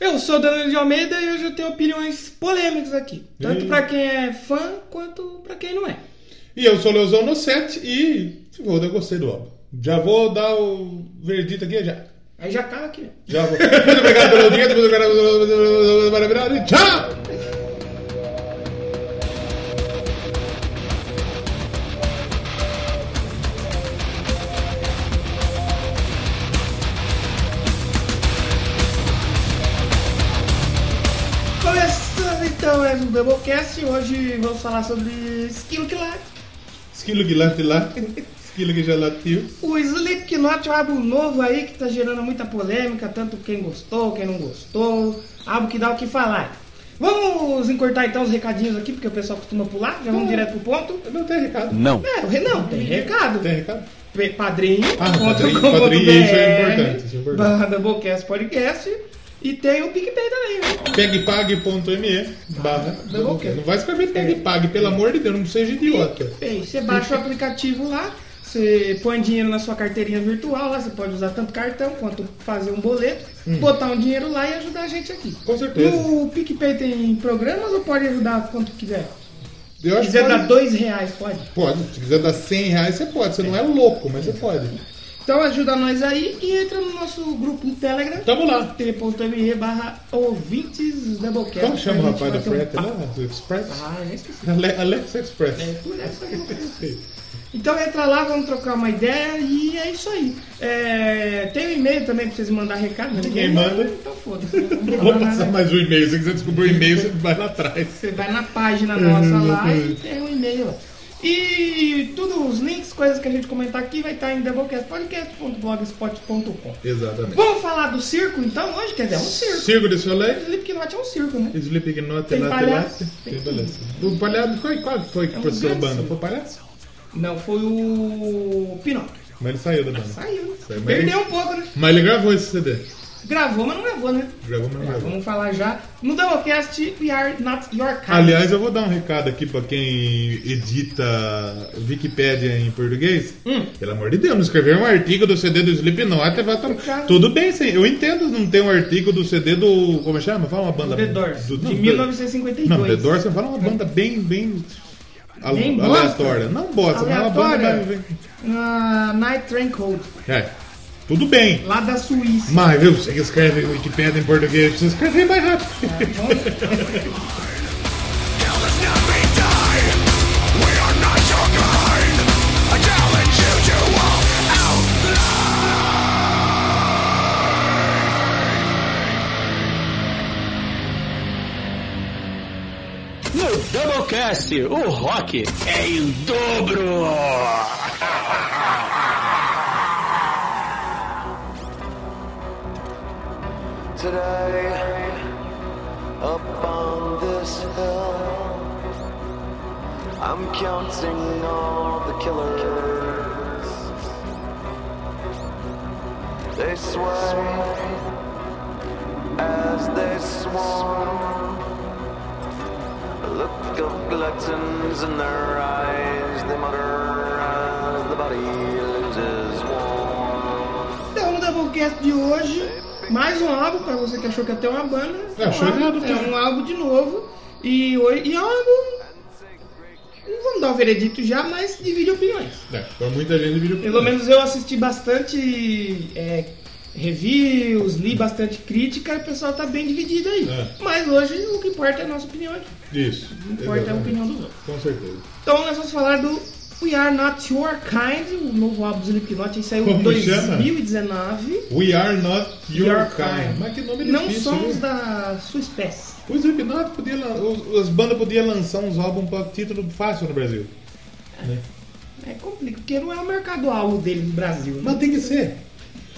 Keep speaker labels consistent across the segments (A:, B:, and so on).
A: Eu sou Danilo de Almeida e hoje eu tenho opiniões polêmicas aqui. Tanto
B: Ih.
A: pra quem é fã quanto pra quem não é.
B: E eu sou o Leozão no set e Roda, eu gostei do álbum. Já vou dar o verdito aqui já.
A: Aí já cala aqui. né?
B: Já vou. Muito obrigado pelo dinheiro, muito obrigado pelo maravilhoso e tchau!
A: Começando então mais um Doublecast. Hoje vamos falar sobre Skill Killer,
B: Esquilo guilante lá, esquilo que já latiu.
A: o Slipknot, um álbum novo aí que tá gerando muita polêmica, tanto quem gostou, quem não gostou. Álbum que dá o que falar. Vamos encurtar então os recadinhos aqui, porque o pessoal costuma pular. Já vamos
B: Hum.
A: direto pro ponto.
B: Não tem recado.
C: Não.
A: É, o Renan, tem recado.
B: Tem recado?
A: Pe- Padrinho.
B: Ah,
A: ponto
B: padrinho,
A: com ponto
B: padrinho, isso
A: BR,
B: é importante, isso é importante.
A: barra Doublecast Podcast. E tem o PicPay também. né?
B: pegpag.me barra Doublecast. Não vai escrever pegpag, pelo amor de Deus, não seja idiota.
A: Bem, você baixa o aplicativo lá, você põe dinheiro na sua carteirinha virtual lá, você pode usar tanto cartão quanto fazer um boleto, botar um dinheiro lá e ajudar a gente aqui.
B: Hum. Com certeza.
A: No PicPay tem programas ou pode ajudar quanto quiser? Se
B: Eu acho que
A: quiser dar
B: pode,
A: dois reais, pode.
B: pode. Se quiser dar 100 reais, você pode. Você não é louco, mas você pode.
A: Então ajuda nós aí e entra no nosso grupo no Telegram.
B: Tamo lá.
A: T.me barra ouvintes Doublecast.
B: Como chama
A: Pra
B: o
A: gente
B: rapaz da
A: bater um
B: freta lá?
A: papo.
B: Do Express?
A: Ah, eu esqueci.
B: Ale- Alexa
A: É,
B: Express.
A: por essa aí. Então entra lá, vamos trocar uma ideia e é isso aí. É, tem um e-mail também pra vocês mandar recado. né?
B: Ninguém manda.
A: Então foda-se. não vou
B: Vou
A: mandar
B: passar
A: nada.
B: mais um e-mail. Se quiser descobrir o e-mail, você vai lá atrás.
A: Você vai na página
B: Uhum,
A: nossa lá e
B: exatamente.
A: tem um e-mail lá. E todos os links, coisas que a gente comentar aqui, vai estar em doublecastpodcast.blogspot.com.
B: Exatamente.
A: Vamos falar do circo então hoje? Quer dizer, é um circo.
B: Circo de Soleil.
A: Slipknot é um circo, né?
B: Slipknot
A: Tem
B: Latte
A: palhaço.
B: Latte. Tem palhaço. O palhaço, qual, qual foi que
A: É um
B: foi sua
A: grande
B: banda?
A: circo.
B: Foi palhaço?
A: Não, foi o Pinóquio.
B: Mas ele saiu da banda.
A: Saiu.
B: Saiu, mas-
A: Perdeu um pouco, né?
B: Mas ele gravou esse CD.
A: Gravou, mas não gravou, né?
B: Gravou, mas não
A: Já
B: gravou.
A: vamos falar já. No Doublecast, we are not your kind.
B: Aliás, eu vou dar um recado aqui pra quem edita Wikipédia em português.
A: Hum.
B: Pelo amor de Deus, não escrever um artigo do CD do Slipknot vai tomar.
A: Cara.
B: Tudo bem, sim. Eu entendo não ter um artigo do CD do. Como é chama? Fala uma banda.
A: The Doors,
B: do-
A: de
B: não, Não, The
A: 1952.
B: Doors você fala uma banda bem. bem. al-
A: Bem bosta.
B: aleatória. Não bosta, mas é uma banda.
A: Aleatória.
B: bem-
A: Ah, Night Train Code,
B: É. Tudo bem.
A: lá da Suíça.
B: Mas, viu, você que escreve Wikipédia em português, precisa escrever mais rápido.
C: No Doublecast, o rock é em dobro.
D: Today, up on this hill, I'm counting all the killers. They sway as they swarm. A look of gluttons in their eyes, they mutter as the body loses warmth.
A: Então, no Doublecast de hoje, mais um álbum pra você que achou que ia ter uma banda.
B: É, achou
A: um álbum,
B: errado, cara.
A: é um álbum de novo. E, ho- e é um álbum. Não vamos dar o veredito já, mas divide opiniões.
B: É, pra muita gente vídeo.
A: Pelo menos eu assisti bastante é, reviews, li bastante crítica, o pessoal tá bem dividido aí.
B: É.
A: Mas hoje o que importa é a nossa opinião aqui.
B: Isso.
A: O que importa é a
B: Exatamente.
A: opinião dos outros.
B: Com certeza.
A: Então nós vamos falar do We Are Not Your Kind, o novo álbum do Slipknot, isso saiu em
B: Como chama?
A: 2019.
B: We are not your,
A: Your
B: kind.
A: kind.
B: Mas que nome
A: Não
B: difícil.
A: somos
B: viu?
A: da sua espécie.
B: O Slipknot podia, lan- os- as bandas podiam lançar uns álbuns pra título fácil no Brasil.
A: É complicado, porque não é o mercado-alvo deles no Brasil. né?
B: Mas tem que ser.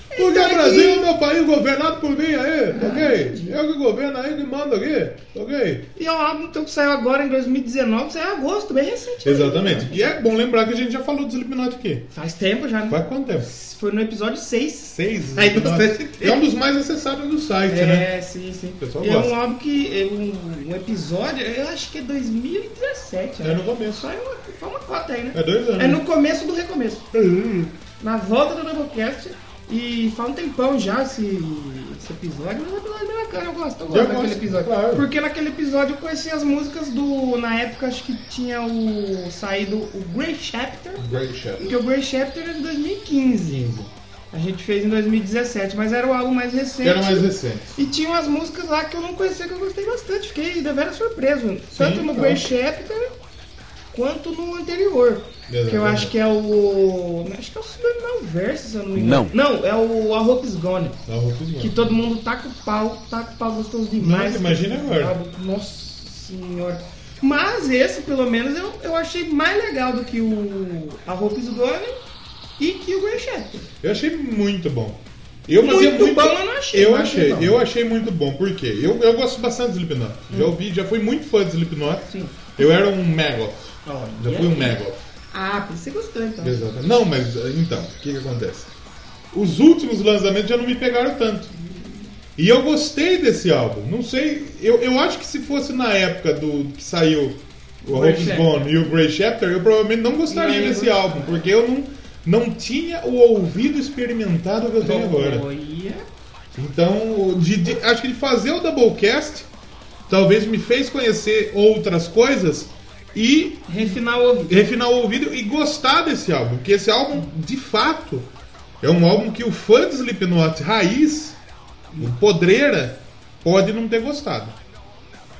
B: Porque
A: Então é
B: o Brasil
A: que-
B: é o meu país governado por mim aí,
A: Ah.
B: ok? Eu que governo aí que mando aqui, ok?
A: E é um álbum então, que saiu agora em 2019, saiu em agosto, bem recente. né?
B: Exatamente. E é bom lembrar que a gente já falou do Slipknot aqui.
A: Faz tempo já, né?
B: Faz quanto tempo?
A: Foi no episódio 6.
B: Seis?
A: Aí
B: Slipknot.
A: bastante tempo.
B: É um dos mais acessados do site, né?
A: É, sim, sim.
B: O pessoal
A: E é um
B: gosta.
A: álbum que. é um, um episódio, eu acho que é 2017.
B: É no começo.
A: Só é uma, só uma cota aí, né?
B: É dois anos.
A: É no começo do recomeço.
B: Hum.
A: Na volta do Doublecast, E faz um tempão já esse, esse episódio, mas o episódio é bacana, eu gosto, eu gosto
B: Eu
A: daquele
B: gosto,
A: episódio.
B: claro.
A: Porque naquele episódio eu conheci as músicas do. Na época acho que tinha o. saído o Grey Chapter.
B: Great Shadow.
A: Porque o Grey Chapter é de 2015. A gente fez em 2017, mas era o álbum mais recente.
B: Era mais recente.
A: E tinha umas músicas lá que eu não conhecia, que eu gostei bastante. Fiquei deveras surpreso. tanto no
B: claro.
A: Grey Chapter quanto no anterior.
B: Beleza,
A: que eu
B: beleza.
A: acho que é o. Acho que é o Subliminal Verse, se eu não me engano. Não. é o A Hope Is Gone.
B: Não, eu fiz mal.
A: Que todo mundo taca o pau, taca o pau gostoso demais.
B: Nossa, imagina agora.
A: Álbum, Nossa senhora. Mas esse, pelo menos, eu, eu achei mais legal do que o A Hope Is Gone e que o Grey Chapter.
B: Eu achei muito bom. Eu fazia
A: Muito
B: muito,
A: bom eu não achei,
B: Eu
A: mas
B: achei,
A: muito bom.
B: eu achei muito bom. Por quê? Eu, eu gosto bastante de Slipknot. Já ouvi, já fui muito fã de Slipknot.
A: Hum. Sim.
B: Eu era um Maggot. Já
A: e
B: fui um
A: aí?
B: Maggot.
A: Ah, por isso você gostou então.
B: Exato. Não, mas então, o que, que acontece? Os últimos lançamentos já não me pegaram tanto. E eu gostei desse álbum. Não sei, eu, eu acho que se fosse na época do que saiu o
A: Grey
B: Hope's
A: Chapter.
B: Gone e o Grey Chapter, eu provavelmente não gostaria
A: Não, eu
B: desse
A: gosto.
B: álbum, porque eu não, não tinha o ouvido experimentado que eu tenho agora.
A: Olha.
B: Então, de- de- acho que de fazer o Doublecast talvez me fez conhecer outras coisas e
A: Refinar o ouvido.
B: refinar o ouvido e gostar desse álbum, porque esse álbum, de fato, é um álbum que o fã de Slipknot raiz, o podreira, pode não ter gostado.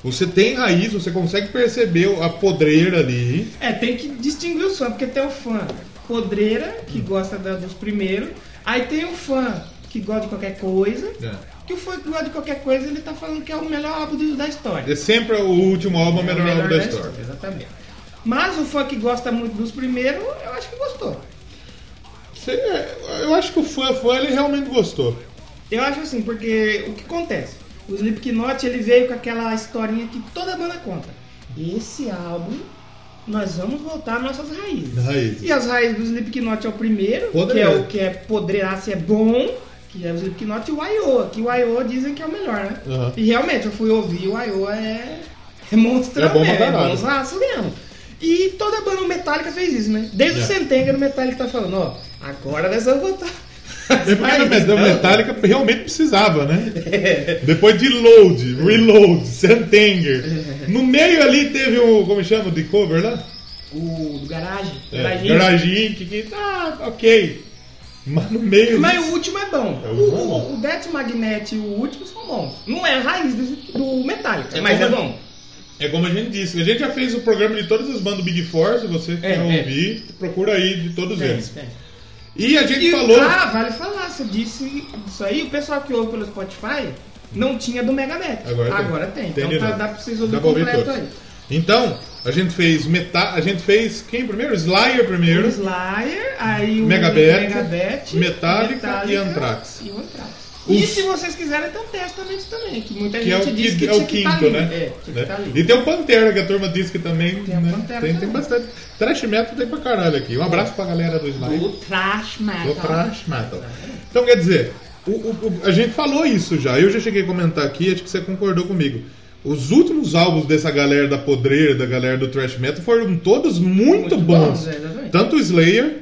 B: Você tem raiz, você consegue perceber a podreira ali.
A: É, tem que distinguir os fãs, porque tem o fã podreira, que gosta da- dos primeiros, aí tem o fã que gosta de qualquer coisa, que o fã que gosta de qualquer coisa, ele tá falando que é o melhor álbum do- da história.
B: É sempre o último álbum, o melhor,
A: É o
B: álbum da, história.
A: Exatamente. Mas o fã que gosta muito dos primeiros, eu acho que gostou.
B: Você- é, eu acho que o fã, fã ele realmente gostou.
A: Eu acho assim, porque o que acontece? O Slipknot ele veio com aquela historinha que toda banda conta. Esse álbum, nós vamos voltar às nossas raízes.
B: Raiz.
A: E as raízes do Slipknot é o primeiro,
B: Podreira.
A: que é o que é podreiraço e é bom, que é o Slipknot e o Iowa, que o Iowa dizem que é o melhor, né?
B: Aham.
A: E realmente, eu fui ouvir o Iowa é, é monstro
B: É bom pra
A: mesmo, é
B: caralho.
A: bonzaço mesmo. E toda banda metálica fez isso, né? Desde
B: Já.
A: o Sentenga no Metallica tá falando, ó, agora nós vamos voltar.
B: É porque
A: Mas, então-
B: na Met- da
A: não.
B: Metallica realmente precisava, né? Depois de Load, Reload, Santanger. No meio ali teve o. Como chama? De cover lá?
A: O do garagem.
B: É,
A: garagem.
B: Garage Inc. Que tá ok. Mas no meio.
A: Mas o último é bom.
B: É
A: o,
B: o último é
A: o, o Death Magnet e o último são bons. Não é a raiz do, do Metallica,
B: É
A: mas
B: bom,
A: é
B: né?
A: bom.
B: É como a gente disse. A gente já fez o programa de todas as bandas do Big Four. Se você
A: É,
B: quer
A: é.
B: ouvir, procura aí de todos eles.
A: É, é.
B: E a gente
A: E,
B: falou.
A: Ah, vale falar, você disse isso aí, o pessoal que ouve pelo Spotify não tinha do Megadeth.
B: Agora tem.
A: tem.
B: Tem de
A: Então tá,
B: novo.
A: dá pra vocês ouvir
B: Dá pra ouvir
A: completo
B: todos.
A: aí.
B: Então, a gente fez Meta. A gente fez quem primeiro? Slayer
A: O
B: primeiro.
A: Slayer, aí o
B: Megadeth,
A: Megadeth,
B: Metallica e Anthrax.
A: E, o Anthrax.
B: Os-
A: E se vocês quiserem, tem o Testament também, que muita
B: Que
A: gente
B: é o,
A: diz
B: que,
A: que
B: é o
A: tinha que tá
B: quinto,
A: ali.
B: né?
A: É, tinha que
B: Né?
A: tá ali.
B: E tem o Pantera, que a turma diz que também.
A: Tem a
B: né?
A: Pantera
B: tem, tem
A: também.
B: bastante. Trash metal tem pra caralho aqui. Um abraço pra galera do Slime.
A: O Trash Metal.
B: Do Trash metal. Então, quer dizer, o- o- o- a gente falou isso já. Eu já cheguei a comentar aqui, acho que você concordou comigo. Os últimos álbuns dessa galera da podreira, da galera do Trash Metal, foram todos muito,
A: Muito
B: bons.
A: bons, é, exatamente.
B: Tanto o Slayer,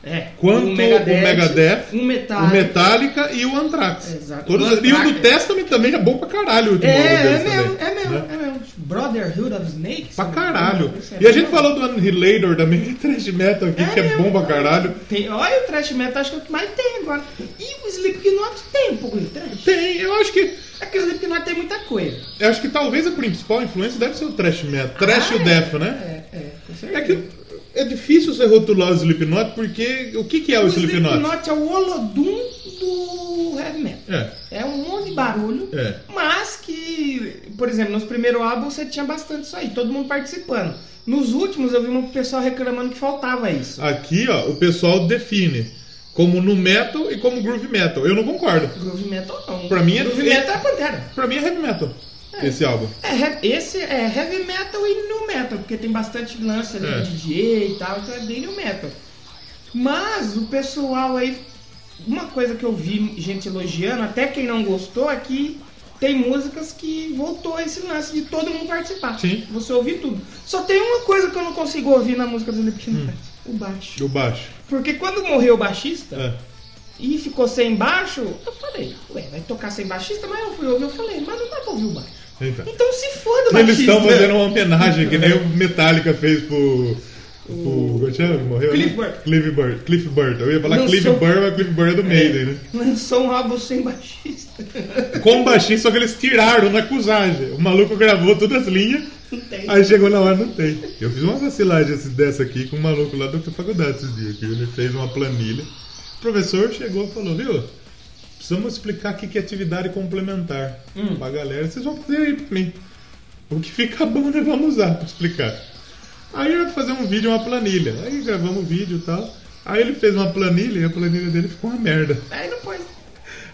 A: É.
B: Quanto
A: o Megadeth,
B: o Megadeth,
A: o Metal.
B: o Metallica e o Anthrax.
A: Exato.
B: Todos,
A: O
B: e o do
A: Anthrax.
B: Testament também é bom pra caralho. O último
A: É,
B: álbum
A: é
B: deles
A: mesmo,
B: também,
A: é mesmo,
B: né?
A: é mesmo. Brotherhood of Snakes?
B: Pra
A: né?
B: caralho.
A: Isso é
B: E a
A: bem
B: gente
A: bom.
B: falou do Annihilator também, que é trash metal aqui, que é
A: mesmo,
B: bom pra caralho.
A: Tem, olha o trash metal, acho que é o que mais tem agora. E o Slipknot tem um pouco de trash.
B: Tem, eu acho que.
A: É que o Slipknot tem muita coisa.
B: Eu acho que talvez a principal influência deve ser o trash metal. Trash
A: Ah,
B: e o
A: é?
B: death, né?
A: É, é, com certeza.
B: É que é difícil você rotular o Slipknot, porque o que, que é o,
A: o
B: Slipknot?
A: Slipknot é o Olodum do heavy metal.
B: É.
A: É um monte de barulho,
B: É.
A: mas que, por exemplo, nos primeiros álbuns você tinha bastante isso aí, todo mundo participando. Nos últimos eu vi um pessoal reclamando que faltava isso.
B: Aqui, ó, o pessoal define como no metal e como groove metal. Eu não concordo.
A: Groove metal não.
B: Pra mim é-
A: Groove metal Ah. é pantera.
B: Pra mim é heavy metal esse álbum.
A: É, he- esse é heavy metal e new metal, porque tem bastante lance ali
B: É.
A: de DJ e tal, então é bem new metal. Mas o pessoal aí, uma coisa que eu vi gente elogiando, até quem não gostou, é que tem músicas que voltou esse lance de todo mundo participar.
B: Sim.
A: Você ouvir tudo. Só tem uma coisa que eu não
B: Hum.
A: consigo ouvir na música do Slipknot, o baixo.
B: O baixo.
A: Porque quando morreu o baixista,
B: É.
A: e ficou sem baixo, eu falei, ué, vai tocar sem baixista? Mas eu fui ouvir, eu falei, mas não dá pra ouvir o baixo.
B: Então.
A: Então se foda,
B: Eles
A: baixista.
B: estão fazendo uma homenagem que nem o Metallica fez pro. pro como chama? que Morreu? né?
A: Cliff Burr.
B: Cliff Burr. Cliff Burr. Eu ia falar
A: Lançou-
B: Cliff Burr, mas Cliff Burr é do Maiden, né?
A: Lançou um álbum sem baixista.
B: Com um baixinho, só que eles tiraram na acusagem. O maluco gravou todas as linhas,
A: Não tem.
B: aí chegou na hora não tem. Eu fiz uma vacilagem esse- dessa aqui com um maluco lá da faculdade esses dias. Que ele fez uma planilha. O professor chegou e falou, viu? Precisamos explicar o que que é atividade complementar pra galera. Vocês vão fazer aí pra mim. O que fica bom nós vamos usar pra explicar. Aí eu ia fazer um vídeo, uma planilha. Aí gravamos o vídeo e tal. Aí ele fez uma planilha e a planilha dele ficou uma merda.
A: Aí não pode.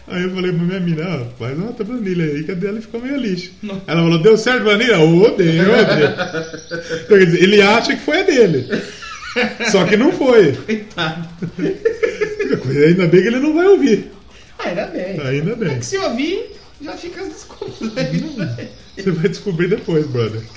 B: Aí eu falei pra minha mina, ó, faz uma outra planilha aí, que a dela ficou meio lixo.
A: Não.
B: Ela falou, deu certo a planilha? Ô, deu, deu. Então, quer dizer, ele acha que foi a dele. Só que não foi.
A: Coitado.
B: Ainda bem que ele não vai ouvir.
A: Ah, ainda bem.
B: Ainda bem.
A: É que se ouvir, já fica as desculpas aí.
B: Você vai descobrir depois, brother.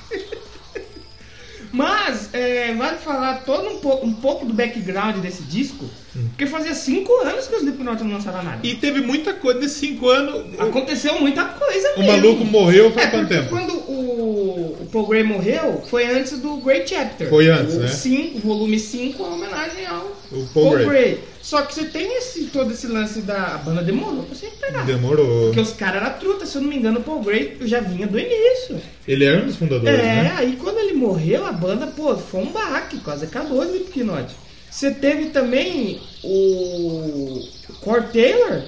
A: Mas é, vale falar todo um, po- um pouco do background desse disco,
B: Hum.
A: porque fazia cinco anos que os Slipknot não lançavam nada.
B: E teve muita coisa nesses cinco anos.
A: Aconteceu muita coisa
B: O
A: mesmo.
B: maluco morreu faz
A: É,
B: quanto
A: porque
B: tempo?
A: quando o, o Paul Gray morreu, foi antes do Great Chapter.
B: Foi antes,
A: o
B: né?
A: Cinco, o volume 5 é uma homenagem ao
B: O Paul Gray.
A: Só que você tem esse, todo esse lance da a banda demorou pra você pegar.
B: Demorou.
A: Porque os caras eram truta, se eu não me engano, o Paul Gray já vinha do início.
B: Ele era um dos fundadores,
A: é,
B: né?
A: aí quando ele morreu, a banda, pô, foi um barraque, quase acabou o Slipknot. Você teve também o Cord Taylor,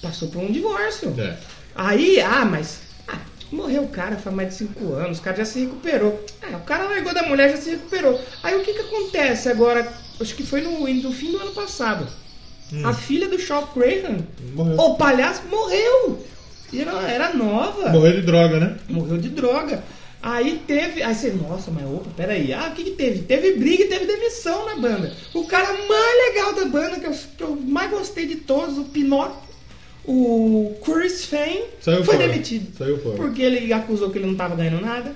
A: passou por um divórcio.
B: É.
A: Aí, ah, mas ah, morreu o cara faz mais de 5 anos, o cara já se recuperou. Ah, o cara largou da mulher já se recuperou. Aí o que que acontece agora? Acho que foi no, no fim do ano passado. A filha do Shaw Graham,
B: Morreu.
A: o palhaço, morreu. E ela era nova.
B: Morreu de droga, né?
A: Morreu de droga. Aí teve. Aí você, nossa, mas opa, peraí. Ah, o que, que teve? Teve briga e teve demissão na banda. O cara mais legal da banda, que eu, que eu mais gostei de todos, o Pinóquio, o Chris Fain,
B: Saiu
A: foi
B: fora.
A: demitido.
B: Saiu fora.
A: Porque ele acusou que ele não tava ganhando nada,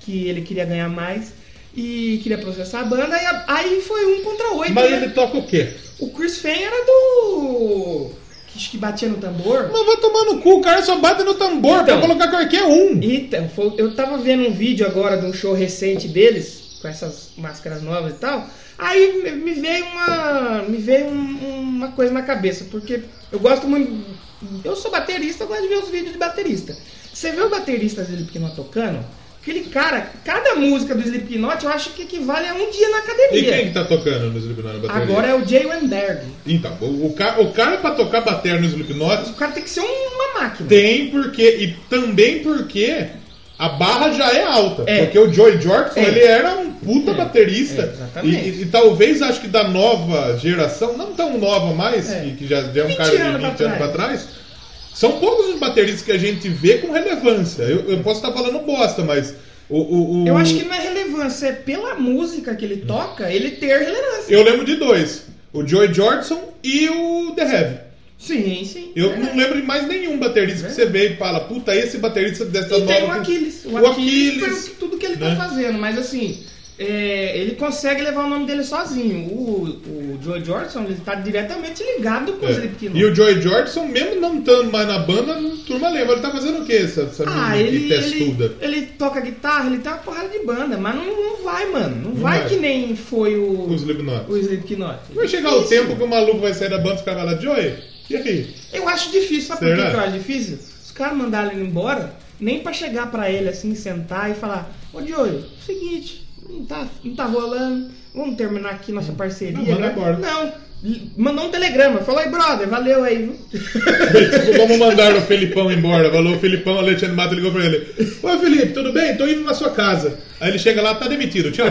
A: que ele queria ganhar mais e queria processar a banda. E a- aí foi um contra oito.
B: Mas
A: né?
B: ele toca o quê?
A: O Chris Fain era do. que que batia no tambor.
B: Mas vai tomar no cu, o cara só bate no tambor pra
A: Então.
B: colocar qualquer um.
A: Então, foi- eu tava vendo um vídeo agora de um show recente deles, com essas máscaras novas e tal. Aí me- me veio uma. Me veio um- uma coisa na cabeça, porque eu gosto muito. Eu sou baterista, eu gosto de ver os vídeos de baterista. Você vê o baterista do Slipknot tocando? Aquele cara, cada música do Slipknot eu acho que equivale a um dia na
B: E quem
A: academia.
B: que tá tocando no Slipknot na bateria?
A: Agora é o Jay Weinberg.
B: Então, o, o, ca- o cara pra tocar bateria no
A: O
B: Slipknot
A: cara tem que ser um- uma máquina.
B: tem porque, e também porque a barra já é alta.
A: É.
B: Porque o Joy Jorkson,
A: É.
B: ele era um puta
A: É.
B: baterista.
A: É, exatamente.
B: e, e- e talvez, acho que da nova geração, não tão nova mais,
A: É.
B: que, que já já é um
A: 20
B: cara de 20
A: anos pra
B: anos
A: trás.
B: pra trás, são poucos os bateristas que a gente vê com relevância. Eu, eu posso estar falando bosta, mas... O, o, o-
A: Eu acho que não é relevância, é pela música que ele toca, ele ter relevância.
B: Eu lembro de dois. O Joy Jordan e o The Heavy.
A: Sim, sim. é
B: Eu não lembro de mais nenhum baterista que você vê e fala, puta, esse baterista dessa
A: E
B: nova...
A: tem o Aquiles. O,
B: Tá O
A: Aquiles,
B: Aquiles,
A: foi o que- tudo que ele
B: né?
A: tá fazendo, mas assim, é, ele consegue levar o nome dele sozinho. O, o Joe Jordan, ele tá diretamente ligado com o
B: É.
A: Slipknot.
B: E o Joy Jordan, mesmo não estando mais na banda, a turma lembra. Ele tá fazendo o que, essa, essa
A: Ah,
B: menina
A: ele,
B: que testuda?
A: ele, ele toca guitarra, ele tem uma porrada de banda, mas não, não vai, mano. Não, vai,
B: vai.
A: que nem foi o,
B: Os Slipknot.
A: o Slipknot.
B: Vai chegar o tempo que o maluco vai sair da banda e os caras vão lá, Joy, e aí?
A: Eu acho difícil, sabe por
B: Será?
A: que que eu acho difícil? Os caras mandaram ele embora, nem pra chegar pra ele assim, sentar e falar, ô Diogo, seguinte, não tá, não tá rolando, vamos terminar aqui nossa parceria.
B: Não, manda
A: né?"
B: embora.
A: Não, l- mandou um telegrama, falou, aí brother, valeu aí. viu?"
B: Tipo, vamos mandar o Felipão embora. Falou o Felipão, o Alexandre Mato ligou pra ele. Oi, Felipe, tudo bem? Tô indo na sua casa. Aí ele chega lá, tá demitido, tchau.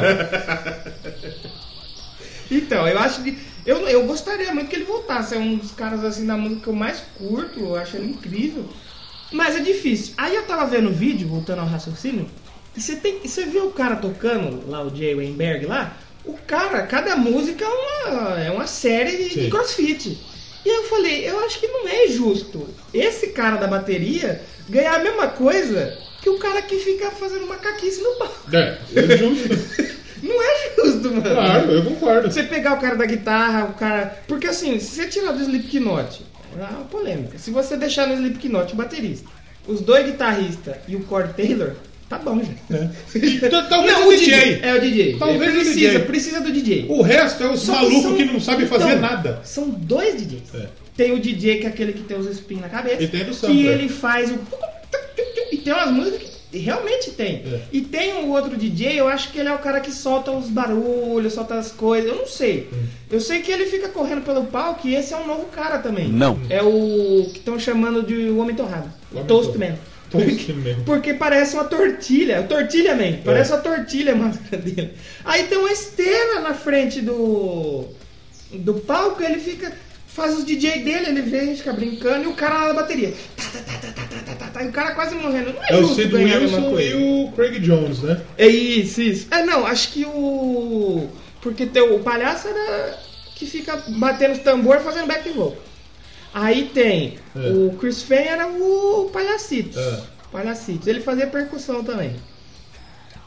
A: Então, eu acho que. Eu, eu gostaria muito que ele voltasse. É um dos caras assim da música que eu mais curto, eu acho ele incrível. Mas é difícil. Aí eu tava vendo o vídeo, voltando ao raciocínio, e você tem. e Você vê o cara tocando lá, o Jay Weinberg lá, o cara, cada música é uma, é uma série de, de
B: Sim.
A: crossfit. E aí eu falei, eu acho que não é justo esse cara da bateria ganhar a mesma coisa que o cara que fica fazendo macaquice no palco.
B: É, é justo.
A: Não é justo. tudo, mano.
B: Claro, eu concordo.
A: Você pegar o cara da guitarra, o cara. Porque assim, se você tirar do Slipknot, é uma polêmica. Se você deixar no Slipknot o baterista, os dois guitarristas e o Cord Taylor, tá bom já.
B: Então, talvez
A: Não,
B: o
A: o
B: DJ.
A: É o DJ.
B: Talvez o
A: precisa,
B: DJ.
A: precisa do DJ.
B: O resto é os
A: Só
B: malucos
A: são-
B: que não sabem
A: então,
B: fazer nada.
A: São dois DJs.
B: É.
A: Tem o DJ que é aquele que tem os espinhos na cabeça.
B: E tem do
A: Que
B: samba.
A: ele faz o. E tem umas músicas que realmente tem.
B: É.
A: E tem um outro DJ, eu acho que ele é o cara que solta os barulhos, solta as coisas. Eu não sei.
B: Hum.
A: Eu sei que ele fica correndo pelo palco e esse é um novo cara também.
C: Não.
A: É o que estão chamando de o Homem Torrado.
B: O Homem
A: Toastman.
B: Toast Man.
A: Porque parece uma tortilha. Tortilha, man.
B: É.
A: Parece uma tortilha a máscara dele. Aí tem uma esteira na frente do. do palco, ele fica. Faz os DJ dele, ele vem, fica brincando, e o cara lá na bateria. Tá, tá, tá, tá, tá, tá, tá, tá, tá, e o cara quase morrendo. Não é,
B: É o
A: justo
B: Sid
A: ganhar a mesma
B: Wilson
A: coisa.
B: e o Craig Jones, né?
A: É isso, isso. É, não, acho que o. Porque tem o palhaço era que fica batendo tambor fazendo back roll. Aí tem
B: É.
A: o Chris Fain era o Palhacitos.
B: É.
A: Palhacitos. Ele fazia percussão também.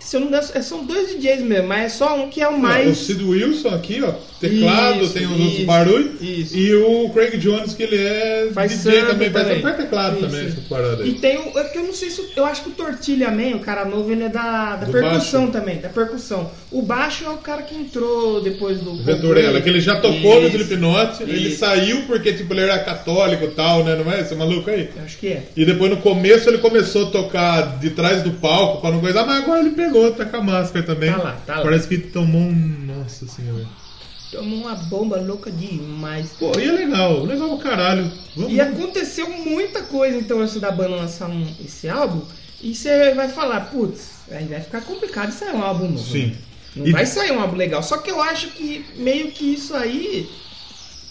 A: Se eu não me engano, é, são dois DJs mesmo, mas é só um que é o mais.
B: Ó, O Sid Wilson aqui, ó, teclado,
A: Isso,
B: tem os
A: isso,
B: outros barulhos.
A: isso.
B: E o Craig Jones, que ele é
A: Faz
B: DJ
A: samba
B: também,
A: também.
B: faz faz teclado
A: Isso.
B: também, essa parada
A: E
B: aí.
A: tem o. É que eu não sei se. o- Eu acho que o Tortilha Man, o cara novo, ele é da, da
B: Do
A: percussão
B: baixo.
A: também, da percussão. O baixo é o cara que entrou depois do.
B: Venturella, que ele já tocou no
A: Isso.
B: Slipknot, ele
A: Isso.
B: saiu porque tipo, ele era católico e tal, né? Não é esse maluco aí?
A: Eu acho que é.
B: E depois no começo ele começou a tocar de trás do palco pra não coisar, mas agora ele pegou, tá com a máscara também.
A: Tá lá, tá lá.
B: Parece que tomou um. Nossa senhora.
A: Tomou uma bomba louca demais.
B: Pô, e é legal, legal pra caralho. Vamos.
A: E é aconteceu muita coisa, então, antes da banda lançar um- esse álbum. E você vai falar, putz, aí vai ficar complicado sair um álbum novo.
B: Sim.
A: Não
B: E-
A: vai sair um álbum legal. Só que eu acho que meio que isso aí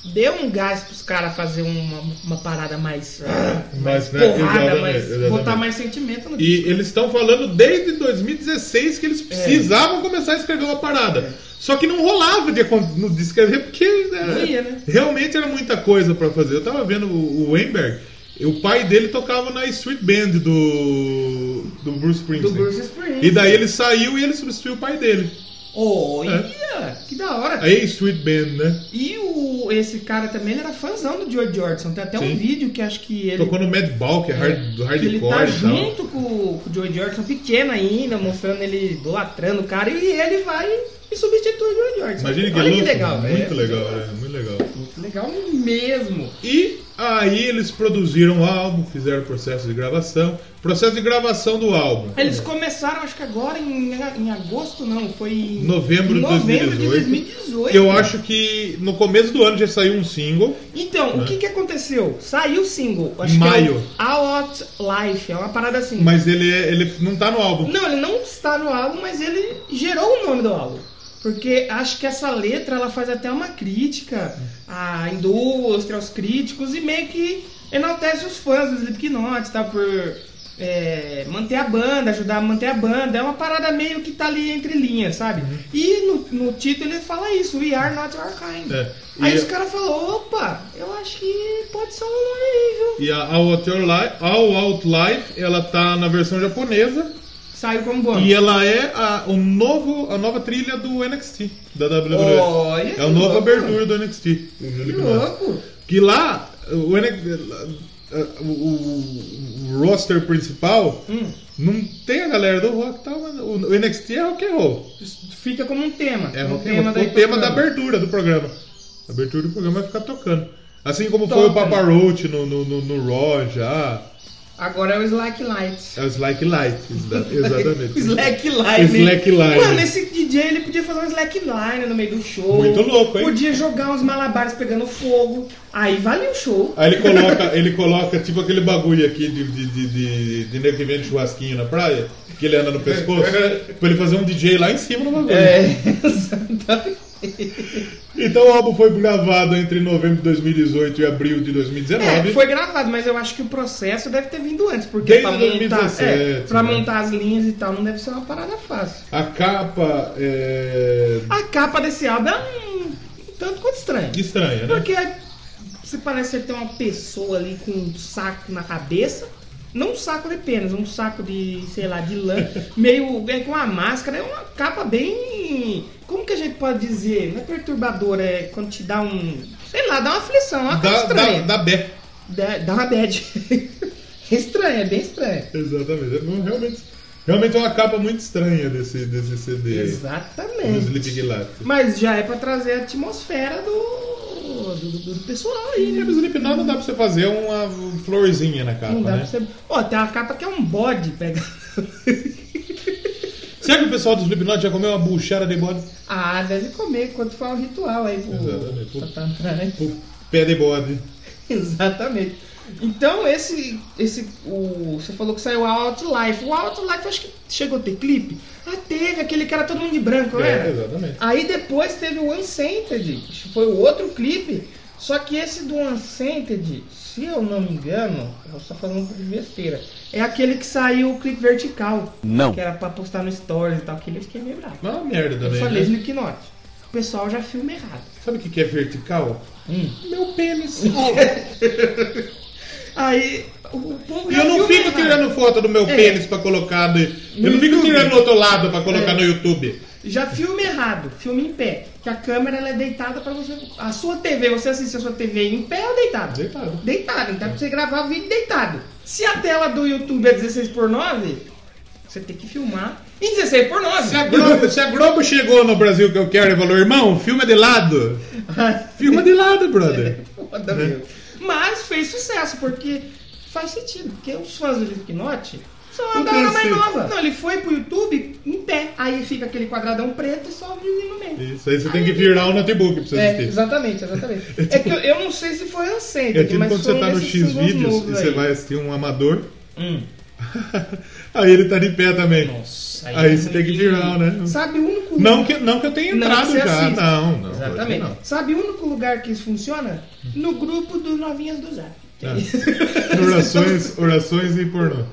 A: deu um gás pros caras fazer uma, uma parada mais. ah,
B: Mas, né?
A: porrada,
B: exatamente,
A: mais.
B: exatamente.
A: botar mais sentimento no
B: E eles estão falando desde 2016 que eles
A: É.
B: precisavam começar a escrever uma parada. Só que não rolava de, acon- no- de escrever porque era-
A: Não ia, né?
B: realmente era muita coisa pra fazer. Eu tava vendo o, o Weinberg, o pai dele tocava na Street Band do, do Bruce
A: do
B: Springsteen.
A: Bruce Springsteen.
B: E daí ele saiu e ele substituiu o pai dele.
A: Olha,
B: É.
A: que da hora.
B: A Street Band, né?
A: E o, esse cara também ele era fãzão do George Jordan. Tem até um
B: Sim.
A: vídeo que acho que ele.
B: Tocou no Mad Ball, que é hard, do
A: que ele
B: hardcore
A: tá
B: e tal.
A: junto com, com o George Jordan, pequeno ainda, mostrando ele idolatrando o cara. E ele vai e substitui o George Jordan.
B: Imagina que
A: Olha
B: louco.
A: que legal,
B: muito
A: velho.
B: legal, é, muito legal.
A: Muito legal mesmo.
B: E aí eles produziram o álbum, fizeram o processo de gravação. Processo de gravação do álbum.
A: Eles começaram, acho que agora em, em agosto, não, foi em
B: Novembro de
A: novembro
B: 2018.
A: de 2018.
B: Eu acho que no começo do ano já saiu um single.
A: Então, o que, que aconteceu? Saiu o single, acho
B: É. Maio.
A: que é o All Out Life, é uma parada assim.
B: Mas ele, é- ele não tá no álbum.
A: Não, ele não está no álbum, mas ele gerou o nome do álbum. Porque acho que essa letra ela faz até uma crítica à indústria, aos críticos e meio que enaltece os fãs do Slipknot, tá? Por é, manter a banda, ajudar a manter a banda. É uma parada meio que tá ali entre linhas, sabe?
B: Uhum.
A: E no, no título ele fala isso: We are not your kind.
B: É. E,
A: Aí os caras falaram: opa, eu acho que pode ser um nome aí, viu?
B: e a All Out, Your Life, All Out Life, ela tá na versão japonesa.
A: Saiu como bom.
B: E ela é a, o novo, a nova trilha do NXT, da WWE.
A: Olha
B: é
A: que
B: a nova
A: louco.
B: abertura do NXT.
A: Que louco!
B: Que lá, o, NXT, o, o- o roster principal
A: Hum.
B: não tem a galera do rock e tal, mas o, o NXT é rock and roll.
A: Fica como um tema.
B: É
A: um
B: rock and roll.
A: daí
B: o tema da
A: tocando.
B: abertura do programa. A abertura do programa vai ficar tocando. Assim como
A: Toca,
B: foi o Papa Roach no, no, no, no Raw já.
A: Agora é o Slack Light.
B: É o Slack Light, exa- exatamente.
A: Slack Line.
B: Slack Line.
A: Mano, esse DJ ele podia fazer um Slack Line no meio do show.
B: Muito louco, hein?
A: Podia jogar uns malabares pegando fogo. Aí vale o show.
B: Aí ele coloca, ele coloca tipo aquele bagulho aqui de, de, de, de, de nego que vende churrasquinho na praia, que ele anda no pescoço, pra ele fazer um DJ lá em cima no bagulho.
A: É.
B: Então o álbum foi gravado entre novembro de 2018 e abril de 2019.
A: É, foi gravado, mas eu acho que o processo deve ter vindo antes, porque
B: Desde
A: pra montar,
B: 2017,
A: é, pra
B: né?
A: montar as linhas e tal não deve ser uma parada fácil.
B: A capa é.
A: A capa desse álbum é um, um tanto quanto estranho.
B: estranha, né?
A: Porque se parece que tem uma pessoa ali com um saco na cabeça Não um saco de penas, um saco de, sei lá, de lã, meio bem com a máscara, é uma capa bem. Como que a gente pode dizer? Não é perturbadora, é quando te dá um. Sei lá, dá uma aflição, é uma coisa
B: Da, da,
A: estranha.
B: da Bé.
A: Dá, dá uma bad. é estranho, é bem estranho.
B: Exatamente. É, não, realmente, realmente é uma capa muito estranha desse, desse CD. aí, Do
A: Exatamente.
B: Sleep Gilato.
A: Mas já é pra trazer a atmosfera do, do, do- do pessoal aí,
B: E
A: né?
B: no Slipknot não dá pra você fazer uma florzinha na capa,
A: Não dá
B: né?
A: pra você. Ó, tem uma capa que é um bode pegando.
B: Será que o pessoal do Slipknot já comeu uma buchada de bode?
A: ah, deve comer quando for um ritual aí pro.
B: Exatamente.
A: Exatamente.
B: O pé de bode.
A: né? Exatamente. Então esse. esse o, você falou que saiu a Outlife. O Outlife acho que chegou a ter clipe. Ah, teve, aquele que era todo mundo de branco,
B: É,
A: né?
B: exatamente.
A: Aí depois teve o Uncentered, que foi o outro clipe. Só que esse do Uncentered, se eu não me engano, eu só falando um pouco de besteira, é aquele que saiu o clipe vertical.
C: Não.
A: Que era pra postar no Stories e tal, que ele eu fiquei meio bravo.
B: Mas é uma merda
A: Eu
B: também.
A: falei,
B: né?
A: Slipknot, o pessoal já filma errado.
B: Sabe o que que é vertical?
A: Hum.
B: Meu pênis.
A: Aí o povo
B: E
A: já
B: eu não
A: filma
B: fico
A: errado.
B: tirando foto do meu
A: É.
B: pênis pra colocar no. Eu
A: No
B: não fico
A: YouTube.
B: tirando do outro lado pra colocar
A: É.
B: no YouTube.
A: Já filme errado, filme em pé. Que a câmera ela é deitada pra você. A sua TV, você assiste a sua TV em pé ou deitado?
B: Deitado.
A: Deitado, então é pra você gravar vídeo deitado. Se a tela do YouTube é 16 por 9 você tem que filmar em 16 por 9
B: Se a, Globo, se a Globo chegou no Brasil que eu quero e falou, irmão, filma de lado. Filma de lado, brother.
A: Foda, meu. Mas fez sucesso, porque faz sentido, porque os fãs do Slipknot são uma
B: Não
A: galera
B: tem
A: mais
B: sentido.
A: nova. Não, ele foi pro YouTube em pé. Aí fica aquele quadradão preto e só o menino no meio.
B: Isso aí você tem que virar um notebook pra você
A: É,
B: assistir.
A: exatamente, exatamente. É que eu, eu não sei se foi Uncended,
B: É tipo
A: mas
B: quando
A: foi
B: você tá
A: um
B: no
A: desses
B: X
A: singles
B: vídeos e
A: novos
B: você
A: aí.
B: vai assistir um amador,
A: Hum.
B: aí ele tá de pé também.
A: Nossa,
B: Aí você tem que virar, né?
A: Sabe o único
B: Não que, não que eu tenha
A: Não,
B: entrado
A: você
B: já.
A: assiste.
B: Não, não.
A: Exatamente.
B: lógico
A: Sabe o único lugar que isso funciona? No grupo dos novinhas do Zap.
B: que não. É. Orações, orações e pornô.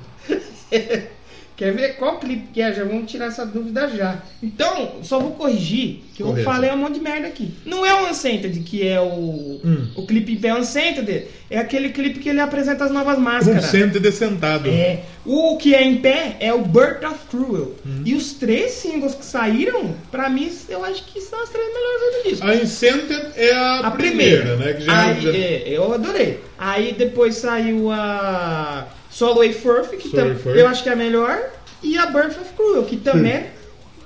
A: Quer ver qual clipe que é? Já vamos tirar essa dúvida já. Então, só vou corrigir, que eu
B: Correto.
A: falei um monte de merda aqui. Não é o Uncended, que é o,
B: Hum.
A: o clipe em pé Uncended. É aquele clipe que ele apresenta as novas
B: Um
A: máscaras.
B: centro de sentado.
A: É. O que é em pé é o Birth of Cruel. E os três singles que saíram, pra mim, eu acho que são as três melhores do disco.
B: A Incented é a, primeira, né? Que já,
A: Aí,
B: já-
A: é, eu adorei. Aí depois saiu a Solo Way Furf, que
B: Solo
A: tam-
B: Way Furf.
A: eu acho que é a melhor. E a Birth of Cruel, que também é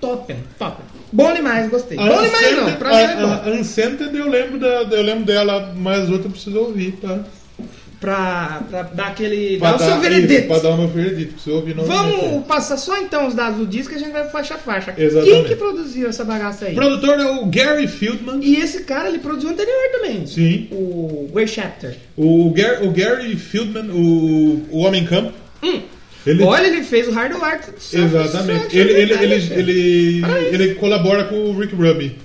A: top, top. Bom demais, gostei.
B: A
A: bom demais não,
B: Unscented-
A: pra mim é
B: a-
A: bom.
B: a Unscented eu lembro, da, eu lembro dela, mas outra eu preciso ouvir, tá?
A: Pra, pra dar aquele...
B: Pra
A: dar o seu
B: isso,
A: veredito.
B: Pra dar o meu veredito, preciso ouvir novamente.
A: Vamos passar só então os dados do disco e a gente vai faixa a faixa. Quem
B: Exatamente.
A: que produziu essa bagaça aí?
B: O produtor é o Gary Fieldman.
A: E esse cara, ele produziu o anterior também.
B: Sim.
A: O Way Chapter.
B: O, Gar- o Gary Fieldman, o, o Homem Campo.
A: Hum.
B: Ele,
A: Olha, é ele fez o Hardware.
B: exatamente. Ele,
A: né,
B: ele, ele, ele, ele colabora com o Rick Rubin.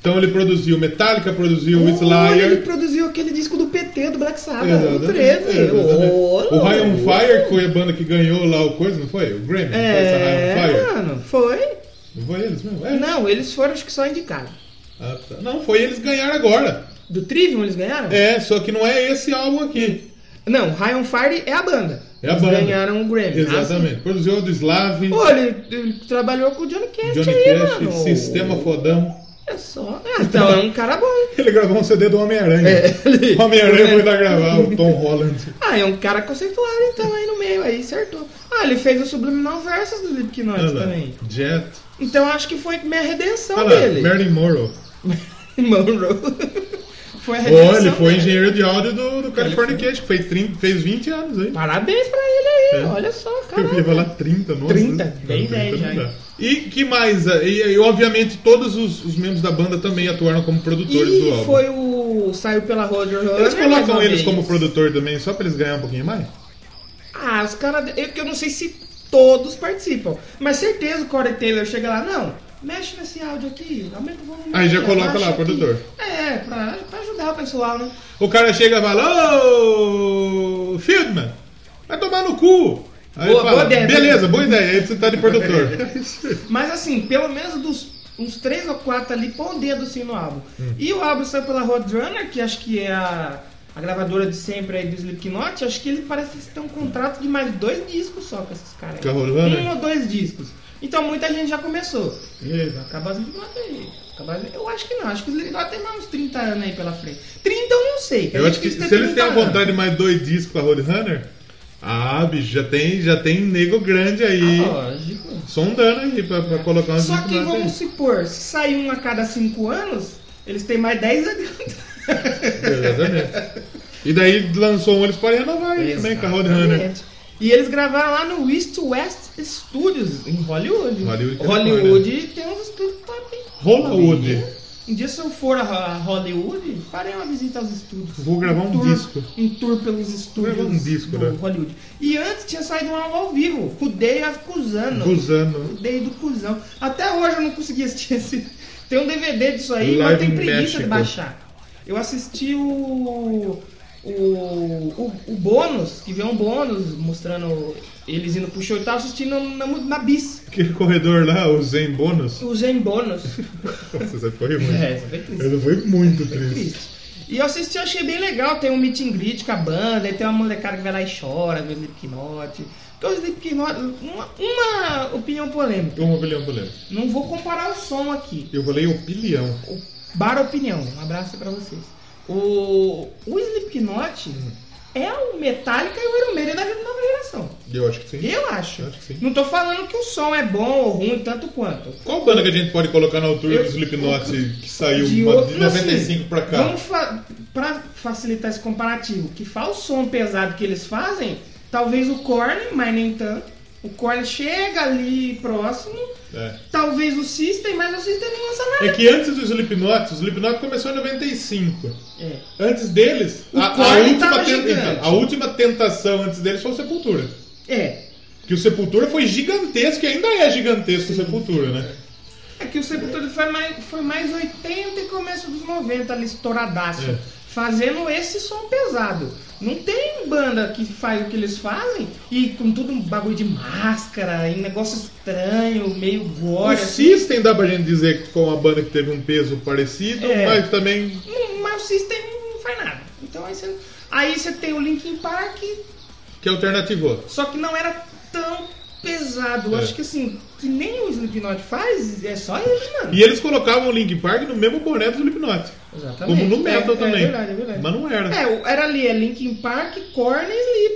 B: Então ele produziu Metallica, produziu It's
A: Olha, ele
B: Liar.
A: produziu aquele disco do PT, do Black Sabbath,
B: Exatamente,
A: o 13.
B: exatamente.
A: Olha.
B: O High on Fire, que foi a banda que ganhou lá o coisa, não foi? O Grammy, não foi essa High on
A: É,
B: Fire?
A: mano, foi.
B: Não foi eles mesmo? É.
A: Não, eles foram, acho que só indicaram.
B: Ah, tá. Não, foi eles ganharam agora.
A: Do Trivium eles ganharam?
B: É, só que não é esse álbum aqui.
A: Não, High on Fire é a banda.
B: É a
A: eles
B: banda.
A: ganharam o Grammy.
B: Exatamente. Produziu o do Slav,
A: Ah, sim. Pô, ele, ele trabalhou com o Johnny Cash
B: Johnny
A: aí,
B: Cash,
A: mano.
B: Sistema Fodão.
A: É só. Ah, então é um cara bom, hein?
B: Ele gravou um CD do Homem-Aranha.
A: É, ele-
B: O Homem-Aranha foi lá gravar o Tom Holland.
A: Ah, é um cara conceituado então aí no meio, aí acertou. Ah, ele fez o Subliminal Versus do Slipknot
B: Olha lá,
A: também.
B: Jet.
A: Então acho que foi minha redenção
B: Olha lá,
A: dele.
B: Marilyn Monroe.
A: Monroe. foi a redenção
B: Ó, ele foi
A: dele.
B: engenheiro de áudio do, do Californication, que fez, 30, fez 20 anos aí.
A: Parabéns pra ele aí,
B: É.
A: olha só, cara.
B: Eu ia falar 30, nossa.
A: 30,
B: Não,
A: bem
B: 30
A: velho
B: não
A: já,
B: dá.
A: hein?
B: E que mais? E, e, obviamente todos os, os membros da banda também atuaram como produtores do
A: E
B: álbum.
A: foi o. Saiu pela Roger Hunter.
B: Eles
A: é mais
B: colocam
A: uma vez.
B: eles como produtor também só pra eles ganharem um pouquinho mais?
A: Ah, os caras. Eu, que eu não sei se todos participam. Mas certeza o Corey Taylor chega lá, não. Mexe nesse áudio aqui, aumenta o volume.
B: Aí já
A: aqui,
B: coloca
A: abaixa
B: lá, produtor.
A: É, pra, pra ajudar o pessoal, né?
B: O cara chega e fala: Ô, Fieldman, vai tomar no cu.
A: Boa-
B: Aí ele fala,
A: boa ideia,
B: beleza,
A: né?
B: boa ideia. Aí você tá de produtor.
A: Mas assim, pelo menos dos uns
B: Hum.
A: três ou quatro ali põe o dedo assim no álbum. E o álbum saiu pela Roadrunner, que acho que é a, a gravadora de sempre aí do Slipknot, acho que ele parece que tem um contrato de mais dois discos só com esses caras. aí.
B: Tá rolando,
A: Um
B: é?
A: ou dois discos. Então muita gente já começou.
B: É.
A: Vai acabar o Slipknot aí. Acabar... Eu acho que não, acho que o Slipknot tem mais uns 30 anos aí pela frente. 30 eu não sei. que é
B: Eu acho que
A: difícil
B: se
A: ter
B: eles têm a
A: 30 anos.
B: vontade de mais dois discos com a Roadrunner, ah, bicho, já tem, já tem nego grande aí.
A: Ah, lógico.
B: Sondando aí pra, pra colocar uns
A: Só
B: discos
A: que
B: lá
A: vamos
B: dentro.
A: supor, se sair um a cada 5 anos, eles têm mais 10 anos.
B: Exatamente. E daí lançou um, eles podem renovar aí
A: é
B: também com a Roadrunner.
A: Exatamente. tá né? E eles gravaram lá no East West Studios, em Hollywood.
B: Hollywood, Califórnia.
A: Hollywood tem uns estúdios top. hein?
B: né? Hollywood.
A: Um dia, se eu for a- a Hollywood, farei uma visita aos estúdios.
B: Vou gravar um
A: tour-
B: disco.
A: Um tour pelos estúdios
B: gravar um disco,
A: do
B: né?
A: Hollywood. E antes tinha saído um álbum ao vivo, o Day of Cusano.
B: Gusano.
A: Day do Cusão. Até hoje eu não consegui assistir esse. Tem um DVD disso aí,
B: Live
A: mas tem
B: em
A: preguiça de
B: México.
A: baixar. Eu assisti o. O, o, o bônus, que veio um bônus mostrando eles indo pro show e tal, assistindo na, mu- na bis.
B: Aquele corredor lá, o Zen Bônus.
A: O Zen Bônus.
B: Nossa, essa foi ruim.
A: é, isso é bem triste.
B: Ela foi muito triste.
A: triste. E eu assisti, eu achei bem legal. Tem um meet and greet com a banda, aí tem uma molecada que vai lá e chora, vê o Slipknot. Então, o Slipknot, uma, uma opinião polêmica.
B: Uma bilhão polêmica.
A: Não vou comparar o som aqui.
B: Eu falei o bilhão.
A: O Bar Opinião, um abraço pra vocês. O, o Slipknot é o Metallica e o Iron Maiden da nova geração.
B: Eu acho que sim.
A: Eu acho.
B: Acho que sim.
A: Não tô falando que o som é bom ou ruim, tanto quanto.
B: Qual banda que a gente pode colocar na altura
A: Eu-
B: do Slipknot que saiu
A: De
B: de,
A: outro-
B: de
A: não, assim,
B: 95 pra cá?
A: Vamos fa pra facilitar esse comparativo, que faz o som pesado que eles fazem, talvez o Korn, mas nem tanto. O Korn chega ali próximo,
B: É.
A: talvez o System, mas o System não lança nada.
B: É que antes do Slipknot, o Slipknot começou em 95.
A: É.
B: Antes deles,
A: O
B: a, a
A: Korn tava
B: última ten-
A: gigante.
B: então, a última tentação antes deles foi o Sepultura.
A: É.
B: Que o Sepultura foi gigantesco e ainda é gigantesco o Sepultura, né?
A: É que o Sepultura foi mais, foi mais 80 e começo dos 90 ali, estouradaço.
B: É.
A: Fazendo esse som pesado. Não tem banda que faz o que eles fazem e com tudo um bagulho de máscara e negócio estranho, meio
B: O
A: gore. assim.
B: System dá pra gente dizer que foi uma banda que teve um peso parecido,
A: É.
B: mas também
A: Não, Mas o System não faz nada. Então aí você, aí você tem o Linkin Park,
B: que alternativou.
A: só que não era tão pesado. Eu
B: É.
A: Acho que assim, que nem o Slipknot faz, é só ele, mano.
B: E eles colocavam o Link Park no mesmo boné do Slipknot.
A: Exatamente.
B: Como no metal
A: É,
B: também.
A: É verdade, é verdade.
B: Mas não era.
A: É, o- era ali, é Linkin Park, Korn e
B: Diz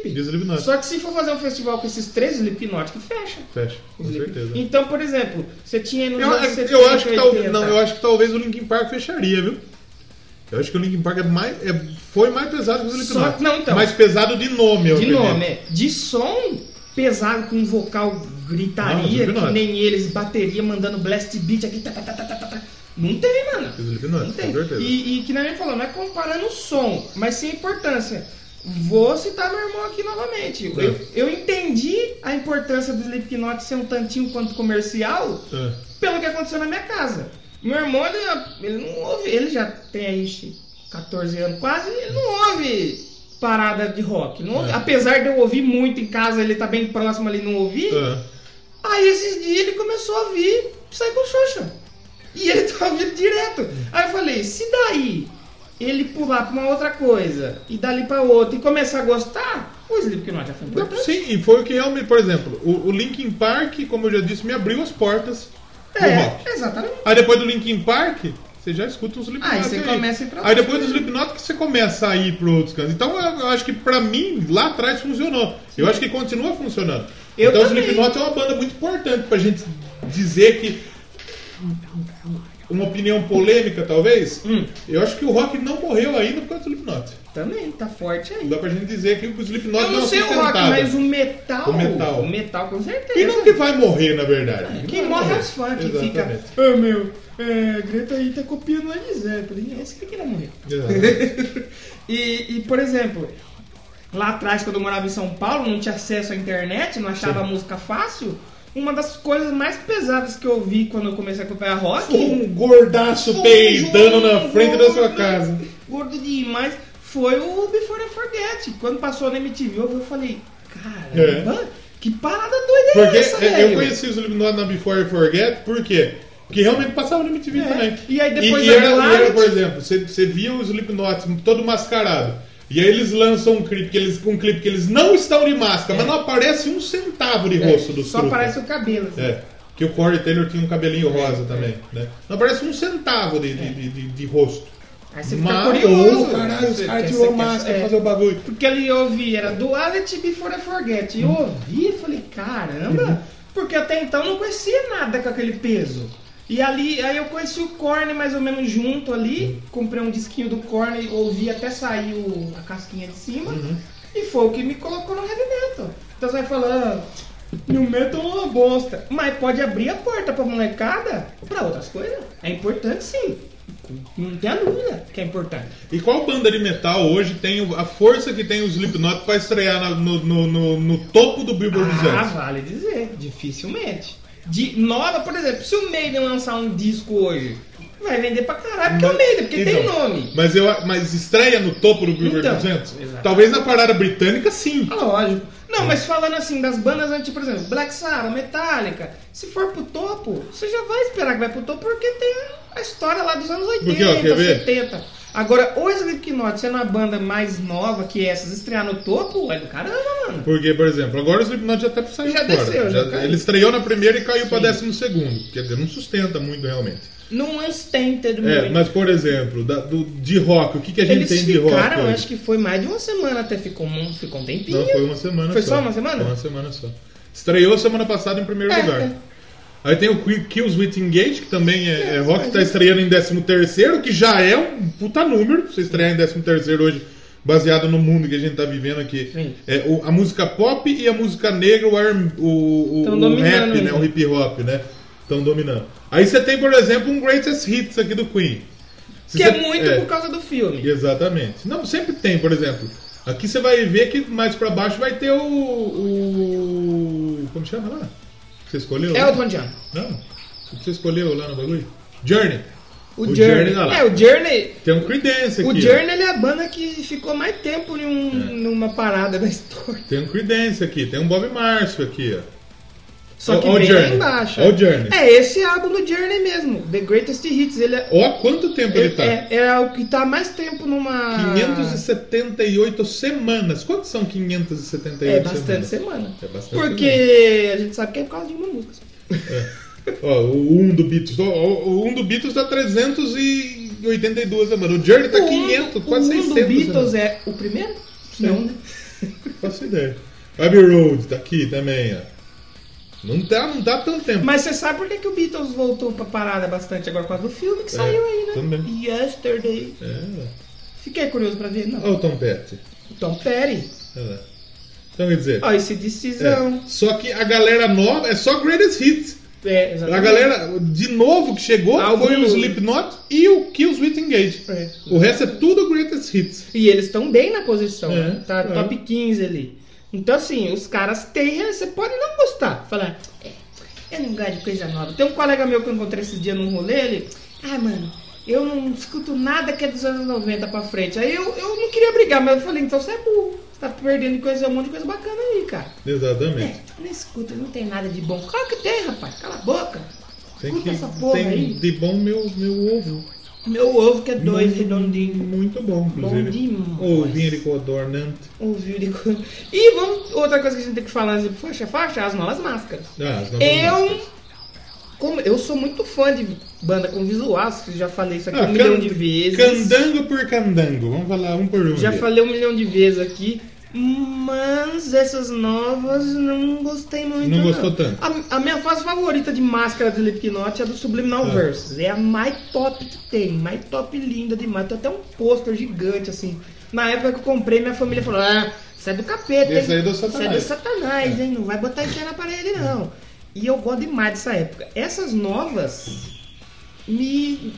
B: o
A: Sleep.
B: Slipknot.
A: Só que se for fazer um festival com esses três, Slipknot que fecha.
B: Fecha, com
A: Slip-
B: certeza.
A: Então, por exemplo, você tinha nos
B: Eu,
A: anos
B: eu
A: 70,
B: acho que tal-
A: 80,
B: não, eu acho que talvez o Linkin Park fecharia, viu? Eu acho que o Linkin Park é mais, é- foi mais pesado que o Slipknot.
A: Só- não, então.
B: Mais pesado de nome, eu
A: de
B: acredito.
A: nome, é. de som pesado com um vocal gritaria,
B: Não,
A: que
B: Slipknot.
A: nem eles, bateria mandando blast beat aqui, tá, tá, tá, tá, tá, tá. não tem, mano.
B: O Slipknot,
A: Não
B: com
A: tem.
B: certeza.
A: E, e que nem falou, não é comparando o som, mas sim a importância. Vou citar meu irmão aqui novamente.
B: É.
A: Eu, eu entendi a importância do Slipknot ser um tantinho quanto comercial
B: Ah,
A: pelo que aconteceu na minha casa. Meu irmão, ele, ele não ouve, ele já tem aí acho, 14 anos quase, ele não ouve parada de rock. Não ouve-
B: É.
A: Apesar de eu ouvir muito em casa, ele tá bem próximo ali, não ouvir.
B: ah.
A: Aí esses dias ele começou a ouvir sai com Xuxa. E ele tá ouvindo direto. Aí eu falei, se daí ele pular pra uma outra coisa e dali pra outra e começar a gostar, o Slipknot já foi
B: Não,
A: importante.
B: Sim, e foi o que realmente, por exemplo, o, o Linkin Park, como eu já disse, me abriu as portas do rock.
A: É, exatamente.
B: Aí depois do Linkin Park, você já escuta os Slipknot.
A: Aí você começa a ir pra
B: Aí
A: outros
B: depois do Slipknot que você começa a ir para outros cantos. Então eu eu acho que pra mim, lá atrás funcionou. Eu acho que continua funcionando.
A: Eu
B: então
A: também.
B: o Slipknot é uma banda muito importante pra gente dizer que. Uma opinião polêmica, talvez.
A: Hum.
B: Eu acho que o rock não morreu ainda por causa do Slipknot.
A: Também, tá forte aí.
B: Dá pra gente dizer que o Slipknot é
A: Eu
B: deu
A: não
B: uma
A: sei o rock,
B: sustentada.
A: mas o metal.
B: O metal.
A: o metal, com certeza.
B: E não que vai morrer, na verdade.
A: Quem morre é os fãs que fica.
B: Exatamente.
A: Ah, meu, é, Greta aí tá copiando a Elisé. Eu falei, esse aqui não morreu.
B: Exatamente.
A: e, e, por exemplo, lá atrás, quando eu morava em São Paulo, não tinha acesso à internet, não achava
B: Sim.
A: música fácil. Uma das coisas mais pesadas que eu vi quando eu comecei a acompanhar rock.
B: Um gordaço peidando na frente da sua casa.
A: Gordo demais. Foi o Before I Forget. Quando passou na MTV, eu falei, caramba, que parada doida
B: É. Porque
A: é essa,
B: é,
A: velho?
B: eu conheci os Illuminati na Before I Forget, por quê? Porque realmente passava no MTV
A: É.
B: também.
A: E aí depois
B: e,
A: da
B: era, e era,
A: Reality-
B: por exemplo, você, você via os Slipknot todo mascarado. E aí eles lançam um clipe que eles, um clipe que eles não estão de máscara, mas não aparece um centavo de rosto dos
A: É. Só
B: truta.
A: aparece É. o cabelo. assim.
B: É. Que o Corey Taylor tinha um cabelinho rosa também, né? Não aparece um centavo de, de, de, de- de rosto.
A: Aí É. você fica
B: Mas,
A: curioso.
B: ô, caralho,
A: né?
B: os
A: Você
B: caras
A: quer-
B: tirou
A: você quer-
B: máscara
A: é.
B: pra fazer o bagulho.
A: Porque ele ouvi, era do Alet Before I Forget. E eu ouvi e falei, caramba, porque até então não conhecia nada com aquele peso. E ali, aí eu conheci o Korn mais ou menos junto ali, comprei um disquinho do Korn, ouvi até sair o- a casquinha de cima, e foi o que me colocou no heavy metal. Então você vai falando, new metal é uma bosta, mas pode abrir a porta pra molecada pra outras coisas. É importante sim, não tem a dúvida que é importante.
B: E qual banda de metal hoje tem o- a força que tem o Slipknot pra estrear na- no, no, no- no topo do Billboard
A: Ah,
B: 200?
A: vale dizer, dificilmente. De nova, por exemplo, se o Maiden lançar um disco hoje, vai vender pra caralho, porque é o Maiden, porque tem
B: Então,
A: nome.
B: Mas, eu, mas estreia no topo do Billboard
A: Então,
B: 200?
A: exato.
B: Talvez na parada britânica, sim.
A: Ah, Lógico. Não, mas falando assim, das bandas antes, por exemplo, Black Sabbath, Metallica, se for pro topo, você já vai esperar que vai pro topo, porque tem a história lá dos anos 80,
B: Porque, ó, quer ver?
A: 70. Agora, o Slipknot sendo uma banda mais nova que essas, estrear no topo, é do caramba, mano.
B: Porque, por exemplo, agora o Slipknot já até saiu
A: Já
B: fora.
A: desceu, já
B: Já-
A: caiu.
B: ele estreou na primeira e caiu pra décimo segundo. Quer dizer, não sustenta muito realmente.
A: Não unstainted,
B: É,
A: muito.
B: mas por exemplo, da- do, de rock, o que, que a gente
A: Eles
B: tem de rock?
A: ficaram,
B: hoje?
A: acho que foi mais de uma semana até ficou um, ficou um tempinho.
B: Não, foi uma semana
A: Foi
B: só.
A: só uma semana?
B: Foi uma semana só. Estreou semana passada em primeiro
A: É,
B: lugar.
A: é.
B: Aí tem o Qui- Kills with Engage, que também é, é rock,
A: mas
B: que tá estreando em 13º, que já é um puta número. Você estrear em 13º hoje, baseado no mundo que a gente tá vivendo aqui.
A: Sim.
B: É, o- a música pop e a música negra, o, R- o, o,
A: Tão
B: o
A: dominando
B: rap, né,
A: ainda.
B: o hip hop, né? Estão dominando. Aí você tem, por exemplo, um Greatest Hits aqui do Queen. Se
A: Que
B: você-
A: é muito
B: é.
A: por causa do filme.
B: Exatamente. Não, sempre tem, por exemplo. Aqui você vai ver que mais pra baixo vai ter o. o como chama lá? Que você escolheu?
A: É
B: lá?
A: o Elton John.
B: Não. O que você escolheu lá no bagulho? Journey.
A: O,
B: O
A: Journey.
B: Journey tá lá.
A: É, o Journey.
B: Tem um Creedence aqui.
A: O
B: ó. É.
A: Journey ele é a banda que ficou mais tempo em um- numa parada da história.
B: Tem um Creedence aqui. Tem um Bob Márcio aqui, ó.
A: Só que
B: Ó, ó o
A: bem lá
B: Journey.
A: embaixo.
B: Ó o Journey.
A: É esse álbum do Journey mesmo. The Greatest Hits. Ele é,
B: Ó, há quanto tempo ele, tá?
A: é, é o que tá mais tempo numa.
B: 578 semanas. Quantos são 578
A: É bastante
B: semanas?
A: semana.
B: É bastante
A: Porque a gente sabe que é por causa de uma música.
B: Ó, o 1 do Beatles. Ó, o 1 do Beatles dá 382 semanas. O Journey tá
A: O
B: 500,
A: um-
B: quase né?
A: o um
B: 600.
A: do Beatles
B: semanas.
A: é o primeiro? Não, né?
B: Faço ideia. Abbey Road tá aqui também, ó. Não tá, não dá tanto tempo.
A: Mas você sabe por que, que o Beatles voltou pra parada bastante agora por causa do filme que saiu aí, né?
B: É, também.
A: Yesterday.
B: É.
A: Fiquei curioso pra ver, não.
B: Olha o Tom Petty.
A: Tom Petty.
B: Olha lá. Então quer dizer.
A: Ó, esse
B: é,
A: decisão.
B: Só que a galera nova é só Greatest Hits.
A: É,
B: A
A: exatamente.
B: galera de novo que chegou
A: Algo
B: foi o
A: novo.
B: Slipknot e o Kills with Engage.
A: É.
B: O resto é tudo Greatest Hits.
A: E eles estão bem na posição,
B: É,
A: né? tá
B: é.
A: top 15 ali. Então, assim, os caras têm. Você pode não gostar. Falar, é, eu não gosto de coisa nova. Tem um colega meu que eu encontrei esses dias num rolê, ele, ah, mano, eu não escuto nada que é dos anos 90 pra frente. Aí eu, eu não queria brigar, mas eu falei, então você é burro. Você tá perdendo coisa, um monte de coisa bacana aí, cara.
B: Exatamente.
A: É, não escuta, não tem nada de bom. Claro que tem, rapaz. Cala a boca.
B: Tem
A: Escuta
B: que
A: É, essa porra aí.
B: tem de bom meu, meu ovo.
A: Meu ovo que é dois
B: Muito-
A: redondinhos.
B: Muito bom, inclusive.
A: demais.
B: Ovinho de né? coadornante.
A: Ouviu de co- um E vamos. Outra coisa que a gente tem que falar antes de faixa a faixa, é as novas máscaras.
B: Ah, as novas
A: Eu. um
B: máscaras.
A: Como, eu sou muito fã de banda com visual, acho que já falei isso aqui
B: Ah,
A: um milhão
B: can-
A: de vezes.
B: Candango por candango. Vamos falar um por um.
A: Já
B: aqui.
A: falei um milhão de vezes aqui. Mas essas novas não gostei muito.
B: Não gostou tanto.
A: A, a minha fase favorita de máscara de Slipknot é a do Subliminal
B: Ah.
A: Versus. É a mais top que tem. Mais top linda demais. Tem até um pôster gigante assim. Na época que eu comprei, minha família falou: Ah, isso é do capeta, hein?
B: Esse aí é do
A: Isso é do
B: Satanás."
A: satanás, hein? Não vai botar isso aí na parede, não. E eu gosto demais dessa época. Essas novas me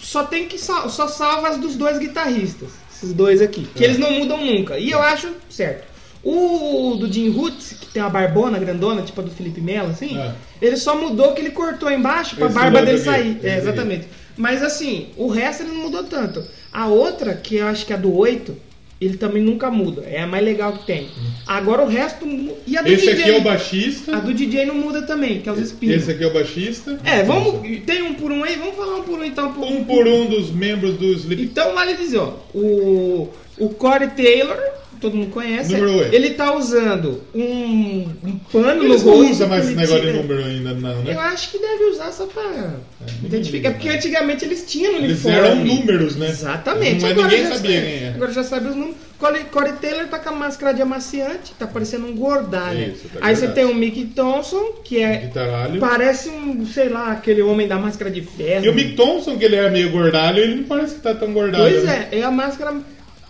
A: só tem que sal- só salva as dos dois guitarristas, esses dois aqui, que
B: É.
A: eles não mudam nunca. E eu acho certo. O do Jim Roots, que tem uma barbona grandona, tipo a do Felipe Melo, assim,
B: É.
A: ele só mudou que ele cortou embaixo pra
B: Esse
A: barba
B: lado
A: dele
B: aqui,
A: sair. É,
B: esse
A: exatamente. Mas assim, o resto ele não mudou tanto. A outra, que eu acho que é a do 8, ele também nunca muda. É a mais legal que tem. Agora o resto. mu- E a do
B: Hum. Esse
A: DJ?
B: aqui é o
A: A
B: baixista.
A: do DJ não muda também, que é os espinhos.
B: Esse aqui é o baixista.
A: É, vamos. Tem um por um aí, vamos falar um por um então.
B: Um por um dos membros do Sleep.
A: Então vale dizer, ó, o O Corey Taylor, todo mundo conhece,
B: Número oito.
A: ele tá usando um, um pano
B: Eles
A: no
B: não
A: rosto.
B: usam mais esse
A: ele
B: negócio de
A: tira-
B: número ainda, não,
A: Eu
B: né?
A: acho que deve usar só pra
B: É,
A: identificar.
B: ninguém-
A: Porque antigamente eles tinham no
B: Eles
A: uniforme.
B: eram números, né?
A: Exatamente.
B: Mas
A: Agora
B: ninguém
A: já
B: sabia
A: sabe-
B: quem é.
A: Agora já sabe os números. Corey, Corey Taylor tá com a máscara de amaciante, tá parecendo um gordalho.
B: Isso, tá
A: Aí você
B: verdade.
A: tem o Mick Thompson, que é.
B: Guitaralho.
A: Parece um, sei lá, aquele homem da máscara de ferro.
B: E o Mick Thompson, que ele era meio gordalho, ele não parece que tá tão gordalho.
A: Pois
B: né?
A: é, é a máscara.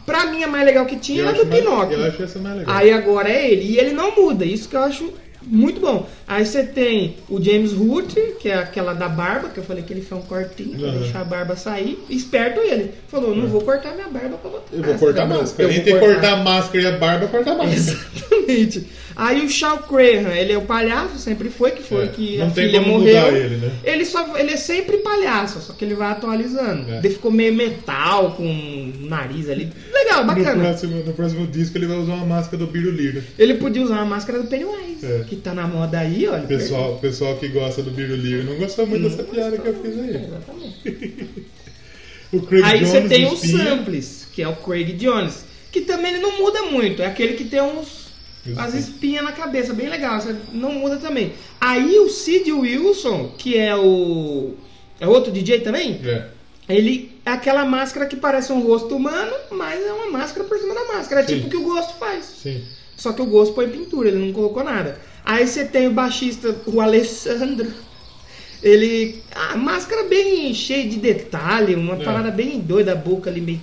A: Pra mim, a mais legal que tinha
B: Eu
A: era
B: acho
A: do
B: mais-
A: Pinóquio.
B: Eu acho essa mais legal.
A: Aí agora é ele. E ele não muda, isso que eu acho muito bom. Aí você tem o James Root, que é aquela da barba, que eu falei que ele fez um cortinho pra
B: Aham. É.
A: deixar a barba sair. Esperto ele. Falou, não vou cortar minha barba pra botar Ah,
B: Eu vou cortar a
A: não.
B: máscara.
A: Eu
B: Nem
A: vou
B: tem que cortar a máscara e a barba, corta a máscara.
A: Exatamente. Aí o Shao Crahan, ele é o palhaço, sempre foi, que foi
B: É,
A: que
B: não
A: a
B: tem
A: filha
B: como
A: morreu.
B: mudar ele, né?
A: Ele só, ele é sempre palhaço, só que ele vai atualizando.
B: É.
A: Ele ficou meio metal, com o nariz ali. Legal,
B: No
A: bacana.
B: próximo, assim, no próximo disco ele vai usar uma máscara do Biruliro.
A: Ele podia usar uma máscara do Pennywise,
B: É.
A: que tá na moda aí, olha.
B: O pessoal, o pessoal que gosta do Biruliro não gostou muito dessa piada que eu fiz aí.
A: Exatamente.
B: O Craig
A: Aí
B: Jones,
A: você tem o
B: Espinha,
A: Samples, que é o Craig Jones, que também ele não muda muito, é aquele que tem uns
B: Isso.
A: as espinhas na cabeça, bem legal, você não muda também. Aí o Sid Wilson, que é o é outro DJ também,
B: É.
A: ele é aquela máscara que parece um rosto humano, mas é uma máscara por cima da máscara, é
B: Sim.
A: tipo o que o gosto faz.
B: Sim.
A: Só que o gosto põe pintura, ele não colocou nada. Aí você tem o baixista, o Alessandro. Ele. A máscara bem cheia de detalhe, uma
B: É.
A: parada bem doida, a boca ali meio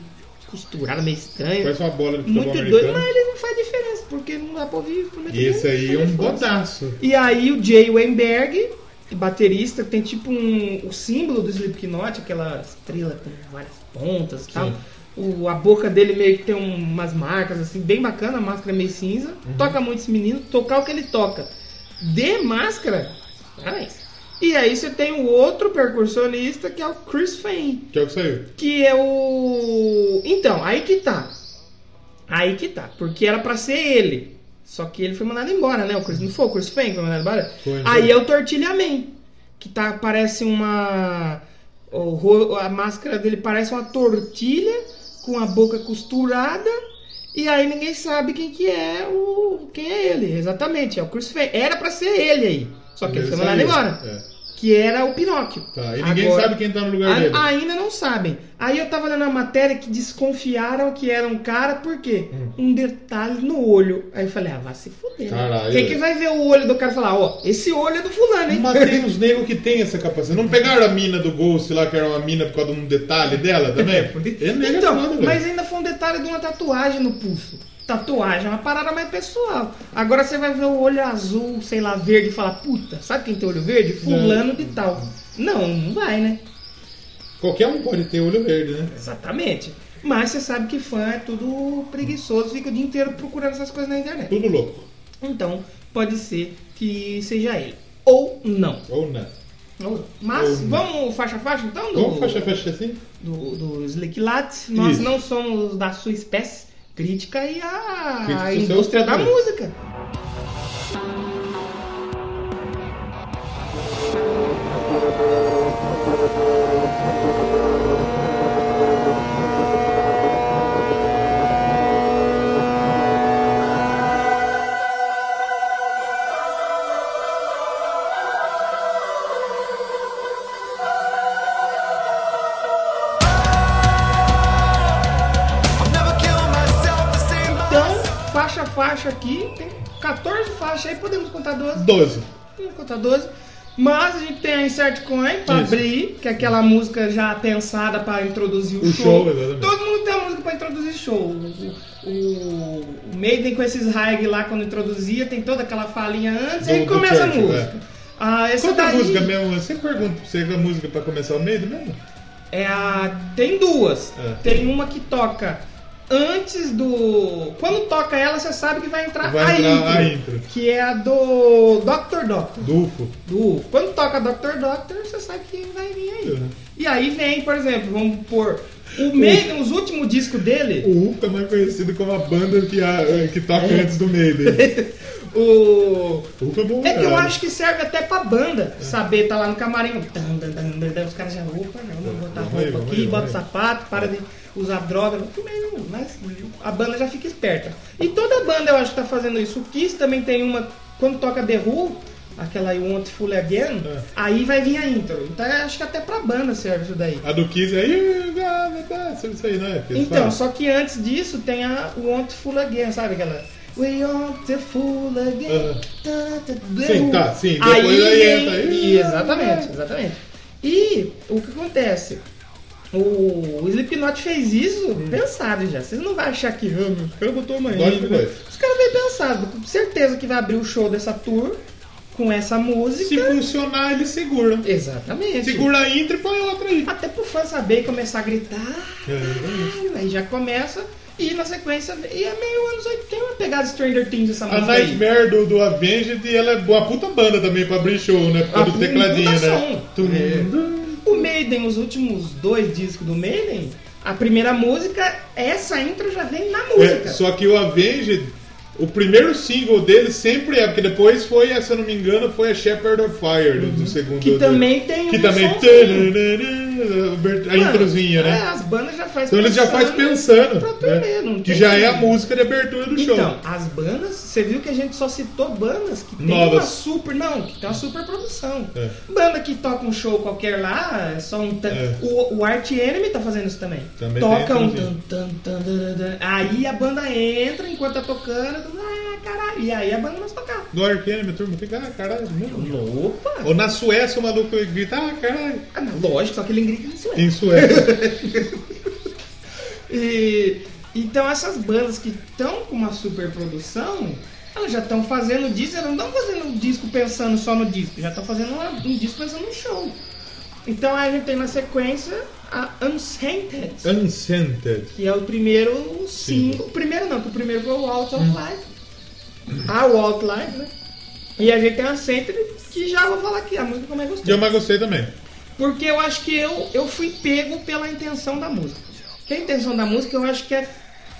A: costurada, meio estranha.
B: Parece uma bola de futebol
A: Muito
B: americano.
A: doido, mas ele não faz diferença, porque não dá pra ouvir. como é que
B: E esse
A: é?
B: aí é um bodaço.
A: E aí o Jay Weinberg, baterista, tem tipo um, o símbolo do Slipknot, aquela estrela com várias pontas e tal.
B: Sim.
A: O, a boca dele meio que tem um- umas marcas, assim, bem bacana, a máscara é meio cinza. Toca muito esse menino, tocar o que ele toca. De máscara, parabéns. E aí você tem o outro percussionista, que é o Chris Fain.
B: Que é o que saiu.
A: Que é o. Então, aí que tá. Aí que tá. Porque era pra ser ele. Só que ele foi mandado embora, né? O Chris, não foi o Chris Fang que foi mandado embora?
B: Foi, né?
A: aí
B: foi.
A: é o Tortilha Man. Que tá, parece uma. o ro- a máscara dele parece uma tortilha com a boca costurada. E aí ninguém sabe quem que é o. Quem é ele, exatamente. É o Chris Fang. Era pra ser ele aí. Só que ele foi mandado
B: saiu.
A: embora.
B: É.
A: Que era o Pinóquio.
B: Tá. E ninguém
A: Agora- Ah,
B: sabe quem tá no lugar
A: a-
B: dele.
A: ainda não sabem. Aí eu tava lendo uma matéria que desconfiaram que era um cara, por quê?
B: Hum.
A: Um detalhe no olho. Aí eu falei, ah, vai se fuder. né?
B: Caralho.
A: Quem que vai ver o olho do cara e falar, ó, esse olho é do fulano, hein?
B: Mas tem uns negros que tem essa capacidade. Não pegaram a mina do Ghost lá, que era uma mina por causa de um detalhe dela também? É nega
A: então,
B: foda,
A: mas
B: velho.
A: ainda foi um detalhe de uma tatuagem no pulso. Tatuagem é uma parada mais pessoal. Agora você vai ver o olho azul, sei lá, verde e falar, puta, sabe quem tem olho verde? Fulano de tal. Não, não vai, né?
B: Qualquer um pode ter olho verde, né?
A: Exatamente. Mas você sabe que fã é tudo preguiçoso, fica o dia inteiro procurando essas coisas na internet.
B: Tudo louco.
A: Então, pode ser que seja ele. Ou não.
B: Ou não.
A: Ou não. Mas
B: Ou não.
A: vamos faixa a faixa então do,
B: Vamos fechar, fechar assim?
A: do, do Slick Lattes. Nós
B: Isso.
A: não somos da sua espécie. Crítica e a
B: Crítica social
A: indústria da
B: também.
A: música. Então, faixa a faixa aqui. Tem 14 faixas aí, podemos contar 12.
B: 12.
A: Vamos contar 12. Mas a gente tem a Insert Coin pra
B: Isso.
A: abrir, que é aquela música já pensada pra introduzir o,
B: O
A: show.
B: show, exatamente.
A: Todo mundo tem uma música pra introduzir show. O, o- o Maiden com esses Haig lá quando introduzia, tem toda aquela falinha antes,
B: Do-
A: e aí
B: do
A: começa a
B: Churchill,
A: música.
B: é.
A: Ah, essa
B: Quanta
A: daí
B: música mesmo? Eu sempre pergunto pra você a música pra começar o meio do mesmo?
A: é a. Tem duas.
B: É.
A: Tem uma que toca antes do. Quando toca ela, você sabe que vai entrar,
B: Vai
A: a,
B: entrar
A: intro,
B: a intro.
A: Que é a do Dr. Doctor.
B: Dufo.
A: do- Quando toca Dr. Doctor, você sabe que vai vir aí.
B: Uhum.
A: E aí vem, por exemplo, vamos pôr o Maiden, os últimos discos dele. É.
B: O Upa é mais conhecido como a banda que, a- que toca antes do Maiden.
A: O.
B: Ufa, bom,
A: É que eu
B: cara.
A: acho que serve até pra banda saber tá lá no camarim. tan, tan, tan, tan, tan, Os caras já, opa, não, vou botar
B: Vamos aí,
A: roupa
B: vamos
A: aqui,
B: aí,
A: bota
B: vamos aí. É.
A: sapato, para de usar droga. Também não, mas a banda já fica esperta. E toda banda eu acho que tá fazendo isso. O Kiss também tem uma, quando toca The Who, aquela You Want Full Again,
B: É.
A: aí vai vir a intro. Então eu acho que até pra banda serve isso daí.
B: A do Kiss é. "You got that", sabe Isso aí, né? Que eles
A: Então,
B: falam.
A: só que antes disso tem a Want Full Again, sabe aquela? We want to fool again.
B: Aham.
A: Tá, tá, the
B: Sim,
A: who.
B: tá, sim,
A: Aí,
B: depois aí
A: vem-
B: entra aí.
A: e Exatamente, exatamente. E o que acontece? O, o Slipknot fez isso
B: Hum.
A: pensado já. Vocês não vão achar que Ramos perguntou amanhã.
B: Lógico que
A: né?
B: vai.
A: Os caras bem pensado, com certeza que vai abrir o show dessa tour com essa música.
B: Se funcionar, eles seguram.
A: Exatamente.
B: Segura a intro e põe outra aí.
A: Até pro fã saber e começar a gritar.
B: É, exatamente.
A: Ah, Aí já começa e na sequência. E é meio anos 80. Tem uma pegada Stranger Things essa
B: A
A: música. aí.
B: Nightmare do, do Avenged, ela é uma puta banda também pra abrir show, né? Por
A: Ah,
B: causa do
A: puta
B: tecladinho,
A: som. É.
B: né? Tum,
A: O Maiden, os últimos dois discos do Maiden, a primeira música, essa intro já vem na música.
B: É, só que o Avenged, o primeiro single dele sempre é, porque depois foi, se eu não me engano, foi a Shepherd of Fire né, do, do segundo.
A: Uhum. Que
B: do-
A: também tem
B: Que
A: um
B: também.
A: sonzinho.
B: A
A: Mano,
B: introzinha,
A: é,
B: né?
A: As bandas já fazem
B: Então ele já faz pensando.
A: pra
B: né?
A: turnê, não
B: Que
A: tem
B: já é a
A: como.
B: música de abertura do show.
A: Então, as bandas, você viu que a gente só citou bandas que tem
B: Novas.
A: uma super. Não, que tem uma super produção.
B: É.
A: Banda que toca um show qualquer lá, é só um. tan-
B: É.
A: O, o Art Enemy tá fazendo isso também.
B: Também
A: toca
B: tem
A: um. Tan,
B: produzido.
A: tan, tan, dan, dan. Aí a banda entra enquanto tá tocando. tu- Ah, caralho. E aí a banda começa a tocar.
B: Do Arcane, minha turma fica, ah, caralho, mesmo.
A: Opa!
B: Ou na Suécia o maluco grita, ah, caralho.
A: Ah, não, lógico, só que ele ingrita isso é.
B: Em Suécia.
A: E, então essas bandas que estão com uma super produção, elas já estão fazendo disco, elas não estão fazendo um disco pensando só no disco, já estão fazendo uma- um disco pensando no show. Então aí a gente tem na sequência a Unsainted,
B: Unscented.
A: que é o primeiro single. O primeiro não, que o primeiro foi o Out of Life. A Out Life, né? E a gente tem a Unsainted, que já vou falar aqui, a música como é
B: E eu
A: gostosa.
B: mais gostei também.
A: Porque eu acho que eu, eu fui pego pela intenção da música. Que a intenção da música eu acho que é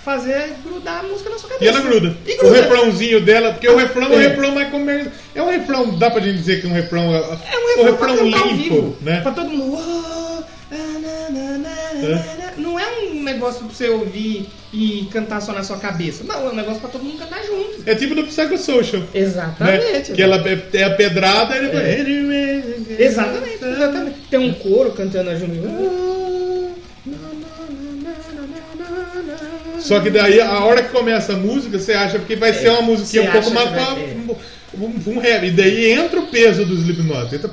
A: fazer grudar a música na sua cabeça.
B: E ela gruda. um-
A: E
B: O
A: gruda.
B: refrãozinho dela, porque o refrão é um
A: É.
B: refrão mais comer. É um refrão, dá pra gente dizer que é um refrão. É
A: É um refrão, pra cantar ao
B: limpo,
A: vivo.
B: né?
A: Pra todo mundo. "Oh, ah, na, na, na, na, na". Não é um negócio pra você ouvir e cantar só na sua cabeça. Não, é um negócio pra todo mundo cantar junto.
B: É tipo do Psychosocial. né?
A: Exatamente.
B: Que ela é- é a pedrada ele vai.
A: Exatamente, exatamente. Tem um coro cantando a junto.
B: Só que daí, a hora que começa a música, você acha que vai ser uma
A: Você
B: musiquinha um pouco
A: acha
B: mais
A: que vai
B: pra-
A: ter.
B: um, um, um rap. E daí entra o peso do Slipknot. Entra...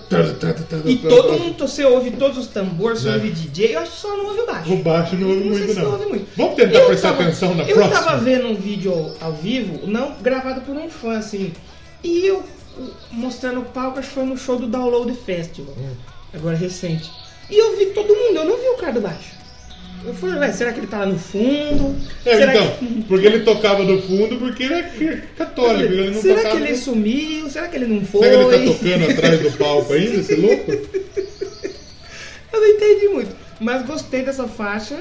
A: E todo mundo, você ouve todos os tambores, você
B: É.
A: ouve DJ, eu acho que só não ouve o baixo.
B: O baixo não ouve
A: Não sei
B: muito,
A: se
B: não.
A: ouve muito.
B: Vamos tentar
A: Eu
B: prestar
A: tava-
B: atenção na
A: eu
B: próxima.
A: tava vendo um vídeo ao, ao vivo, não gravado por um fã, assim, e eu o- mostrando o palco, acho que foi no show do Download Festival,
B: Hum.
A: agora recente. E eu vi todo mundo, eu não vi o cara do baixo. Eu falei, ué, será que ele tá lá no fundo?
B: É,
A: será
B: então,
A: que...
B: porque ele tocava no fundo, porque ele é católico, ele não
A: será que
B: tocava.
A: ele sumiu? Será que ele não foi?
B: Será que ele tá tocando atrás do palco ainda, esse louco?
A: Eu não entendi muito, mas gostei dessa faixa.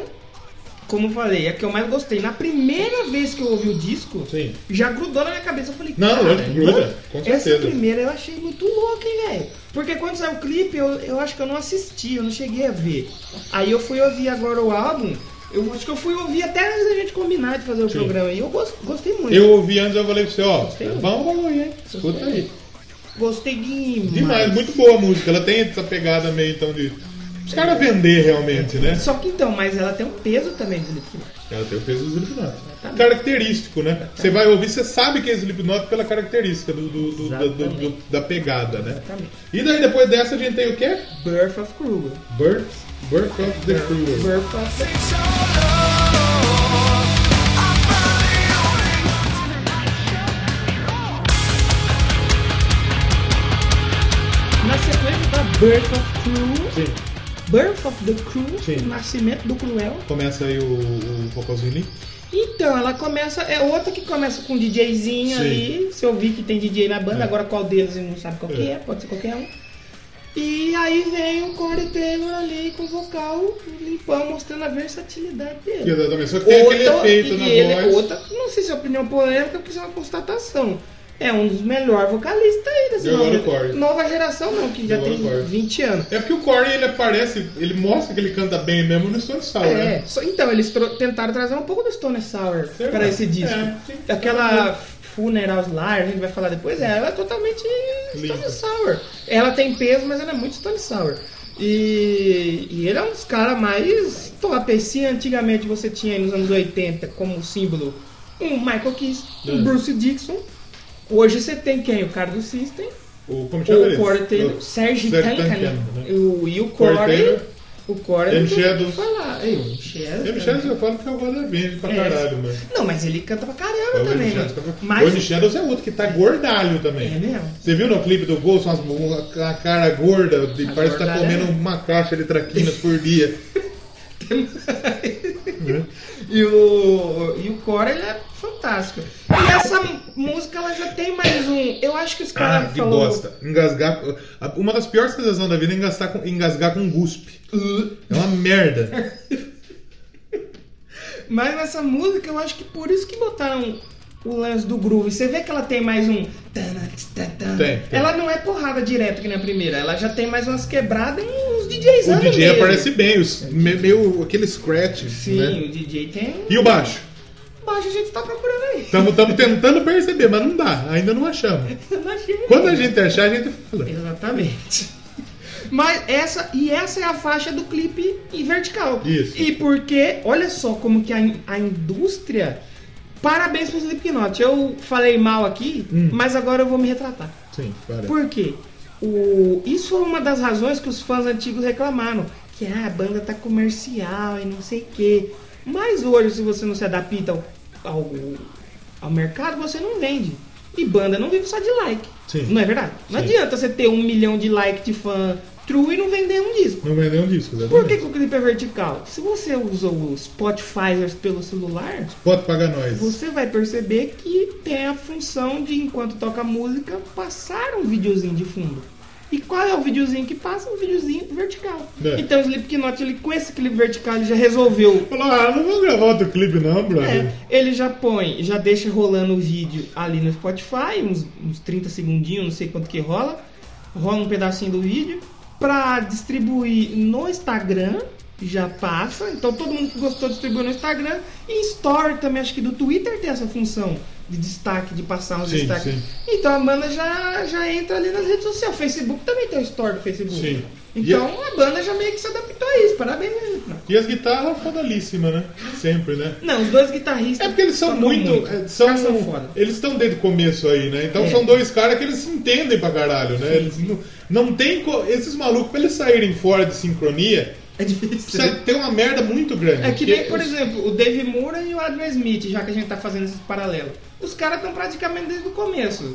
A: Como eu falei, é a que eu mais gostei. Na primeira vez que eu ouvi o disco,
B: Sim.
A: já grudou na minha cabeça. Eu falei,
B: Não,
A: cara,
B: lógico que gruda, com
A: Essa
B: certeza.
A: primeira eu achei muito louca, hein, velho? Porque quando saiu o clipe, eu, eu acho que eu não assisti, eu não cheguei a ver. Aí eu fui ouvir agora o álbum. Eu acho que eu fui ouvir até antes da gente combinar de fazer o
B: Sim.
A: programa. E eu gos- gostei muito.
B: Eu ouvi antes, eu falei pra você, ó,
A: Gostei.
B: vamos valor aí, hein? Escuta aí.
A: Gostei demais.
B: Demais, muito boa a música, ela tem essa pegada meio então de. Os caras vender realmente, né?
A: Só que então, mas ela tem um peso também de Slipknot.
B: Ela tem o peso do Slipknot. Característico, né? Você vai ouvir, você sabe que é Slipknot pela característica do, do- do- do- do- do- da pegada, né?
A: Exatamente.
B: E daí depois dessa a gente tem o quê?
A: Birth of Kruger.
B: Birth, Birth of the Cruel.
A: Birth of the Na sequência tá Birth of Cruel,
B: Sim.
A: Birth of the Cruel,
B: Sim.
A: Nascimento do Cruel.
B: Começa aí o, o Rocozinho Lee.
A: Então, ela começa, é outra que começa com um DJzinho
B: Sim.
A: ali. Se eu vi que tem DJ na banda, agora qual deles não sabe qual que
B: É.
A: é, pode ser qualquer um. E aí vem o Corey Taylor ali com o vocal limpão, mostrando a versatilidade dele.
B: Exatamente, só que tem aquele
A: Outra-
B: efeito
A: e
B: na
A: ele-
B: voz.
A: Outra, não sei se é opinião polêmica, porque isso é uma constatação. é um dos melhores vocalistas aí dessa
B: Gregório
A: nova,
B: Corre.
A: nova geração, não, que já
B: Gregório
A: tem
B: Corre.
A: 20 anos.
B: É porque o Corey ele aparece, ele mostra que ele canta bem mesmo no Stone Sour,
A: É,
B: né?
A: só- então, eles tro- tentaram trazer um pouco do Stone Sour
B: Certo.
A: pra esse disco.
B: É, sim.
A: Aquela Funeral Liar, a gente vai falar depois, é, ela é totalmente
B: Limpa.
A: Stone Sour. Ela tem peso, mas ela é muito Stone Sour. E, e ele é um dos caras mais top. E Se antigamente você tinha aí nos anos 80 como símbolo um Michael Kiss, um
B: É.
A: Bruce Dixon, hoje você tem quem? O cara do System,
B: O, como chama
A: o
B: ele?
A: Corey Taylor,
B: O-
A: Serge
B: Serge
A: Tankian,
B: Tankian, né?
A: e o- e o
B: Corey
A: Corey.
B: Taylor.
A: O Corey não tem o que
B: Shadows.
A: falar. Ei, o Shadows,
B: Eu me
A: cara.
B: chamo eu falo que eu gosto da Vênus pra
A: É.
B: caralho, mano.
A: Não, mas ele canta pra caramba
B: O
A: também. né?
B: Vênus Shadows tá- O Vênus
A: Mas
B: Shadows é outro que tá gordalho
A: é
B: também.
A: mesmo.
B: Você viu no clipe do Ghost umas, uma, a cara gorda, de-
A: A
B: parece que tá
A: gorda,
B: comendo
A: né?
B: uma caixa de traquinas por dia.
A: E o, e o Corey ele é fantástico. E essa música ela já tem mais um. Eu acho que os
B: Ah,
A: caras
B: que
A: falou.
B: bosta. Engasgar. Uma das piores sensações da vida é engasgar com, engasgar com guspe.
A: Uh.
B: É uma merda.
A: Mas nessa música eu acho que por isso que botaram o lance do groove. Você vê que ela tem mais um.
B: Tem, tem.
A: Ela não é porrada direto que na primeira. Ela já tem mais umas quebradas e uns DJs
B: O DJ aparece bem, os, me- meio aquele scratch.
A: Sim,
B: né?
A: o DJ tem.
B: E Então, o baixo?
A: Baixo a gente tá procurando aí.
B: Estamos tentando perceber, mas não dá. Ainda não achamos.
A: Eu não achei.
B: Quando a gente achar, a gente fala.
A: Exatamente. Mas essa e essa é a faixa do clipe em vertical.
B: Isso.
A: E porque, olha só como que a, in- a indústria Parabéns pro Slipknot. Eu falei mal aqui,
B: Hum.
A: mas agora eu vou me retratar.
B: Sim, para.
A: Por quê? O, isso foi uma das razões que os fãs antigos reclamaram. Que ah, a banda tá comercial e não sei o quê. Mas hoje, se você não se adapta ao, ao, ao mercado, você não vende. E banda não vive só de like.
B: Sim.
A: Não é verdade? Não
B: Sim.
A: adianta você ter um milhão de like de fã true e não vender um disco.
B: Não vendeu um disco, exatamente.
A: Por que, que o clipe é vertical? Se você usa o Spotify pelo celular,
B: Pode pagar nós.
A: você vai perceber que tem a função de, enquanto toca música, passar um videozinho de fundo. E qual é o videozinho que passa? Um videozinho vertical.
B: É.
A: Então o Slipknot, ele, com esse clipe vertical, ele já resolveu.
B: Falou, ah, não vou gravar outro clipe não, brother.
A: É, ele já põe, já deixa rolando o vídeo ali no Spotify, uns, uns 30 segundinhos, não sei quanto que rola. Rola um pedacinho do vídeo. Pra distribuir no Instagram, já passa. Então todo mundo que gostou distribui no Instagram. E Story também, acho que do Twitter tem essa função de destaque, de passar uns
B: Sim,
A: destaques.
B: sim.
A: Então a banda já, já entra ali nas redes sociais. O Facebook também tem o Story do Facebook.
B: Sim.
A: Então a banda já meio que se adaptou a isso. Parabéns, né?
B: E as guitarras fodalíssimas, né? Sempre, né?
A: Não, os dois guitarristas.
B: É porque eles são
A: tocam
B: muito. é, São,
A: Caras são foda.
B: Eles estão desde o começo aí, né? Então
A: É.
B: são dois caras que eles se entendem pra caralho, né? Eles não, não tem. co- Esses malucos, pra eles saírem fora de sincronia,
A: É difícil.
B: precisa ter uma merda muito grande.
A: É que
B: porque
A: nem, por exemplo, o Dave Moore e o Adrian Smith, já que a gente tá fazendo esse paralelo. Os caras estão praticamente desde o começo.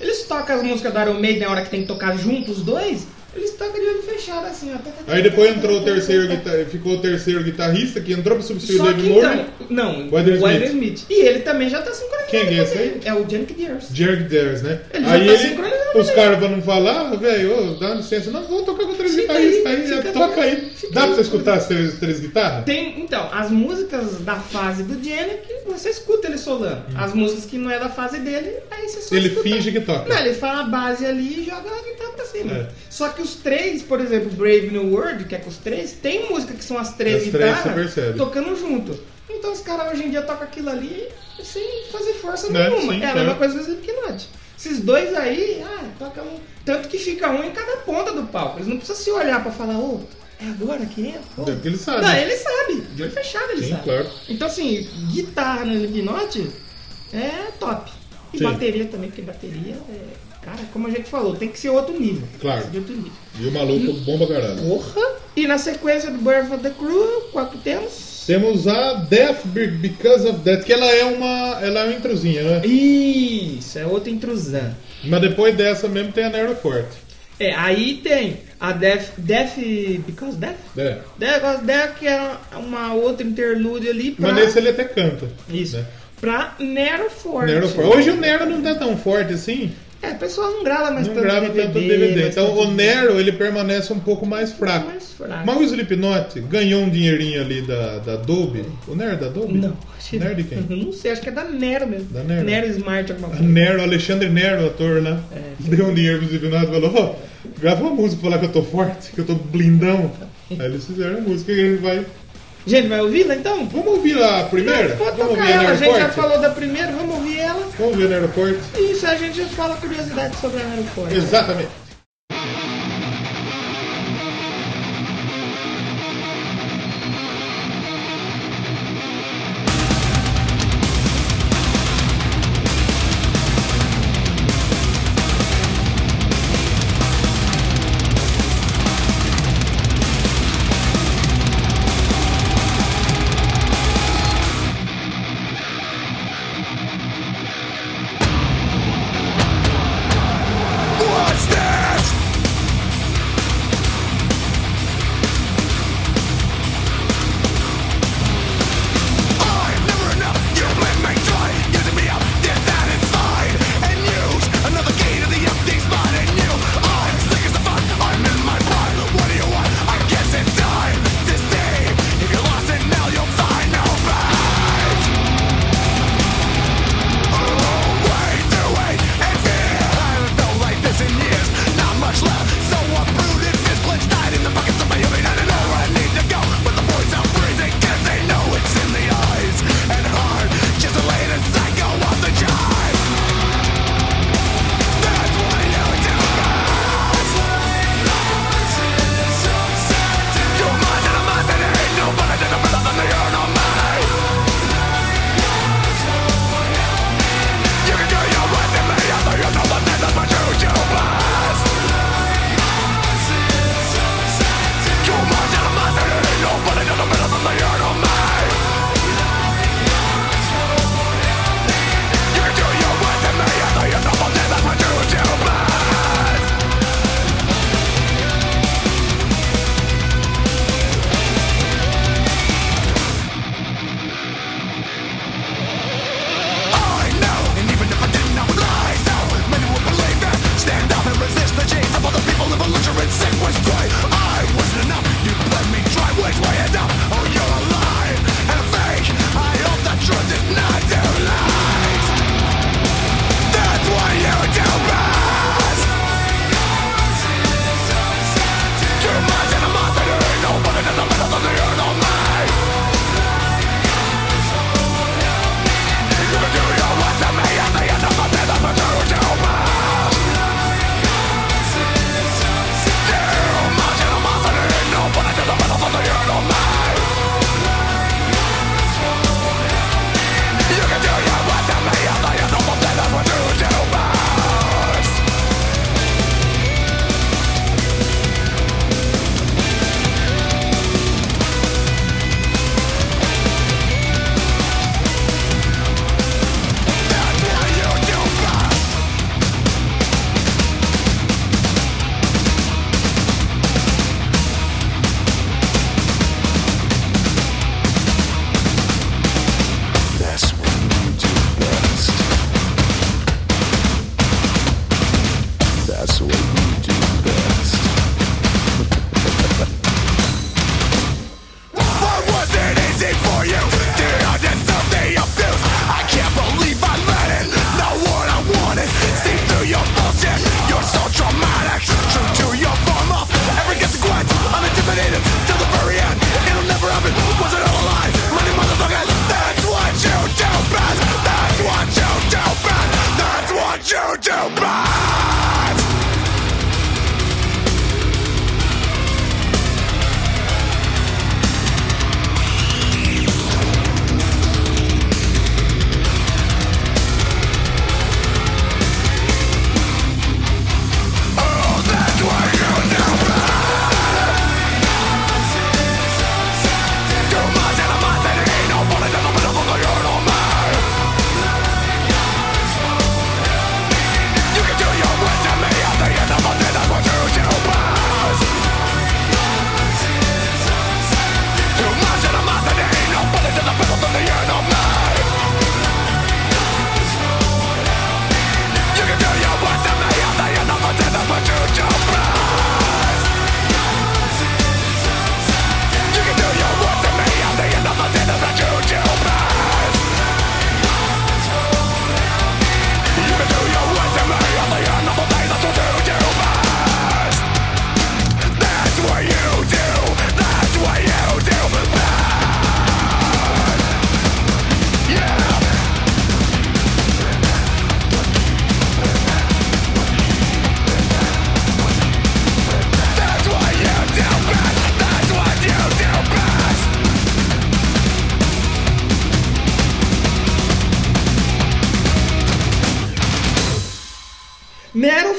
A: Eles tocam as músicas do Iron Maiden na hora que tem que tocar juntos, os dois. Eles tocam de olho fechado, assim, ó.
B: Aí depois entrou o terceiro guitar... ficou o terceiro guitarrista que entrou pra substituir o
A: Só
B: Dave
A: que
B: Moore.
A: então, não,
B: o Adrian
A: Smith. E ele também já tá sincronizado.
B: Quem é esse
A: também.
B: aí?
A: É o Jack Dears.
B: Jerk Dares, né?
A: Ele já
B: aí
A: tá
B: ele,
A: sincronizado,
B: os
A: né?
B: caras pra não falar, "Ah, velho, ô, dá licença, não, vou tocar com três
A: Fica
B: guitarristas
A: aí,
B: aí, já
A: fica
B: toca
A: aí,
B: aí.
A: fica
B: Dá
A: aí.
B: pra você escutar as três, três guitarras?
A: Tem, então, as músicas da fase do Jenny que você escuta ele solando. As músicas que não é da fase dele, aí você só
B: Hum. Ele
A: escuta.
B: finge que toca.
A: Não, ele fala a base ali e joga a guitarra pra cima.
B: É.
A: Só que os três, por exemplo, Brave New World, que é com os três, tem música que são as três
B: As três, você
A: guitarras
B: percebe.
A: tocando junto. Então os caras hoje em dia tocam aquilo ali sem fazer força
B: Né?
A: nenhuma.
B: Sim,
A: é a
B: claro.
A: mesma coisa do Slipknot. Esses dois aí, ah, toca um. Tanto que fica um em cada ponta do palco. Eles não precisam se olhar pra falar, ô, é agora que entra? ô.
B: É, porque ele sabe.
A: Não, ele sabe. De olho fechado ele
B: Sim,
A: sabe.
B: claro.
A: Então, assim, guitarra no Slipknot é top. E
B: Sim.
A: bateria também, porque bateria é... Cara, como a gente falou, tem que ser outro nível.
B: Claro.
A: Tem que ser de outro nível.
B: E o maluco bomba caralho.
A: Porra! E na sequência do Birth of the Crew, qual que temos?
B: Temos a Death Be- Because of Death, que ela é uma. Ela é uma intrusinha, né?
A: Isso, é outra intrusão.
B: Mas depois dessa mesmo tem a Nero Forte.
A: É, aí tem a Death... Death... Because Death?
B: É.
A: Death, because Death que é uma outra interlude ali pra...
B: Mas nesse ele até canta.
A: Isso.
B: Né?
A: Pra Nero Forte.
B: Nero Forte. Hoje o Nero não tá tão forte assim.
A: É, o pessoal não grava mais
B: Não
A: tanto
B: grava
A: DVD.
B: tanto DVD.
A: mais
B: Então
A: tanto
B: o Nero ele permanece um pouco mais fraco.
A: é mais fraco.
B: Mas o Slipknot ganhou um dinheirinho ali da, da Adobe. O Nero é da Adobe?
A: Não, acho
B: Nero de quem?
A: Não sei, acho que é da Nero mesmo.
B: Da Nero. Ah,
A: Smart alguma
B: A
A: coisa.
B: Nero, Alexandre Nero, ator lá,
A: É,
B: deu um dinheiro pro Slipknot e falou: ó, grava uma música pra falar que eu tô forte, que eu tô blindão. Aí eles fizeram a música que a gente vai.
A: Gente, vai ouvi-la então?
B: Vamos ouvir a primeira?
A: Vou
B: Vamos
A: tocar
B: ouvir
A: ela, a gente já
B: Aeroporte?
A: falou da primeira, vamos ouvir ela.
B: Vamos ouvir a Aeroporte?
A: E isso a gente já fala curiosidade sobre a Nero Forte.
B: Exatamente.
E: What's that?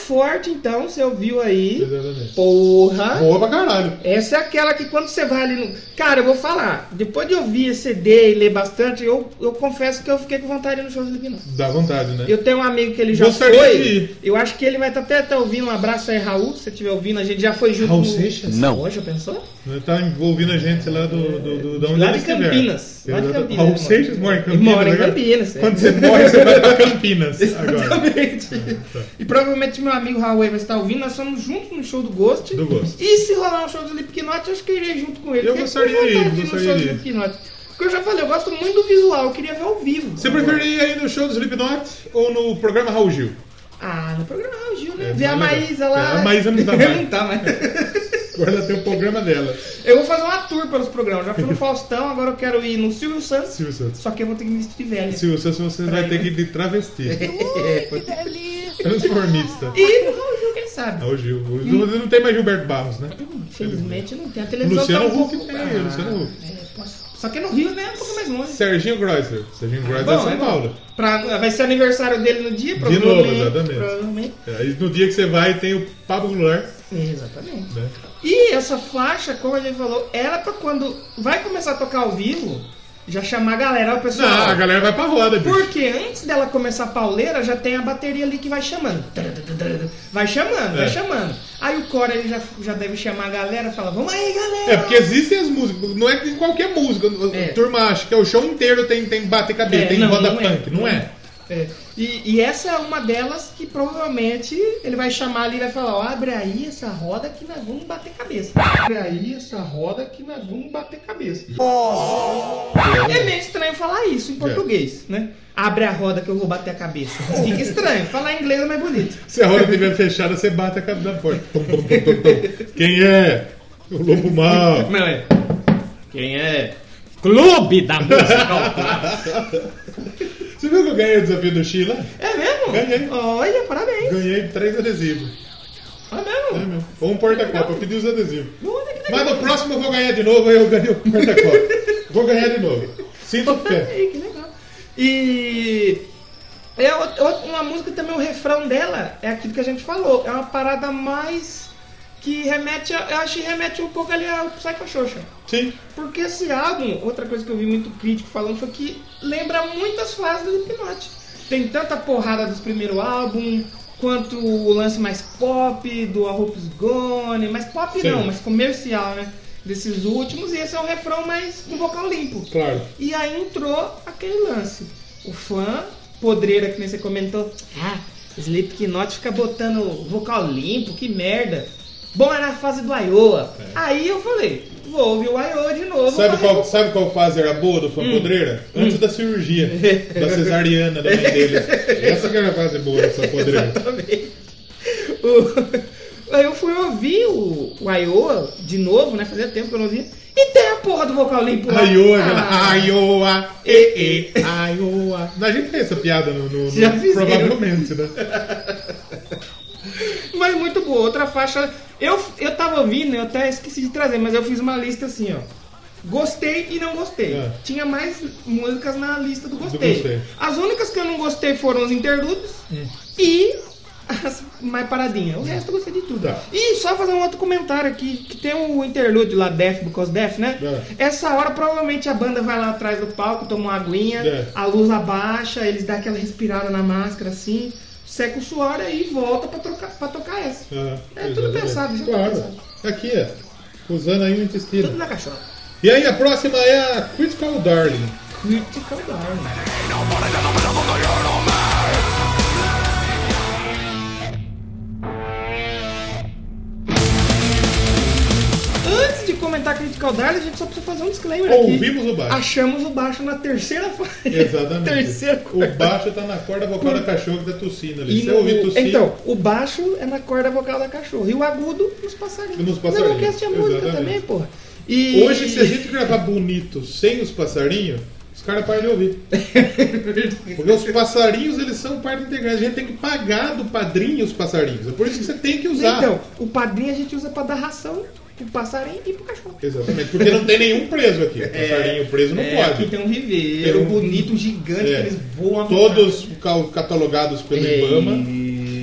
A: Forte, então, você ouviu aí.
B: Exatamente.
A: Porra!
B: Boa pra caralho.
A: Essa é aquela que quando você vai ali no. Cara, eu vou falar. Depois de ouvir esse CD e ler bastante, eu, eu confesso que eu fiquei com vontade no show do Slipknot.
B: Dá vontade, né?
A: Eu tenho um amigo que ele já
B: Gostaria
A: foi.
B: de ir.
A: Eu acho que ele vai tá até estar ouvindo. Um abraço aí, Raul, se você estiver ouvindo. A gente já foi junto.
B: Raul
A: no-
B: Seixas?
C: Não.
A: Hoje, pensou?
B: Ele Tá envolvendo a gente lá do, do, do, da onde
A: Lá
B: ele
A: de
B: estiver.
A: Campinas. Lá de
B: Exato.
A: Campinas.
B: Raul
A: ele
B: Seixas mora em
A: Ele
B: Campinas.
A: mora em
B: agora?
A: Campinas. é.
B: Quando você morre, você vai pra Campinas agora.
A: Exatamente. E provavelmente meu amigo Raul aí vai estar ouvindo. Nós estamos juntos no show do Ghost.
B: Do Ghost.
A: E se rolar um show do Slipknot, eu acho que eu irei junto com ele.
B: Eu
A: porque
B: gostaria
A: eu tenho
B: de ir,
A: vontade ir no
B: gostaria
A: show do
B: de ir.
A: Slipknot. Porque eu já falei, eu gosto muito do visual. Eu queria ver ao vivo.
B: Você preferiria ir no show do Slipknot ou no programa Raul Gil?
A: Ah, no programa Raul Gil, né?
B: É,
A: ver a
B: mais
A: Maísa
B: legal.
A: lá.
B: É, a Maísa não tá mais.
A: não tá mais.
B: Agora ela tem o programa dela.
A: Eu vou fazer uma tour pelos programas. Já fui no Faustão, agora eu quero ir no Silvio Santos.
B: Silvio Santos.
A: Só que eu vou ter que me vestir de velho.
B: Se você, se você vai ter que ir de travesti. Transformista.
A: E no Raul Gil, quem sabe?
B: Raul Gil. O- Não, não tem mais Gilberto Barros, né?
A: Infelizmente não tem. A
B: O
A: televisão
B: Luciano
A: tá um
B: Huck
A: pouco...
B: tem, o Luciano Huck.
A: É, posso- Só que no Rio, né? É um pouco mais longe.
B: Serginho Groisler. Serginho Groisler é
A: Bom,
B: São
A: é bom.
B: Paulo.
A: Pra- vai ser aniversário dele no dia,
B: De
A: provavelmente.
B: novo, exatamente.
A: Provavelmente.
B: É, Aí no dia que você vai tem o Pablo Goulart,
A: Exatamente.
B: né?
A: E essa faixa, como a gente falou, ela é pra quando vai começar a tocar ao vivo, já chamar a galera, o pessoal.
B: Não, a galera vai pra roda, bicho.
A: Porque antes dela começar a pauleira, já tem a bateria ali que vai chamando. Vai chamando, vai
B: É.
A: chamando. Aí o coro ele já, já deve chamar a galera e falar, vamos aí, galera!
B: É, porque existem as músicas, não é que em qualquer música.
A: É.
B: A turma acha que é o show inteiro tem, tem bater cabeça,
A: É,
B: tem
A: não,
B: roda
A: não é,
B: punk, não,
A: não
B: é?
A: É, E, e essa é uma delas que provavelmente ele vai chamar ali e vai falar: ó, abre aí essa roda que nós vamos bater cabeça. Abre aí essa roda que nós vamos bater cabeça. É meio estranho falar isso em português, né? Abre a roda que eu vou bater a cabeça. Fica estranho, falar em inglês é mais bonito.
B: Se a roda estiver fechada, você bate a cabeça da porta. Tum, tum, tum, tum, tum. Quem é? O lobo mal.
A: Não é. Quem é? Clube da música.
B: Você viu que eu ganhei o desafio do Sheila?
A: é mesmo?
B: Ganhei.
A: Olha, parabéns.
B: Ganhei três adesivos.
A: É
B: É
A: mesmo?
B: mesmo. Ou um porta-copa, eu pedi os adesivos.
A: Olha que legal.
B: Mas no próximo eu vou ganhar de novo, aí eu ganhei o porta-copa. Vou ganhar de novo. Sinto o pé.
A: Aí, que legal. E é o- o- uma música também, o refrão dela é aquilo que a gente falou. É uma parada mais que remete, a, eu acho que remete um pouco ali ao Psycho Xoxa.
B: Sim.
A: Porque esse álbum, outra coisa que eu vi muito crítico falando foi que lembra muitas fases do Slipknot. Tem tanta porrada dos primeiro álbum, quanto o lance mais pop do A Hope's Gone, mais pop
B: Sim.
A: não, mas comercial, né? Desses últimos, e esse é um refrão mais com vocal limpo.
B: Claro.
A: E aí entrou aquele lance. O fã, podreira que nem você comentou, ah, Slipknot fica botando vocal limpo, que merda. Bom, é na fase do Iowa. Aí eu falei, vou ouvir o Iowa de novo.
B: É. Sabe
A: mas-
B: qual, sabe qual fase era boa do Fã
A: Hum.
B: Podreira? Antes da cirurgia, da cesariana da mãe dele. Essa que era a fase boa do Fã Podreira.
A: Exatamente. O- Aí eu fui ouvir o, o Iowa de novo, né? Fazia tempo que eu não ouvia. E tem a porra do vocal limpo lá.
B: Aioa,
A: Ah,
B: aquela Aioa, e, e, Aioa. A gente fez essa piada no, no, no-
A: Já fizeram.
B: provavelmente, né?
A: Mas muito boa. Outra faixa. Eu, eu tava ouvindo, eu até esqueci de trazer, mas eu fiz uma lista assim, ó. Gostei e não gostei.
B: É.
A: Tinha mais músicas na lista do gostei.
B: gostei. Hum.
A: As únicas que eu não gostei foram os interludes e as mais paradinhas. O resto eu gostei de tudo.
B: Tá.
A: E só fazer um outro comentário aqui, que tem o interlude lá, Death Because Death, né?
B: É.
A: Essa hora provavelmente a banda vai lá atrás do palco, toma uma aguinha,
B: É.
A: a luz abaixa, eles dão aquela respirada na máscara assim, seca o suor aí e volta pra, trocar, pra tocar essa.
B: Ah,
A: É tudo
B: exatamente.
A: pensado, já tá
B: Claro.
A: pensado.
B: Aqui, ó. Usando aí o
A: Tudo
B: intestino.
A: na caixola.
B: E aí, a próxima é a Critical Darling.
A: Critical Darling. Antes de comentar Critical Darling, a gente só precisa fazer um disclaimer aqui.
B: Ouvimos o baixo.
A: Achamos o baixo na terceira faixa.
B: Exatamente.
A: Terceira
B: O baixo tá na corda vocal da cachorro que tá tossindo ali.
A: E
B: Você
A: no-
B: ouviu tossir?
A: Então, o baixo é na corda vocal da cachorro e o agudo nos passarinhos.
B: Nos passarinhos,
A: Não, tinha música
B: exatamente.
A: também, porra. E...
B: Hoje, se a gente gravar bonito sem os passarinhos, os caras param de ouvir. Porque os passarinhos, eles são parte integrante. A gente tem que pagar do padrinho os passarinhos. É por isso que você tem que usar.
A: Então, o padrinho a gente usa pra dar ração pro passarinho e pro cachorro.
B: Exatamente. Porque não tem nenhum preso aqui. Passarinho preso não
A: É,
B: pode.
A: Aqui tem um ribeiro
B: Tem um-
A: bonito, gigante,
B: É.
A: que eles voam.
B: Todos ca- catalogados pelo
A: É
B: Ibama.
A: isso.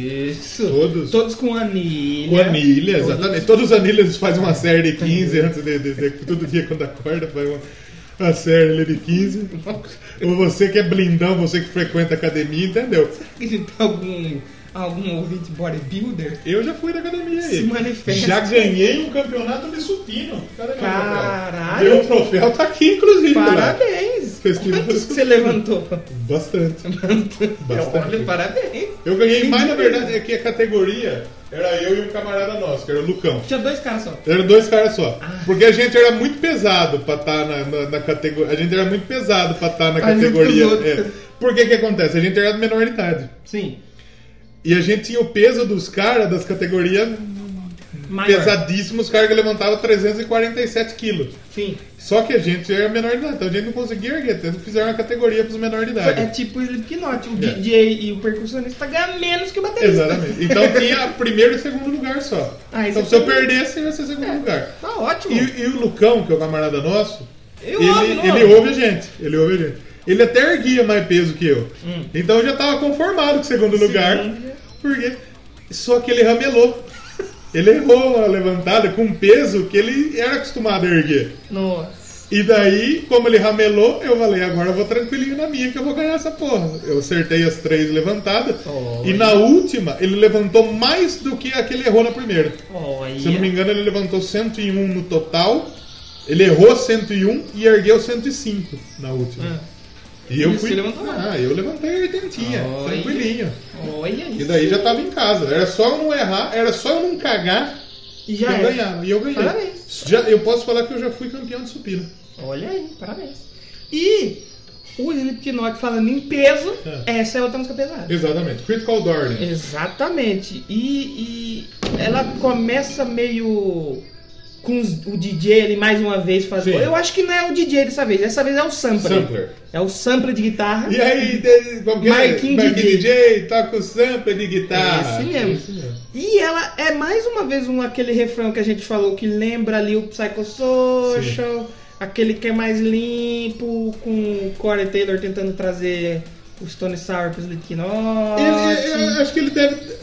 A: Isso.
B: Todos.
A: Todos com anilha.
B: Com anilha,
A: Todos.
B: exatamente. Todos os anilhas fazem uma série de 15 antes de, de- de- todo dia quando acorda, faz uma, uma série ali de 15. Ou você que é blindão, você que frequenta academia, entendeu?
A: Acredita algum, algum ouvinte bodybuilder?
B: Eu já fui na academia
A: Se
B: aí.
A: manifesta.
B: Já ganhei um campeonato de supino. Cadê meu
A: Caralho.
B: troféu? Meu troféu tá aqui, inclusive. lá.
A: Parabéns!
B: Festival
A: Quanto que
B: do-
A: você levantou?
B: Bastante. Bastante.
A: Olha, parabéns!
B: Eu ganhei mais, na verdade, é que a categoria era eu e um camarada nosso, que era o Lucão.
A: Tinha dois caras só.
B: Eram dois caras só.
A: Ah.
B: Porque a gente era muito pesado pra estar na, na, categoria. A gente era muito pesado pra estar na
A: Pra junto com os
B: categoria.
A: outros.
B: É. Por que que acontece? A gente era menor de idade.
A: Sim.
B: E a gente tinha o peso dos caras das categorias
A: Maior.
B: pesadíssimas, os caras que levantavam 347 quilos.
A: Sim.
B: Só que a gente era menor de idade, então a gente não conseguia erguer, então fizeram uma categoria pros menores de idade.
A: É tipo o Slipknot. O
B: É.
A: DJ e o percussionista ganham menos que o baterista.
B: Exatamente. Então tinha primeiro e segundo lugar só.
A: Ah,
B: então
A: isso
B: se eu
A: é-
B: perdesse, ia ser segundo lugar.
A: Tá ótimo.
B: E, e o Lucão, que é o camarada nosso,
A: Eu
B: ele,
A: ouvo, não
B: ele
A: ouvo?
B: ouve a gente. Ele ouve a gente. Ele até erguia mais peso que eu.
A: Hum.
B: Então eu já tava conformado com o segundo lugar. Porque... Só que ele ramelou. Ele errou a levantada com um peso que ele era acostumado a erguer.
A: Nossa.
B: E daí, como ele ramelou, eu falei, agora eu vou tranquilinho na minha que eu vou ganhar essa porra. Eu acertei as três levantadas.
A: Olha.
B: E na última, ele levantou mais do que aquele errou na primeira.
A: Olha.
B: Se eu não me engano, ele levantou 101 no total. Ele errou 101 e ergueu 105 na última. E eu
A: Ah. E
B: fui.
A: você levantou mais.
B: ah, eu levantei 80,
A: Olha.
B: tranquilinho.
A: Olha isso.
B: E daí já tava em casa. Era só eu não errar, era só eu não cagar
A: E
B: que
A: já é.
B: eu
A: era.
B: ganhava. E eu ganhei.
A: Parabéns.
B: Já, eu posso falar que eu já fui campeão de supino.
A: Olha aí, parabéns. E o Slipknot falando em peso,
B: É.
A: essa é outra música pesada.
B: Exatamente. Critical Darling.
A: Exatamente. E, e ela começa meio com os- o DJ ali mais uma vez fazendo.
B: Sim.
A: Eu acho que não é o DJ dessa vez, dessa vez é o sampler.
B: Sampler.
A: É o sampler de guitarra.
B: E aí, de- como que é?
A: Marquinhos
B: Marquinhos DJ, toca o sample de guitarra.
A: É isso mesmo. E ela é mais uma vez um, aquele refrão que a gente falou que lembra ali o Psychosocial, aquele que é mais limpo, com o Corey Taylor tentando trazer os Tony Sour pro Slipknot.
B: Ele- eu acho que ele deve.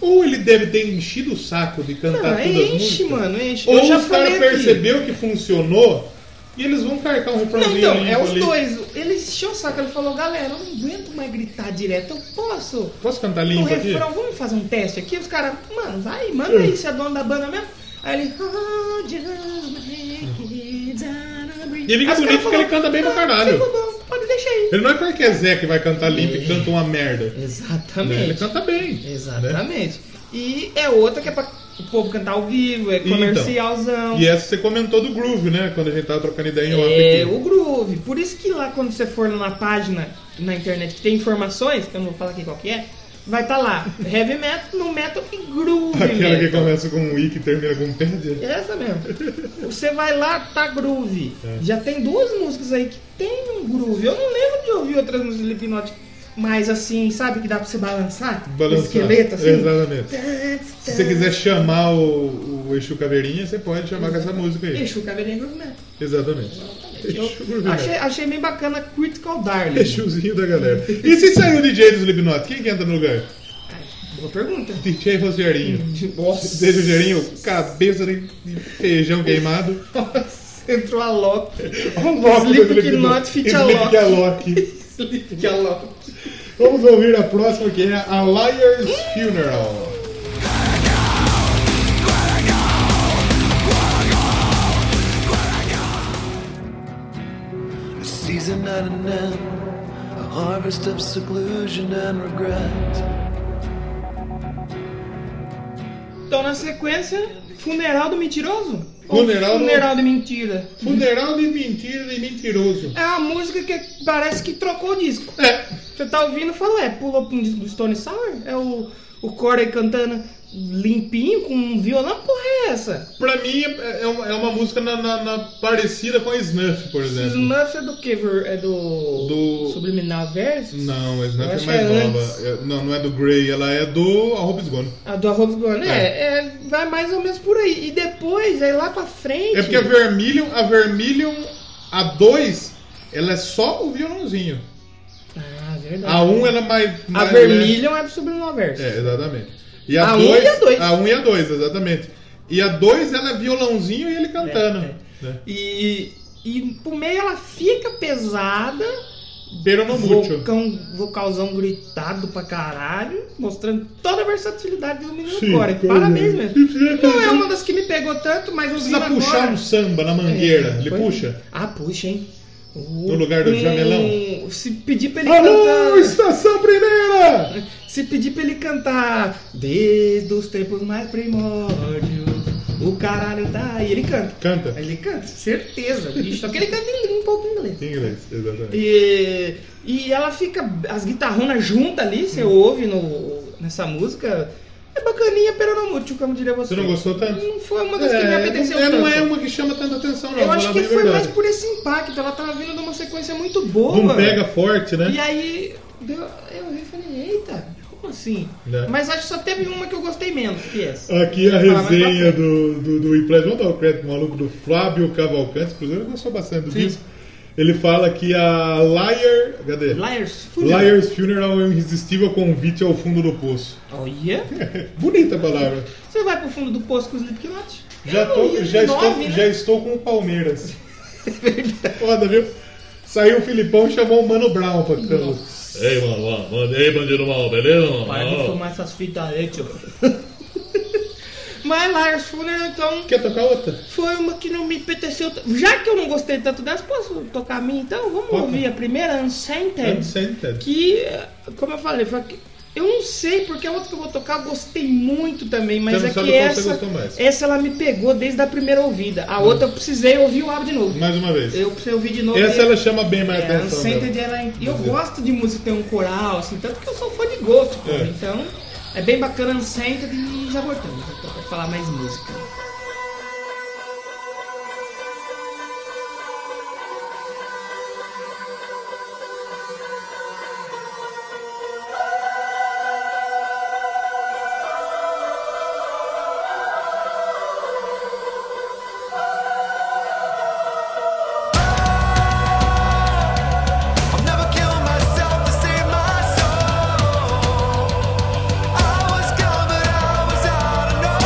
B: Ou ele deve ter enchido o saco de cantar
A: Não,
B: todas as
A: enche,
B: músicas.
A: mano, enche.
B: tá Ou
A: Eu já
B: os caras
A: falei aqui.
B: percebeu que funcionou e eles vão carcar um
A: Não,
B: refrãozinho.
A: então,
B: limpo
A: é os
B: ali.
A: dois. Ele encheu o saco, ele falou, galera, eu não aguento mais gritar direto, eu posso.
B: Posso cantar
A: O
B: limpo aqui?
A: refrão, vamos fazer um teste aqui? Os caras, mano, vai, manda aí, você é dono da banda mesmo. Aí ele. "Oh, just make it down and
B: E ele fica
A: Aí os caras
B: bonito porque ele
A: falam,
B: canta bem pra
A: "Ah,
B: caralho."
A: ficou bom, pode deixar aí.
B: Ele não é porque é Zé que vai cantar limpo e canta uma merda. né? Ele
A: É. Exatamente.
B: canta bem.
A: Exatamente. E é outra que é pra o povo cantar ao vivo, é
B: Então.
A: comercialzão.
B: E essa você comentou do groove, né? Quando a gente tava trocando ideia em off
A: É
B: aqui.
A: o groove. Por isso que lá quando você for numa página na internet que tem informações, que eu não vou falar aqui qual que é, vai estar lá heavy metal, no metal e groove.
B: Aquela que
A: metal.
B: começa com um wiki e termina com um pad.
A: Essa mesmo. Você vai lá, tá groove.
B: É.
A: Já tem duas músicas aí que tem um groove. Eu não lembro de ouvir outras músicas do Slipknot mais assim, sabe? Que dá pra você balançar?
B: Balançar.
A: Esqueleto assim.
B: Exatamente. Se você quiser chamar o, o Exu Caveirinha, você pode chamar com essa
A: Uhum.
B: música aí.
A: Deixa o cabelinho groove metal.
B: Exatamente. Exu Groove
A: Eu achei, achei bem bacana Critical Darling.
B: Exuzinho da galera. E se sair o DJ do Slipknot, quem que entra no lugar?
A: Boa pergunta.
B: DJ
A: Uhum.
B: Rogerinho.
A: Nossa.
B: DJ Rogerinho, cabeça de de feijão queimado.
A: Nossa, Entrou a Loki.
B: Olha o Loki do
A: Slipknot feat. Alok.
B: Slipknot Alok.
A: Slipknot Alok.
B: Vamos ouvir a próxima que é A Liar's Funeral.
D: A season at an end, a harvest of seclusion and regret.
A: Então, na sequência, Funeral do Mentiroso? Ou
B: Funeral do-
A: funeral de Mentira.
B: Funeral de mentira e mentiroso.
A: É uma música que parece que trocou o disco.
B: É.
A: Você tá ouvindo e fala, é, pulou pra um disco do Stone Sour? É o, o Corey cantando limpinho com um violão? Porra, é essa?
B: Pra mim é é uma, é uma música na, na- na- parecida com a Snuff, por exemplo.
A: Snuff é do que? ver- É do.
B: Do-
A: Subliminal Versus?
B: Não, a
A: Eu
B: Snuff
A: acho
B: é
A: que
B: mais
A: é
B: nova.
A: antes.
B: É- não, não é do Grey, ela é do A Roupa Esgona.
A: A do Arroz Gourmet, é. é, vai mais ou menos por aí. E depois, aí lá pra frente.
B: É porque a Vermilion, a Vermilion A2, ela é só o violãozinho.
A: Ah, verdade.
B: A 1 um, ela é mais.
A: A
B: mais
A: vermelha é um Absolument Verso.
B: É, exatamente. E
A: A
B: a
A: um
B: 2.
A: e a dois.
B: A 1 um e a 2, exatamente. E a 2 ela é violãozinho e ele cantando.
A: É,
B: Né?
A: E, e pro meio ela fica pesada.
B: Pero no mucho.
A: Vocão, vocalzão gritado pra caralho, mostrando toda a versatilidade do menino
B: Sim,
A: Core.
B: pois
A: Parabéns
B: é.
A: mesmo. Não é uma das que me pegou tanto, mas eu vi
B: Precisa
A: agora. É,
B: puxar um samba na mangueira. ele
A: Foi-
B: puxa.
A: Ah, puxa, hein?
B: No lugar do
A: jamelão.
B: Jamelão?
A: Se pedir pra ele
B: Alô,
A: cantar.
B: estação primeira!
A: Se pedir pra ele cantar desde os tempos mais primórdios, o caralho tá aí. Ele canta.
B: Canta.
A: Ele canta, certeza. bicho. Só que ele canta em- um pouco em inglês.
B: Em inglês, é, exatamente.
A: E, e ela fica, as guitarronas juntas ali,
B: Uhum.
A: você ouve no, nessa música. É bacaninha, pero não muito, como diria você.
B: Você não gostou tanto?
A: Não foi uma das que me apeteceu
B: é,
A: tanto.
B: não é uma que chama tanta atenção, não.
A: Eu acho
B: falar
A: que
B: bem a
A: foi
B: verdade.
A: mais por esse impacto. Ela tava vindo de uma sequência muito boa.
B: Não pega forte, né?
A: E aí deu, eu falei, eita, como assim?
B: Né?
A: Mas acho que só teve uma que eu gostei menos, que é essa.
B: Aqui a
A: Vou falar mais pra
B: resenha
A: frente.
B: do, do, do Implante. Vamos dar o crédito maluco do Flávio Cavalcante. Inclusive, ele gostou bastante do
A: Sim.
B: disco. Ele fala que a Liar. Cadê?
A: Liars Funeral.
B: Liar's Funeral é um irresistível convite ao fundo do poço.
A: Olha.
B: Bonita a palavra.
A: Você vai pro fundo do poço com o Slipknot?
B: Já,
A: Eu
B: tô-
A: ia,
B: já, estou,
A: nove, né? É
B: já estou com o Palmeiras. Foda, viu? Saiu o Filipão e chamou o Mano Brown pra cantar. Ei, mano, mano, ei, bandido mal, beleza, mano?
A: Para de fumar essas fitas aí, tio. Mas Liars Funeral, então,
B: Quer tocar outra?
A: foi uma que não me apeteceu. t- Já que eu não gostei tanto dessa, posso tocar a minha então? Vamos
B: Toca.
A: ouvir a primeira, Uncentered.
B: Uncented.
A: que, como eu falei, foi que- eu não sei, porque a outra que eu vou tocar eu gostei muito também, mas
B: Você
A: é
B: não sabe
A: que
B: qual você
A: essa,
B: gostou mais.
A: essa ela me pegou desde a primeira ouvida. A outra eu precisei ouvir o álbum de novo.
B: Mais uma vez.
A: Eu precisei ouvir de novo.
B: Essa
A: e-
B: ela chama bem mais
A: é,
B: atenção.
A: Uncentered,
B: mesmo.
A: ela- E eu gosto de música que tem um coral, assim, tanto que eu sou fã de gosto, pô.
B: É.
A: Então, é bem bacana Uncentered e já voltamos então, pra falar mais música.
D: I'll never kill myself to save my soul. I was gone, but I was out of know.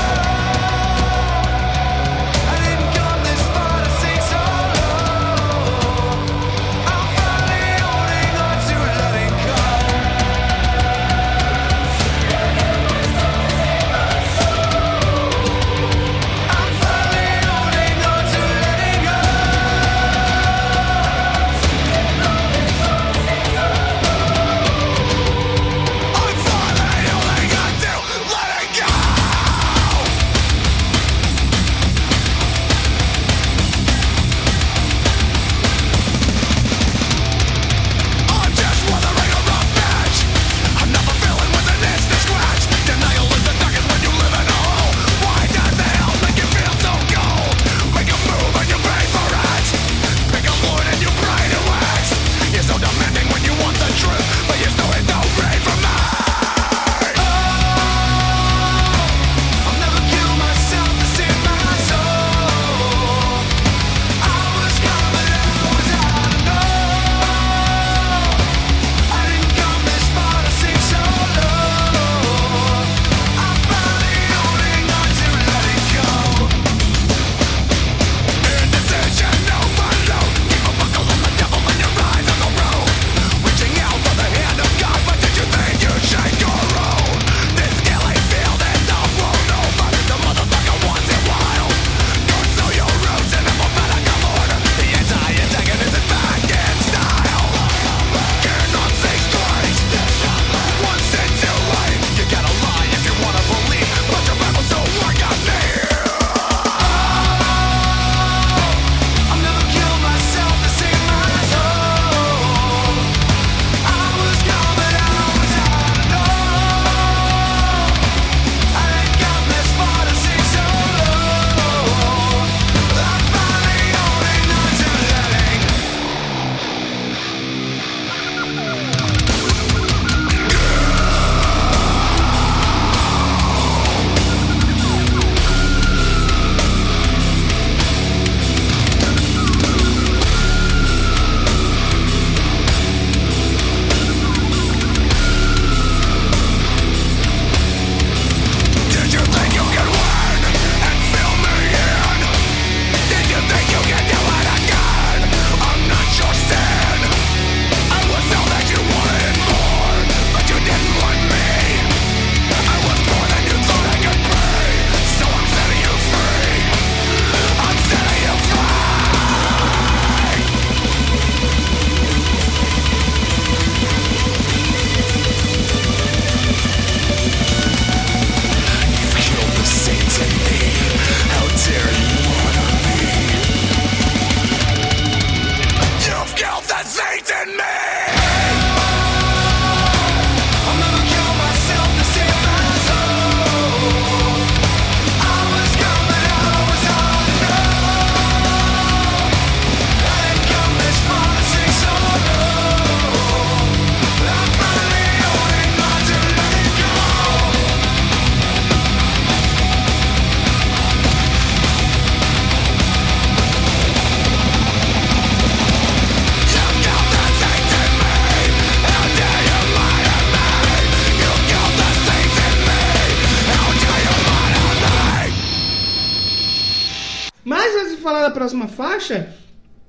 A: falar da próxima faixa,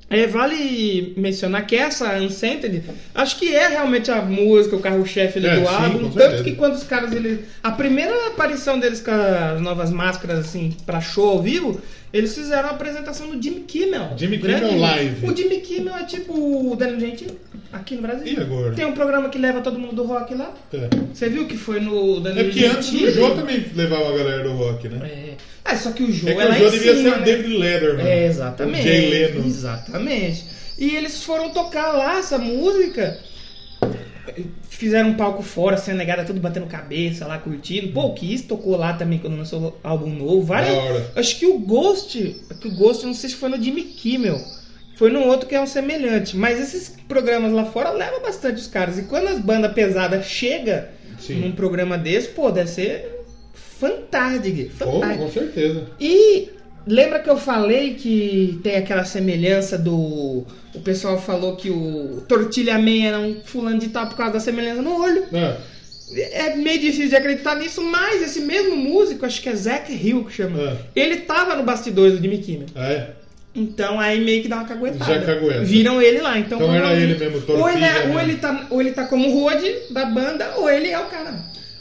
A: é, vale mencionar que essa Uncentered, acho que é realmente a música, o carro-chefe ali
B: É,
A: do
B: sim, com
A: álbum.
B: certeza.
A: Tanto que quando os caras, eles, a primeira aparição deles com as novas máscaras, assim, pra show ao vivo, eles fizeram a apresentação do Jimmy Kimmel.
B: Jimmy
A: O grande-
B: Kimmel Live.
A: O Jimmy Kimmel é tipo o Danilo Gentili aqui no Brasil.
B: E agora?
A: Tem um programa que leva todo mundo do rock lá.
B: É.
A: Você viu que foi no
B: É
A: Danilo
B: porque antes
A: Gentili?
B: o Jô também levava a galera do rock, né?
A: É, Ah, só que o Jô
B: É, que
A: lá
B: o Jô
A: em
B: devia
A: cima,
B: ser o
A: né?
B: David Letterman.
A: É, exatamente.
B: O Jay Leno.
A: Exatamente. E eles foram tocar lá essa música. Fizeram um palco fora, sem negada, tudo batendo cabeça lá, curtindo. Pô, o Kiss tocou lá também quando lançou o álbum novo. Várias-
B: Da hora.
A: Acho que o Ghost, que o Ghost, não sei se foi no Jimmy Kimmel. Foi num outro que é um semelhante. Mas esses programas lá fora levam bastante os caras. E quando as bandas pesadas chegam
B: Sim.
A: num programa desse, pô, deve ser fantástico.
B: Com-
A: fantástico.
B: Oh, com certeza.
A: E lembra que eu falei que tem aquela semelhança do. O pessoal falou que o Tortilha Man era um fulano de tal por causa da semelhança no olho.
B: É,
A: É meio difícil de acreditar nisso, mas esse mesmo músico, acho que é Zac Hill que chama,
B: É.
A: ele tava no bastidores do Jimmy Kimmel.
B: é.
A: Então aí meio que dá uma caguetada.
B: Já cagueta.
A: Viram ele lá, então.
B: Então era
A: provavelmente-
B: ele mesmo,
A: ou ele, é-
B: Tortilha
A: ou,
B: Man.
A: ele tá, ou ele tá como o Rod da banda, ou ele é o cara.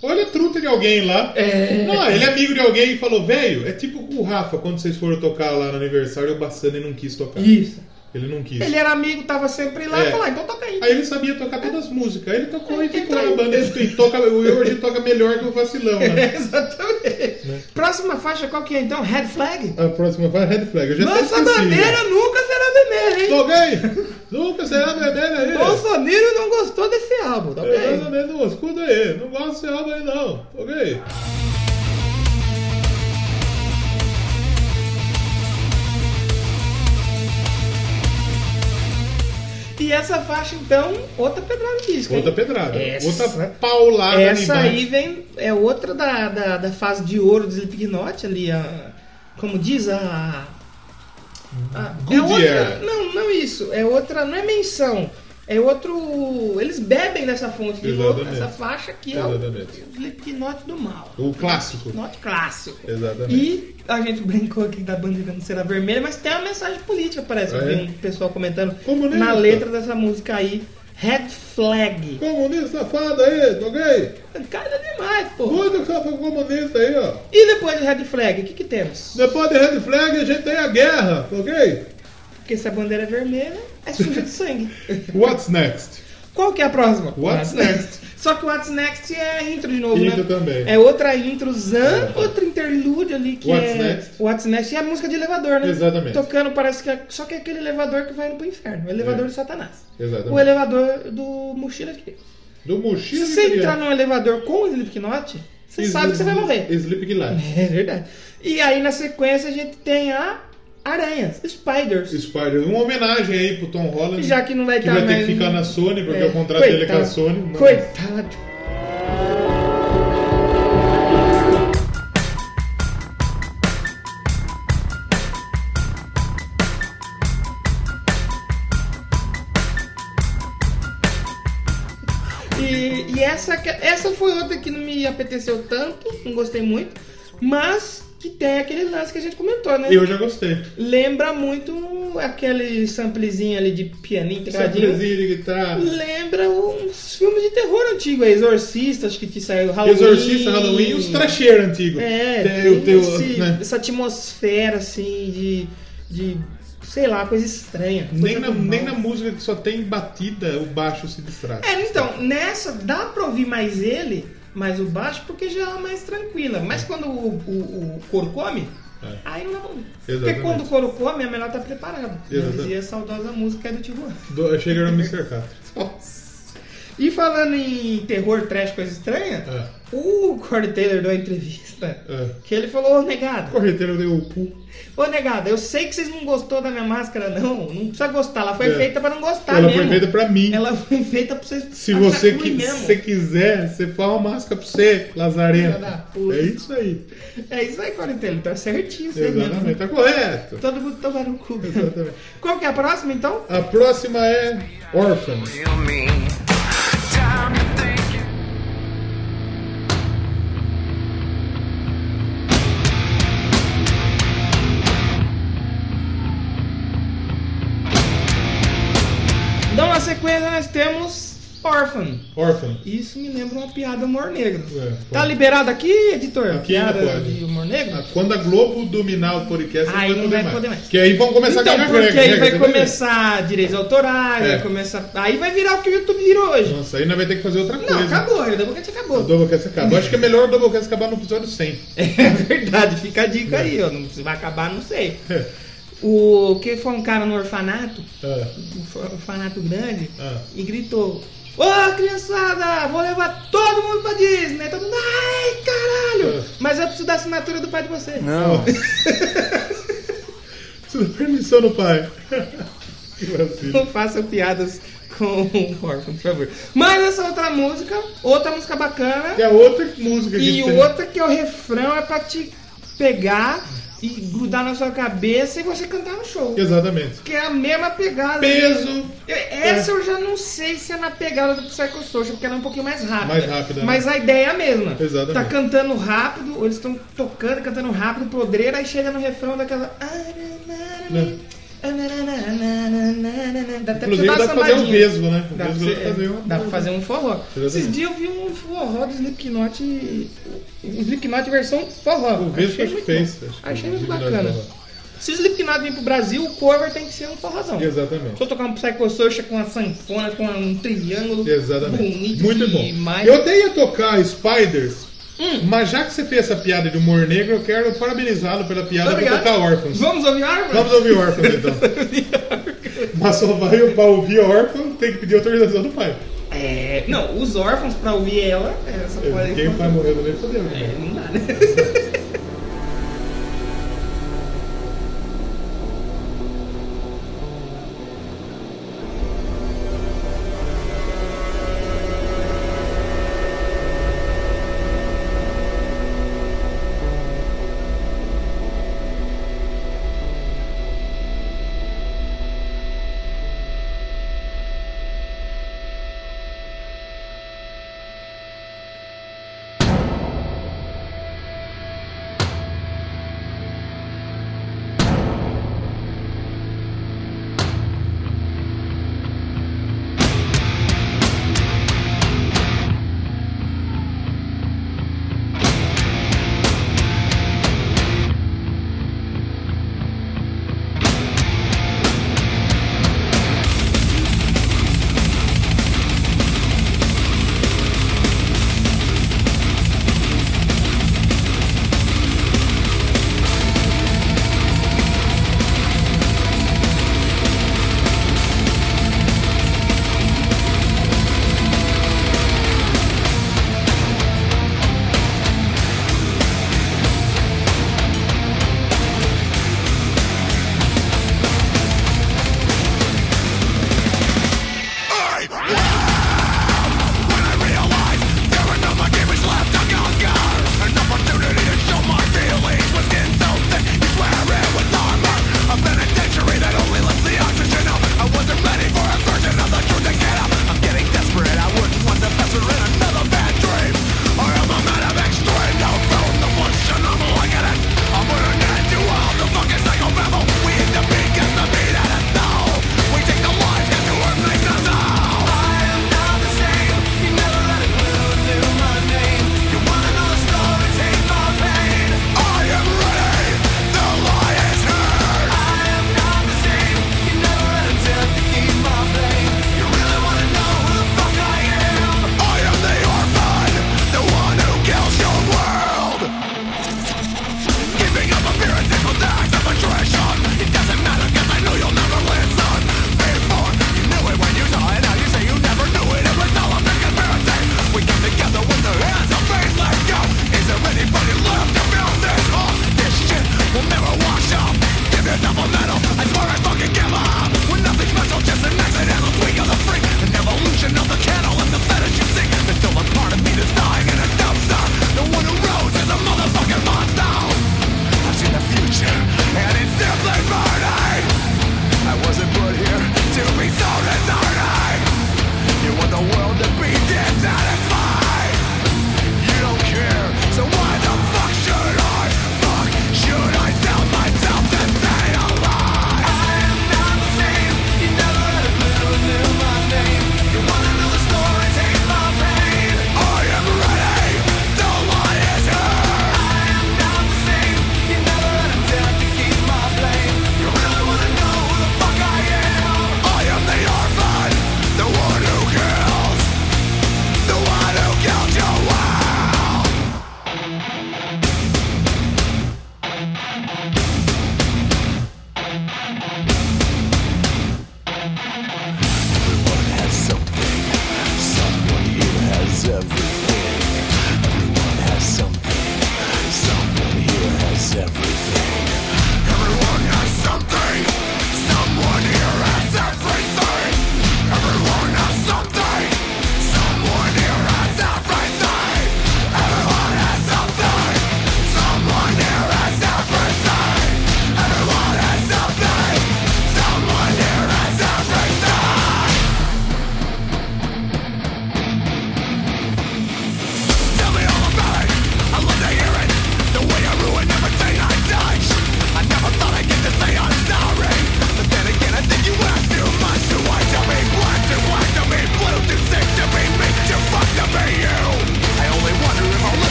B: Olha a truta de alguém lá.
A: É.
B: Não, ele é amigo de alguém e falou, velho, é tipo o Rafa, quando vocês foram tocar lá no aniversário, o Bassani não quis tocar.
A: Isso.
B: Ele não quis.
A: Ele é era amigo, tava sempre lá,
B: É.
A: e falou, "Ah, então toca aí.
B: Aí ele sabia tocar todas as músicas. Aí ele tocou e ficou
A: Então-
B: na banda. E toca, o Jorge toca melhor que o Vacilão, né?
A: É, Exatamente. Próxima faixa, qual que é então? Red Flag?
B: A próxima vai Red Flag. Eu já até
A: Nossa
B: esqueci, né?
A: bandeira nunca será vermelha, hein?
B: Toquei! Nunca será vermelho é aí!
A: Bolsonaro não gostou desse álbum, tá
B: É,
A: bem?
B: mais ou menos, ô, escuta aí, não gosto desse álbum aí não. Toquei!
A: E essa faixa, então, outra pedrada no disco. hein?
B: Outra né? pedrada.
A: Essa-
B: Outra paulada
A: Essa
B: animada.
A: aí vem, é outra da, da, da fase de ouro do Slipknot ali, a, como diz a. a- é
B: Good
A: outra,
B: Year.
A: não, não isso, é outra, não é menção, é outro. Eles bebem dessa fonte de novo,
B: Exatamente.
A: dessa faixa que
B: Exatamente.
A: é o Slipknot do mal.
B: O clássico.
A: Slipknot clássico.
B: Exatamente.
A: E a gente brincou aqui da bandeira não será vermelha, mas tem uma mensagem política, parece.
B: Ah,
A: que
B: é?
A: Tem um pessoal comentando
B: Comunista.
A: na letra dessa música aí. Red Flag.
B: Comunista safado aí, toquei!
A: Cara é demais, pô.
B: Muito safado comunista aí, ó.
A: E depois de Red Flag, o que que temos?
B: Depois de Red Flag a gente tem a guerra, toquei!
A: Porque se a bandeira é vermelha, é suja de sangue.
B: What's next?
A: Qual que é a próxima?
B: What's Next.
A: Só que What's Next é a intro de novo,
B: Intro
A: né?
B: também.
A: É outra intro zan,
B: É.
A: outra interlude ali que
B: What's
A: é...
B: Next.
A: What's Next. E a música de elevador, né?
B: Exatamente.
A: Tocando, parece que é... Só que é aquele elevador que vai indo pro inferno. O elevador de Satanás.
B: É. Exatamente.
A: O elevador do mochila aqui.
B: Do mochila
A: Se
B: de
A: você
B: criança.
A: entrar num elevador com o Slipknot, você sabe que você vai morrer.
B: Slipknot.
A: É verdade. E aí, na sequência, a gente tem a Aranhas, Spiders.
B: Spider. Uma homenagem aí pro Tom Holland.
A: Já que não vai
B: que
A: estar
B: vai ter
A: mais-
B: que ficar na Sony, porque
A: É,
B: o contrato dele é com a
A: coitado.
B: Sony. Mas-
A: Coitado. E, e essa, que- essa foi outra que não me apeteceu tanto, não gostei muito, mas que tem aquele lance que a gente comentou, né?
B: Eu já gostei.
A: Lembra muito aquele samplezinho ali de pianinho, tecladinho.
B: Surpresinha de guitarra.
A: Lembra uns filmes de terror antigo, é Exorcista, acho que te saiu Halloween.
B: Exorcista, Halloween e os trasheiros antigos.
A: É,
B: Tem o
A: tem
B: teu,
A: esse-
B: né?
A: essa atmosfera assim de, de sei lá, coisa estranha. coisa
B: Nem na,
A: do mal.
B: nem na música que só tem batida, o baixo se distrai.
A: É, então, nessa dá pra ouvir mais ele, mais o baixo, porque já é mais tranquila. Mas quando o, o, o couro come,
B: É.
A: aí não dá pra ouvir. Porque
B: Exatamente.
A: quando o couro come, é melhor estar preparado. Já
B: Exatamente.
A: dizia a saudosa música do Tijuana.
B: Do- Chega no Mr. Cat.
A: E falando em terror, trash, coisa estranha,
B: É.
A: o Corey Taylor deu uma entrevista
B: É.
A: que ele falou, ô negado,
B: Correteiro deu o cu.
A: ô negado, eu sei que vocês não gostou da minha máscara, não. Não precisa gostar, ela foi
B: É.
A: feita pra não gostar
B: Ela
A: Tá mesmo.
B: foi feita pra mim.
A: Ela foi feita pra vocês
B: Se
A: achar
B: você
A: ruim
B: qui-
A: mesmo.
B: se quiser, você faz uma máscara pra você,
A: Filha da
B: Lazarena.
A: puta.
B: É isso aí.
A: É isso aí, Corey Taylor, tá certinho isso aí
B: Exatamente,
A: mesmo.
B: tá correto.
A: Todo mundo tomar no cu.
B: Exatamente.
A: Qual que é a próxima, então?
B: A próxima é Orphan.
A: Então, sequência nós temos Orphan.
B: Orphan.
A: Isso me lembra uma piada humor negro.
B: É, pode.
A: tá liberado aqui, editor?
B: Aqui ainda
A: piada
B: pode.
A: de humor negro?
B: Ah, Quando a Globo dominar o podcast,
A: Aí
B: não vai poder mais.
A: mais.
B: Que aí vão começar
A: Então,
B: a ganhar
A: porque
B: regra,
A: aí
B: regra,
A: vai
B: regra.
A: começar direitos autorais,
B: né? É.
A: vai começar. Aí vai virar o que o YouTube vira hoje.
B: Nossa, aí nós vai ter que fazer outra
A: Não,
B: coisa. né?
A: acabou, o Doublecast
B: O
A: acabou.
B: Doublecast acaba. Eu acho que é melhor o Doublecast acabar no episódio 100.
A: É verdade, fica a dica aí, ó. Não, se vai acabar, não sei. O que foi um cara no orfanato,
B: Ah,
A: um orfanato grande,
B: ah.
A: e gritou: Ô criançada, vou levar todo mundo pra Disney! Todo mundo, ai caralho! Mas eu preciso da assinatura do pai de você.
E: Não.
B: Você dá ah. permissão no pai. Que vacilo.
A: Não façam piadas com o órfão, por favor. Mas essa outra música, outra música bacana.
B: É a outra música que
A: E
B: tem.
A: outra que é o refrão é pra te pegar e grudar na sua cabeça e você cantar no show.
B: Exatamente.
A: Que é a mesma pegada.
B: Peso.
A: É- Essa eu já não sei se é na pegada do Psychosocial, porque ela é um pouquinho mais rápida.
B: Mais rápida, né?
A: Mas a ideia é a mesma.
B: Exatamente.
A: Tá cantando rápido, ou eles estão tocando, cantando rápido, podreira, aí chega no refrão daquela.
B: Né?
A: Dá até pra você dar uma
B: Inclusive dá pra fazer um
A: sambadinha.
B: mesmo, né? O
A: Dá pra,
B: mesmo
A: você-
B: pra fazer uma-
A: dá pra fazer um forró.
B: Exatamente.
A: Esses dias eu vi um forró do Slipknot. um Slipknot versão forró.
B: O mesmo
A: Achei
B: que
A: muito
B: fez.
A: bom.
B: acho que
A: Achei
B: o
A: muito
B: Dignidade
A: bacana.
B: Nova.
A: Se o Slipknot vir pro Brasil, o cover tem que ser um forrozão.
B: Exatamente.
A: Só tocar um psychosocial com uma sanfona, com um triângulo.
B: Exatamente.
A: Bonito
B: Muito bom.
A: demais.
B: Eu até ia tocar Spiders,
A: Hum.
B: mas já que você fez essa piada de humor negro, eu quero parabenizá-lo pela piada de
A: Obrigado.
B: tocar órfãos.
A: Vamos ouvir árvore?
B: Vamos ouvir órfãos então. mas só vai pra ouvir órfão, tem que pedir autorização do pai.
A: É, não, os órfãos pra ouvir ela, essa pode.
B: Quem vai morrer também fodeu. né?
A: É, não dá, né?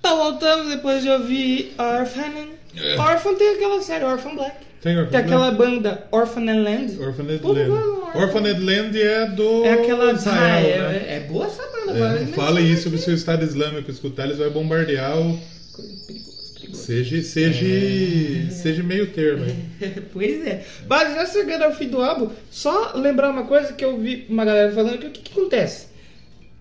A: Tá, voltamos depois de ouvir Orphan.
B: É.
A: Orphan tem aquela série, Orphan Black.
B: Tem
A: Tem
B: Orphaned
A: é aquela banda Orphan and Land.
B: Land? Orphaned
A: Pô,
B: Land.
A: mano,
B: Orphaned Land é do.
A: É aquela. Ah,
B: Israel,
A: é,
B: né?
A: é boa essa banda,
B: É,
A: agora
B: não
A: eles
B: fala
A: nem-
B: isso sobre o seu Estado Islâmico, escutar, eles vão bombardear o.
A: Coisa perigosa, perigosa.
B: Seja, seja, seja meio termo. aí.
A: Pois é. Mas já chegando ao fim do álbum, só lembrar uma coisa que eu vi uma galera falando que o que, que acontece?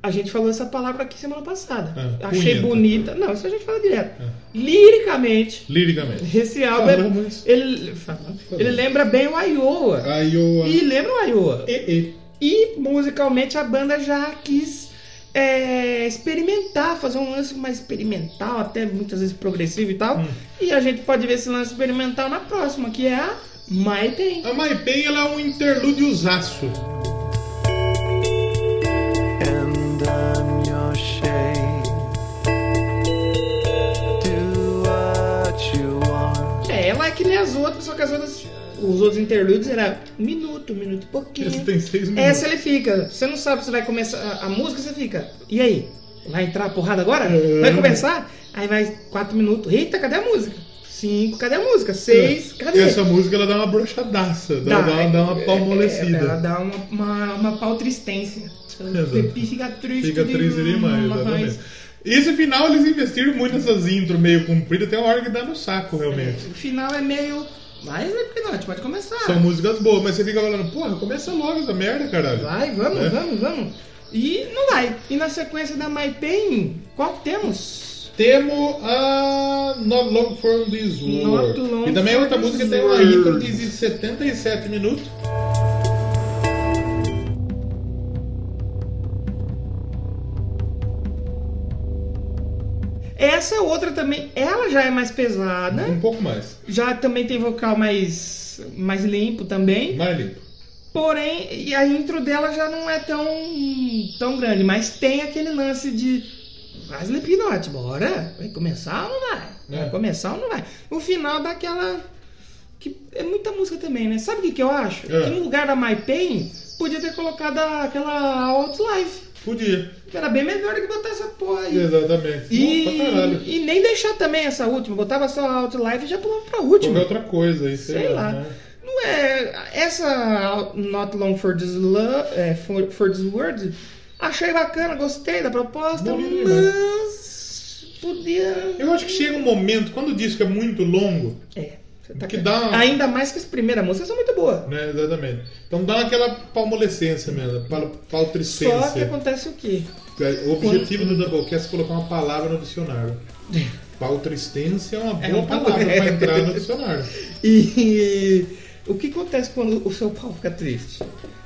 A: A gente falou essa palavra aqui semana passada.
B: Ah,
A: Achei
B: punheta.
A: bonita. Não, isso a gente fala direto.
B: Ah.
A: Liricamente,
B: Liricamente.
A: esse álbum é-
B: Falamos. Ah,
A: ele, ele lembra bem o Iowa.
B: Aí o.
A: E lembra o Iowa.
B: E,
A: E musicalmente a banda já quis é, experimentar, fazer um lance mais experimental, até muitas vezes progressivo e tal.
B: Hum.
A: E a gente pode ver esse lance experimental na próxima, que é a My Pain.
B: e. A Maipen ela é um interlúdiozaço.
D: and I'm your shade. Do what you want.
A: É, ela é que nem as outras, só que as outras. Os outros interludes era minuto, minuto e pouquinho.
B: Esse tem seis minutos.
A: Essa ele fica. Você não sabe se vai começar a, a música, você fica. E aí? Vai entrar a porrada agora?
B: É.
A: Vai começar? Aí vai quatro minutos. Eita, cadê a música? Cinco, cadê a música? é Seis, cadê?
B: É.
A: É,
B: Essa música ela dá uma brochadaça, dá, dá, uma- dá uma palmolecida.
A: Ela dá uma, uma, uma pau tristência.
B: Exato.
A: Fica triste.
B: Fica triste demais,
A: rapaz.
B: exatamente. E esse final eles investiram muito nessas intro meio compridas, tem uma hora que dá no saco, realmente.
A: O final é meio. Mas é porque não, a gente pode começar.
B: São músicas boas, mas você fica falando, porra, começa logo essa merda, caralho.
A: Vai, vamos,
B: É.
A: vamos, vamos. E não vai. E na sequência da My Pain, qual que temos?
B: Temos a Not Long for This War.
A: Not Long
B: E também é
A: for
B: outra
A: This
B: música tem uma
A: World.
B: intro de 77 minutos.
A: Essa é outra também. Ela já é mais pesada.
B: Um pouco mais.
A: Já também tem vocal mais, mais limpo também.
B: Mais limpo.
A: Porém, e a intro dela já não é tão, tão grande, mas tem aquele lance de. Vai Slipknot, bora! Vai começar ou não vai? Vai
B: É.
A: começar ou não vai? O final daquela. Que é muita música também, né? Sabe o que, que eu acho?
B: É.
A: Que no lugar da My Pain, podia ter colocado a- aquela Outlife.
B: Podia.
A: Era bem melhor do que botar essa porra aí.
B: Exatamente.
A: E,
B: Bom pra caralho.
A: e nem deixar também essa última. Botava só a Outlife e já pulava pra última.
B: Qualquer outra coisa aí, sei,
A: Sei lá.
B: né?
A: Não é. Essa Not Long for This, lo, é, for, for this World achei bacana, gostei da proposta,
B: Bonito, né?
A: mas. Podia.
B: Eu acho que chega um momento, quando o disco é muito longo,
A: É. você tá
B: Que
A: com-
B: dá uma-
A: Ainda mais que as primeiras músicas são muito boas.
B: né? Exatamente. Então dá aquela palmolescência mesmo, pal
A: Só que
B: paltricência.
A: acontece o quê?
B: O objetivo do Doublecast é colocar uma palavra no dicionário. Paltristência é uma boa
A: É uma
B: palavra
A: palavra.
B: para entrar no dicionário.
A: E o que acontece quando o seu pau fica triste?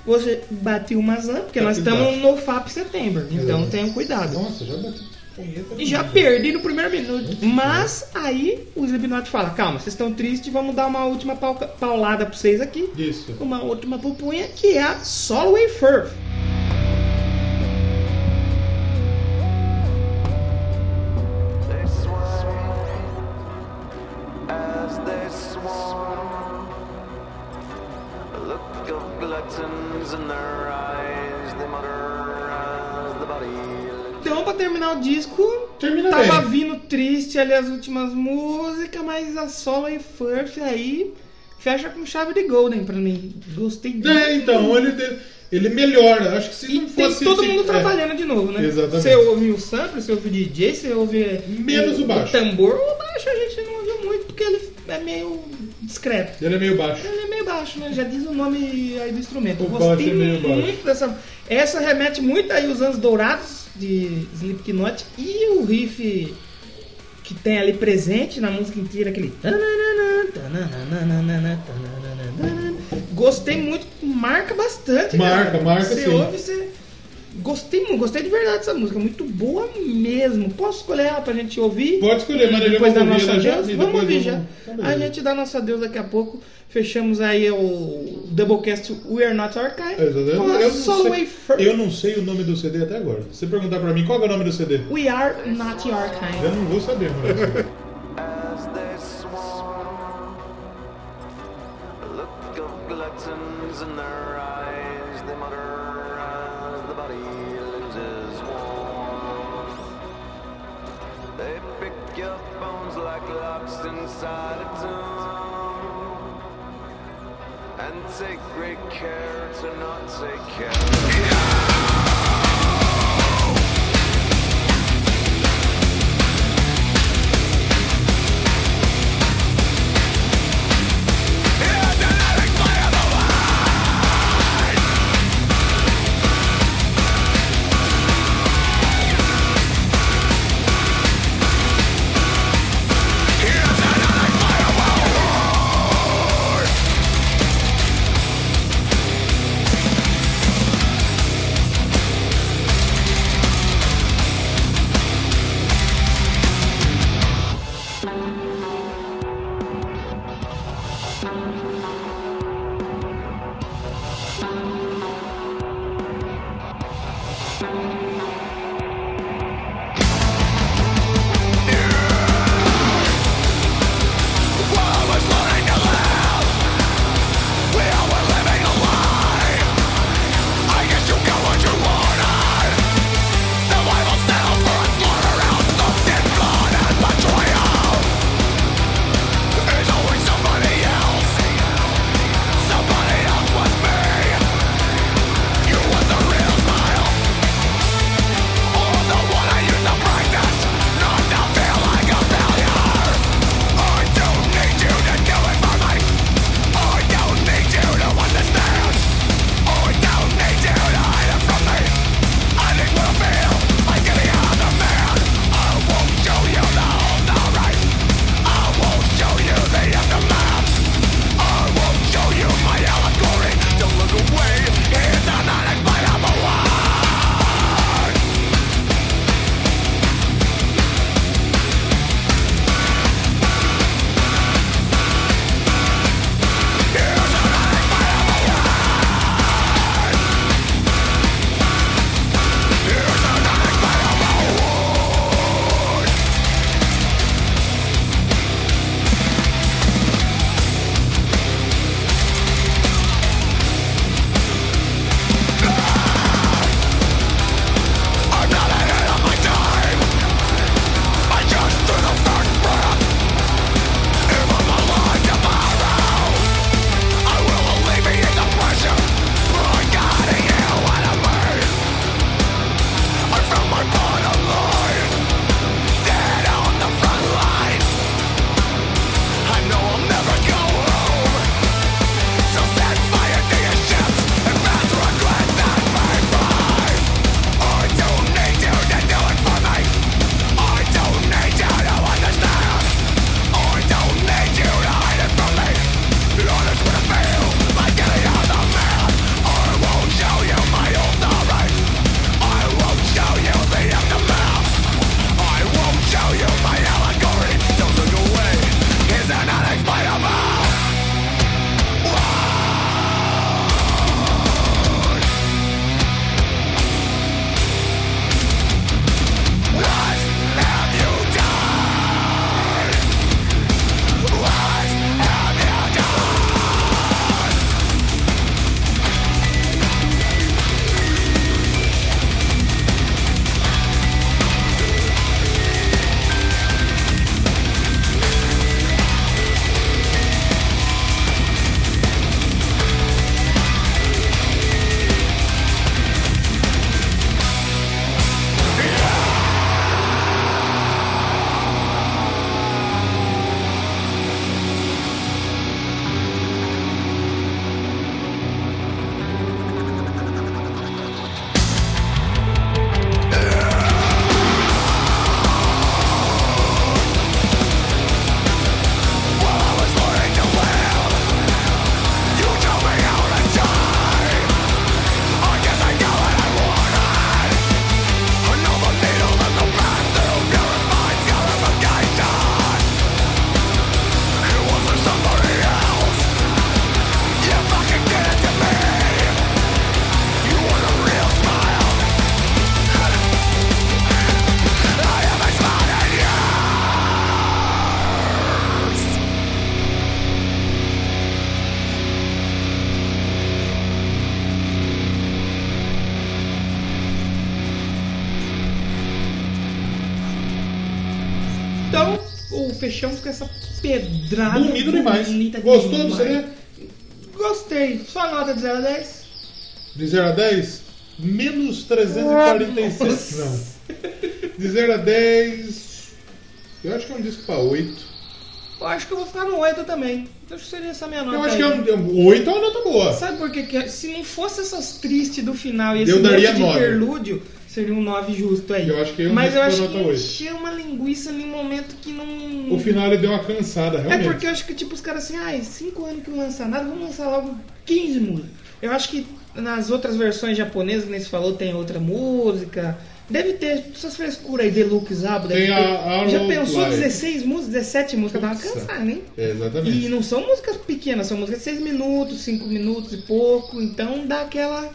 A: Você bate uma zan, porque nós estamos no FAP setembro, então
B: Exato.
A: tenham cuidado.
B: Nossa, já bati punheta.
A: E já perdi no primeiro minuto. Mas aí o Slipknot fala: calma, vocês estão tristes, vamos dar uma última pau- paulada pra vocês aqui.
B: Isso.
A: Uma última pupunha que é a Solway Firth.
D: They swung as they swarm. A look of gluttons in their eyes. They mutter as the body
A: Então, pra terminar o disco,
B: Termina
A: tava
B: bem.
A: vindo triste ali as últimas músicas, mas a Solway Firth aí fecha com chave de Golden pra mim. Gostei
B: É, então, ele, de- ele melhora. Acho que se
A: E
B: não
A: tem
B: fosse.
A: todo
B: se-
A: mundo
B: é,
A: trabalhando de novo, né?
B: Exatamente.
A: Você ouve o sample, você ouve o DJ, você ouve
B: Menos o baixo.
A: tambor. O baixo a gente não ouviu muito porque ele é meio discreto.
B: Ele é meio baixo.
A: Ele é meio baixo, né? Já diz o nome aí do instrumento.
B: O
A: Eu
B: baixo
A: Gostei
B: é meio
A: muito
B: baixo.
A: dessa. Essa remete muito aí os anos dourados de Slipknot e o riff que tem ali presente na música inteira, aquele. tananana, tananana, tananana. Gostei muito, marca bastante.
B: Marca,
A: cara.
B: marca
A: Você
B: sim.
A: ouve, você. Gostei muito, gostei de verdade dessa música, muito boa mesmo. Posso escolher ela pra gente ouvir?
B: Pode escolher, mas
A: depois da
B: vamos
A: nossa
B: ouvir ela
A: Deus,
B: já, e
A: vamos
B: depois
A: ouvir já.
B: vamos- Então, beleza.
A: A gente dá nossa Deus daqui a pouco. Fechamos aí o Doublecast We Are Not Archive.
B: Exatamente.
A: Com a
B: É, Eu não
A: Solway
B: sei-
A: Firth.
B: Eu não sei o nome do CD até agora. Se você perguntar pra mim qual é o nome do CD,
A: We Are Not Your Kind.
B: eu não vou saber, moleque.
D: as they swarm. A look of gluttons in their eyes. They mutter as the body loses warmth. They pick you other side of town. And take great care to not take care.
E: It's always somebody else.
A: Então, fechamos com essa pedrada.
B: Bonito demais.
A: Ah, bonita
B: Gostou do
A: demais.
B: CD?
A: Gostei. Só nota de 0 a 10.
B: De 0 a 10? Menos 347. Não. De 0 a 10. Eu acho que é um disco pra 8.
A: Eu acho que eu vou ficar no 8 também. Eu acho que seria essa minha nota.
B: Eu acho
A: Ah, tá aí.
B: que é um, 8 é uma nota boa.
A: Sabe por que que é? Se não fosse essas tristes do final e esse
B: Eu daria
A: monte de
B: nove.
A: interlúdio, seria um 9 justo aí.
B: Eu acho que é um
A: Mas eu
B: disco
A: acho
B: com
A: que
B: nota oito.
A: encheu uma linguiça num momento que não.
B: O final ele deu uma cansada,
A: É
B: realmente.
A: porque eu acho que tipo os caras assim, ai, 5 anos que não lança nada, vamos lançar logo 15 músicas. Eu acho que nas outras versões japonesas, nem se falou, tem outra música. Deve ter essas frescuras aí, Deluxe Abo. deve
B: Tem
A: ter.
B: a- a
A: Já
B: Low
A: pensou
B: Light.
A: 16 músicas, 17 músicas, dá uma
B: Nossa.
A: cansada, hein?
B: É, exatamente.
A: E não são músicas pequenas, são músicas de 6 minutos, 5 minutos e pouco, então dá aquela.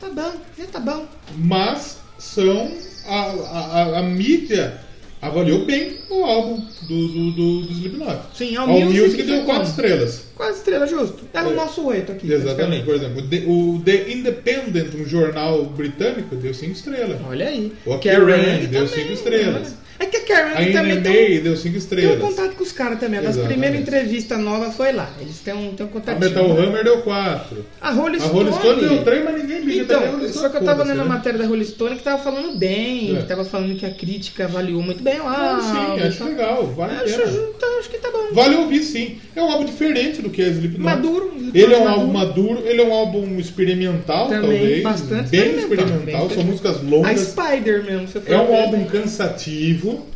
A: Tá bom, já tá bom.
B: Mas são. A, a, a- a mídia avaliou bem o álbum do, do, do, do Slipknot.
A: Sim,
B: Ao
A: ao
B: Music,
A: Music um
B: deu
A: foi
B: 4
A: como?
B: estrelas.
A: Quase estrela, justo. Era o
B: É.
A: nosso 8 aqui.
B: Exatamente. Por
A: praticamente.
B: exemplo, o The- o The Independent, um jornal britânico, deu 5 estrelas.
A: Olha aí.
B: O
A: Karen
B: Kerrang deu
A: também,
B: cinco estrelas.
A: olha. É que a
B: A
A: Karen também
B: NMA
A: tem um,
B: deu 5
A: tem um
B: estrelas.
A: contato com os caras também. Das
B: Exatamente.
A: primeiras entrevistas novas foi lá. Eles têm um, têm um
B: A
A: contato.
B: Metal Hammer deu 4.
A: A Rolling
B: A Rolling Stone deu 3, mas ninguém liga. também a
A: Então,
B: Rolling
A: só
B: Stone,
A: que eu tava
B: foda-se,
A: lendo a
B: né?
A: matéria da Rolling Stone que tava falando bem,
B: É.
A: que tava falando que a crítica avaliou muito bem lá.
B: Ah, sim, acho legal. Vale a
A: Acho,
B: pena.
A: ju- então, acho que tá bom.
B: Vale ouvir, sim. É um álbum diferente do que é Slipknot.
A: Maduro.
B: Ele é um álbum maduro, ele é um álbum experimental,
A: Também,
B: talvez.
A: bastante
B: bem
A: experimental,
B: experimental,
A: bem
B: são
A: experimental.
B: músicas
A: A
B: longas.
A: Spider mesmo. se eu for
B: É um
A: ver.
B: álbum cansativo,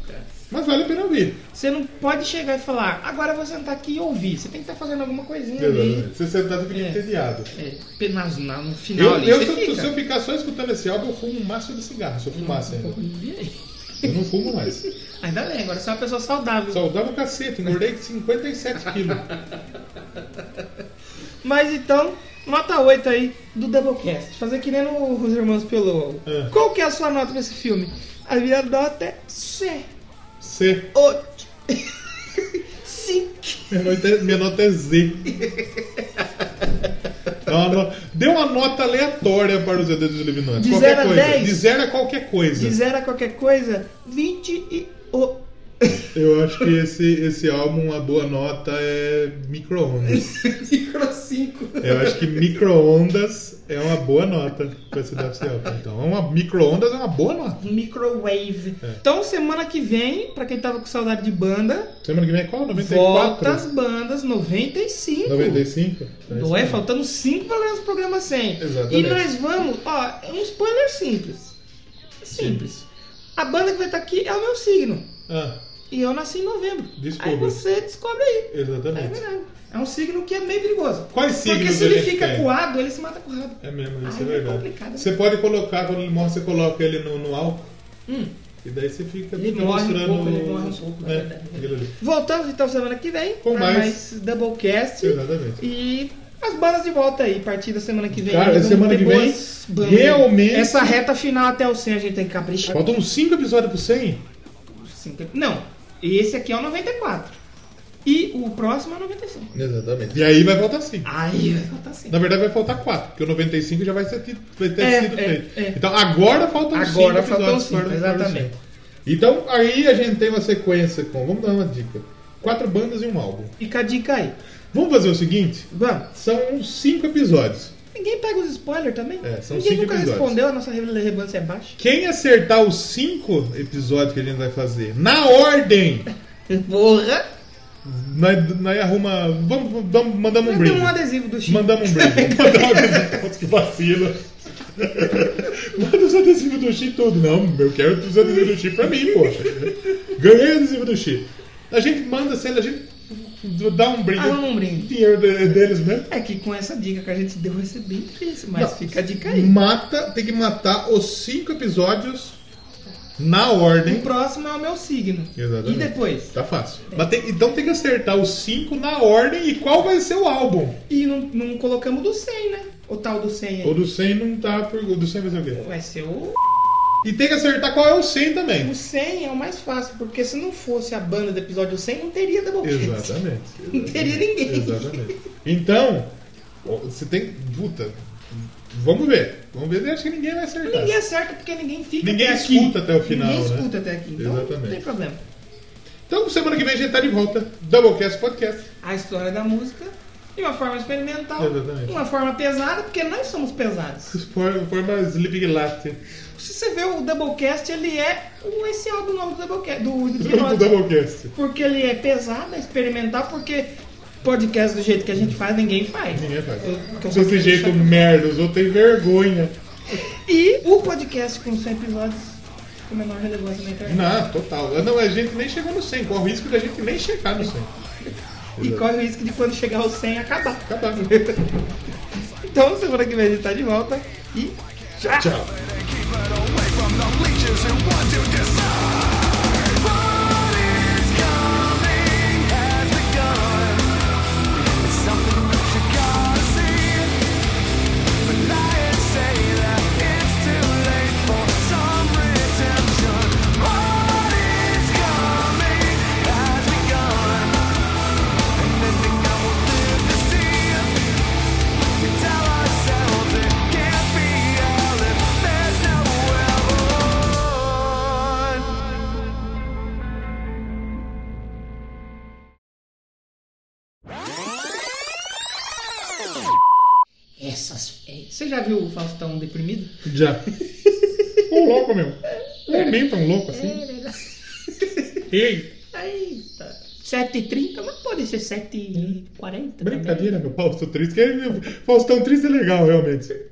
B: mas vale a pena ouvir.
A: Você não pode chegar e falar, agora eu vou sentar aqui e ouvir. Você tem que estar fazendo alguma coisinha ali.
B: Você sentar você fica
A: É.
B: entediado.
A: É, nas, na- no final
B: Eu,
A: ali.
B: eu,
A: você
B: se, eu,
A: fica.
B: se eu ficar só escutando esse álbum, eu fumo um maço de cigarro. Se eu fumasse ainda.
A: E aí?
B: Eu não fumo mais.
A: Ainda bem, agora você é uma pessoa saudável.
B: Saudável cacete, engordei 57 quilos.
A: Mas então, nota 8 aí do Doublecast. Fazer que nem no- os irmãos pelo.
B: É.
A: Qual que é a sua nota pra esse filme? A minha nota é C.
B: C.
A: 8. 5.
B: Minha nota é, minha nota é Z. É uma no- Dê uma nota aleatória para os EDs dos Livinantes.
A: De
B: Qualquer
A: zero a
B: coisa.
A: dez?
B: De zero a qualquer coisa.
A: De zero a qualquer coisa, 20 e o.
B: Eu acho que esse, esse álbum, a boa nota é micro-ondas.
A: Micro 5.
B: Eu acho que micro-ondas é uma boa nota para esse DFC álbum. Então, uma micro-ondas é uma boa nota.
A: Microwave.
B: É.
A: Então, semana que vem, pra quem tava com saudade de banda,
B: Semana que vem é qual? 94?
A: volta as bandas 95.
B: 95? Tá isso
A: Não é?
B: mesmo.
A: Faltando 5 programas pro programa 100.
B: Exatamente.
A: E nós vamos, ó, é um spoiler simples. Simples. A banda que vai estar aqui é o meu signo.
B: Ah,
A: E eu nasci em novembro.
B: Descubra.
A: Aí você descobre aí. É
B: exatamente.
A: verdade. É um signo que é meio perigoso.
B: Quais
A: Porque
B: signos
A: se ele
B: ele
A: fica
B: tem?
A: coado, ele se mata coado.
B: É mesmo, isso
A: Ai,
B: é
A: é
B: verdade.
A: complicado.
B: Você pode colocar, quando ele morre, você coloca ele no, no álcool.
A: Hum.
B: E daí você fica
A: Ele
B: fica
A: morre um
B: mostrando.
A: pouco, ele morre um pouco, é
B: né,
A: verdade.
B: aquilo ali.
A: Voltamos então semana que vem
B: Com
A: pra
B: mais.
A: Doublecast.
B: Exatamente.
A: E as bandas de volta aí, a partir da semana que vem.
B: Cara,
A: Nós vamos
B: semana
A: ter
B: que vem,
A: boas bandas.
B: realmente-
A: Essa reta final até o 100 a gente tem que caprichar.
B: Faltam 5 episódios pro 100?
A: Cinco- Não, esse aqui é o 94. E o próximo é o 95.
B: Exatamente. E aí vai faltar 5.
A: Aí tá assim. vai faltar 100.
B: Na verdade vai faltar 4, porque o 95 já vai, ser, tido- vai ter
A: É,
B: sido
A: é,
B: feito.
A: é.
B: Então agora faltam 5
A: Agora faltam
B: episódios.
A: 5,
B: para- para o 100.
A: exatamente.
B: Então aí a gente tem uma sequência com. Vamos dar uma dica. Quatro bandas e um álbum.
A: Fica a dica aí.
B: Vamos fazer o seguinte?
A: Vamos.
B: São cinco episódios.
A: Ninguém pega os spoilers também?
B: É, são
A: Ninguém
B: cinco
A: nunca
B: episódios.
A: respondeu, a nossa relevância é baixa.
B: Quem acertar os cinco episódios que a gente vai fazer na ordem,
A: Porra!
B: nós, nós arruma. Vamos, vamos- vamos- mandamos um
A: Tem
B: brinde.
A: um adesivo do Chico.
B: Mandamos um brinde. Mandamos um adesivo. Putz, que vacila. Manda os adesivos do Chi tudo. Não, eu quero os adesivos do Chi pra mim, poxa. Ganhei o adesivo do Chi. A gente manda, sei lá, a gente dá um brinde.
A: Arruma um
B: O
A: brinde.
B: dinheiro de- deles né? mesmo.
A: É que com essa dica que a gente deu vai ser bem difícil, mas
B: Não. Hum.
A: fica a dica aí.
B: Mata, tem que matar os cinco episódios na
A: O
B: ordem.
A: próximo é o meu signo.
B: Exatamente.
A: E depois?
B: Tá fácil. Mas tem- então tem que acertar os cinco na ordem e qual vai ser o álbum.
A: E não, não colocamos do 100, né? O tal do 100 aí.
B: O do 100 não tá. Por... O do 100 vai ser o quê?
A: Vai ser o
B: E tem que acertar qual é o 100 também.
A: O 100 é o mais fácil, porque se não fosse a banda do episódio 100, não teria Doublecast.
B: Exatamente.
A: Não teria ninguém.
B: Exatamente. Então, você tem. Puta. Vamos ver. Vamos ver. Eu acho que ninguém vai acertar.
A: Ninguém acerta porque ninguém fica
B: É. Ninguém
A: até
B: escuta
A: aqui.
B: até o final,
A: Ninguém
B: né?
A: escuta até aqui, então
B: Exatamente.
A: não tem problema.
B: Então, semana que vem a gente tá de volta. Doublecast Podcast.
A: A história da música de uma forma experimental,
B: Exatamente.
A: uma forma pesada, porque nós somos pesados.
B: Por, por mais Living Latte.
A: Se você vê o Doublecast, ele é o- esse álbum novo do Doublecast, do, do
B: Do
A: Slipknot.
B: Doublecast.
A: Porque ele é pesado, é experimental, porque podcast do jeito que a gente faz, ninguém faz.
B: Ninguém faz.
A: Eu- que eu sou
B: Desse jeito
A: criança.
B: merda, os outros têm vergonha.
A: E o podcast com 100 episódios com menor relevância na internet.
B: Não, total. Não, a gente nem chegou no 100. Qual o risco da gente nem chegar no 100?
A: E corre o risco de quando chegar aos 100 acabar.
B: Acabar.
A: Então, semana que vem a gente tá de volta e tchau!
B: Tchau.
A: Essas... Você já viu o Faustão deprimido?
B: Já. Ô louco, meu. Homem tão louco assim.
A: É.
B: Ei,
A: Eita! 7h30, mas pode ser 7h40 também.
B: brincadeira, meu. Faustão triste. que é- Faustão triste é legal, realmente.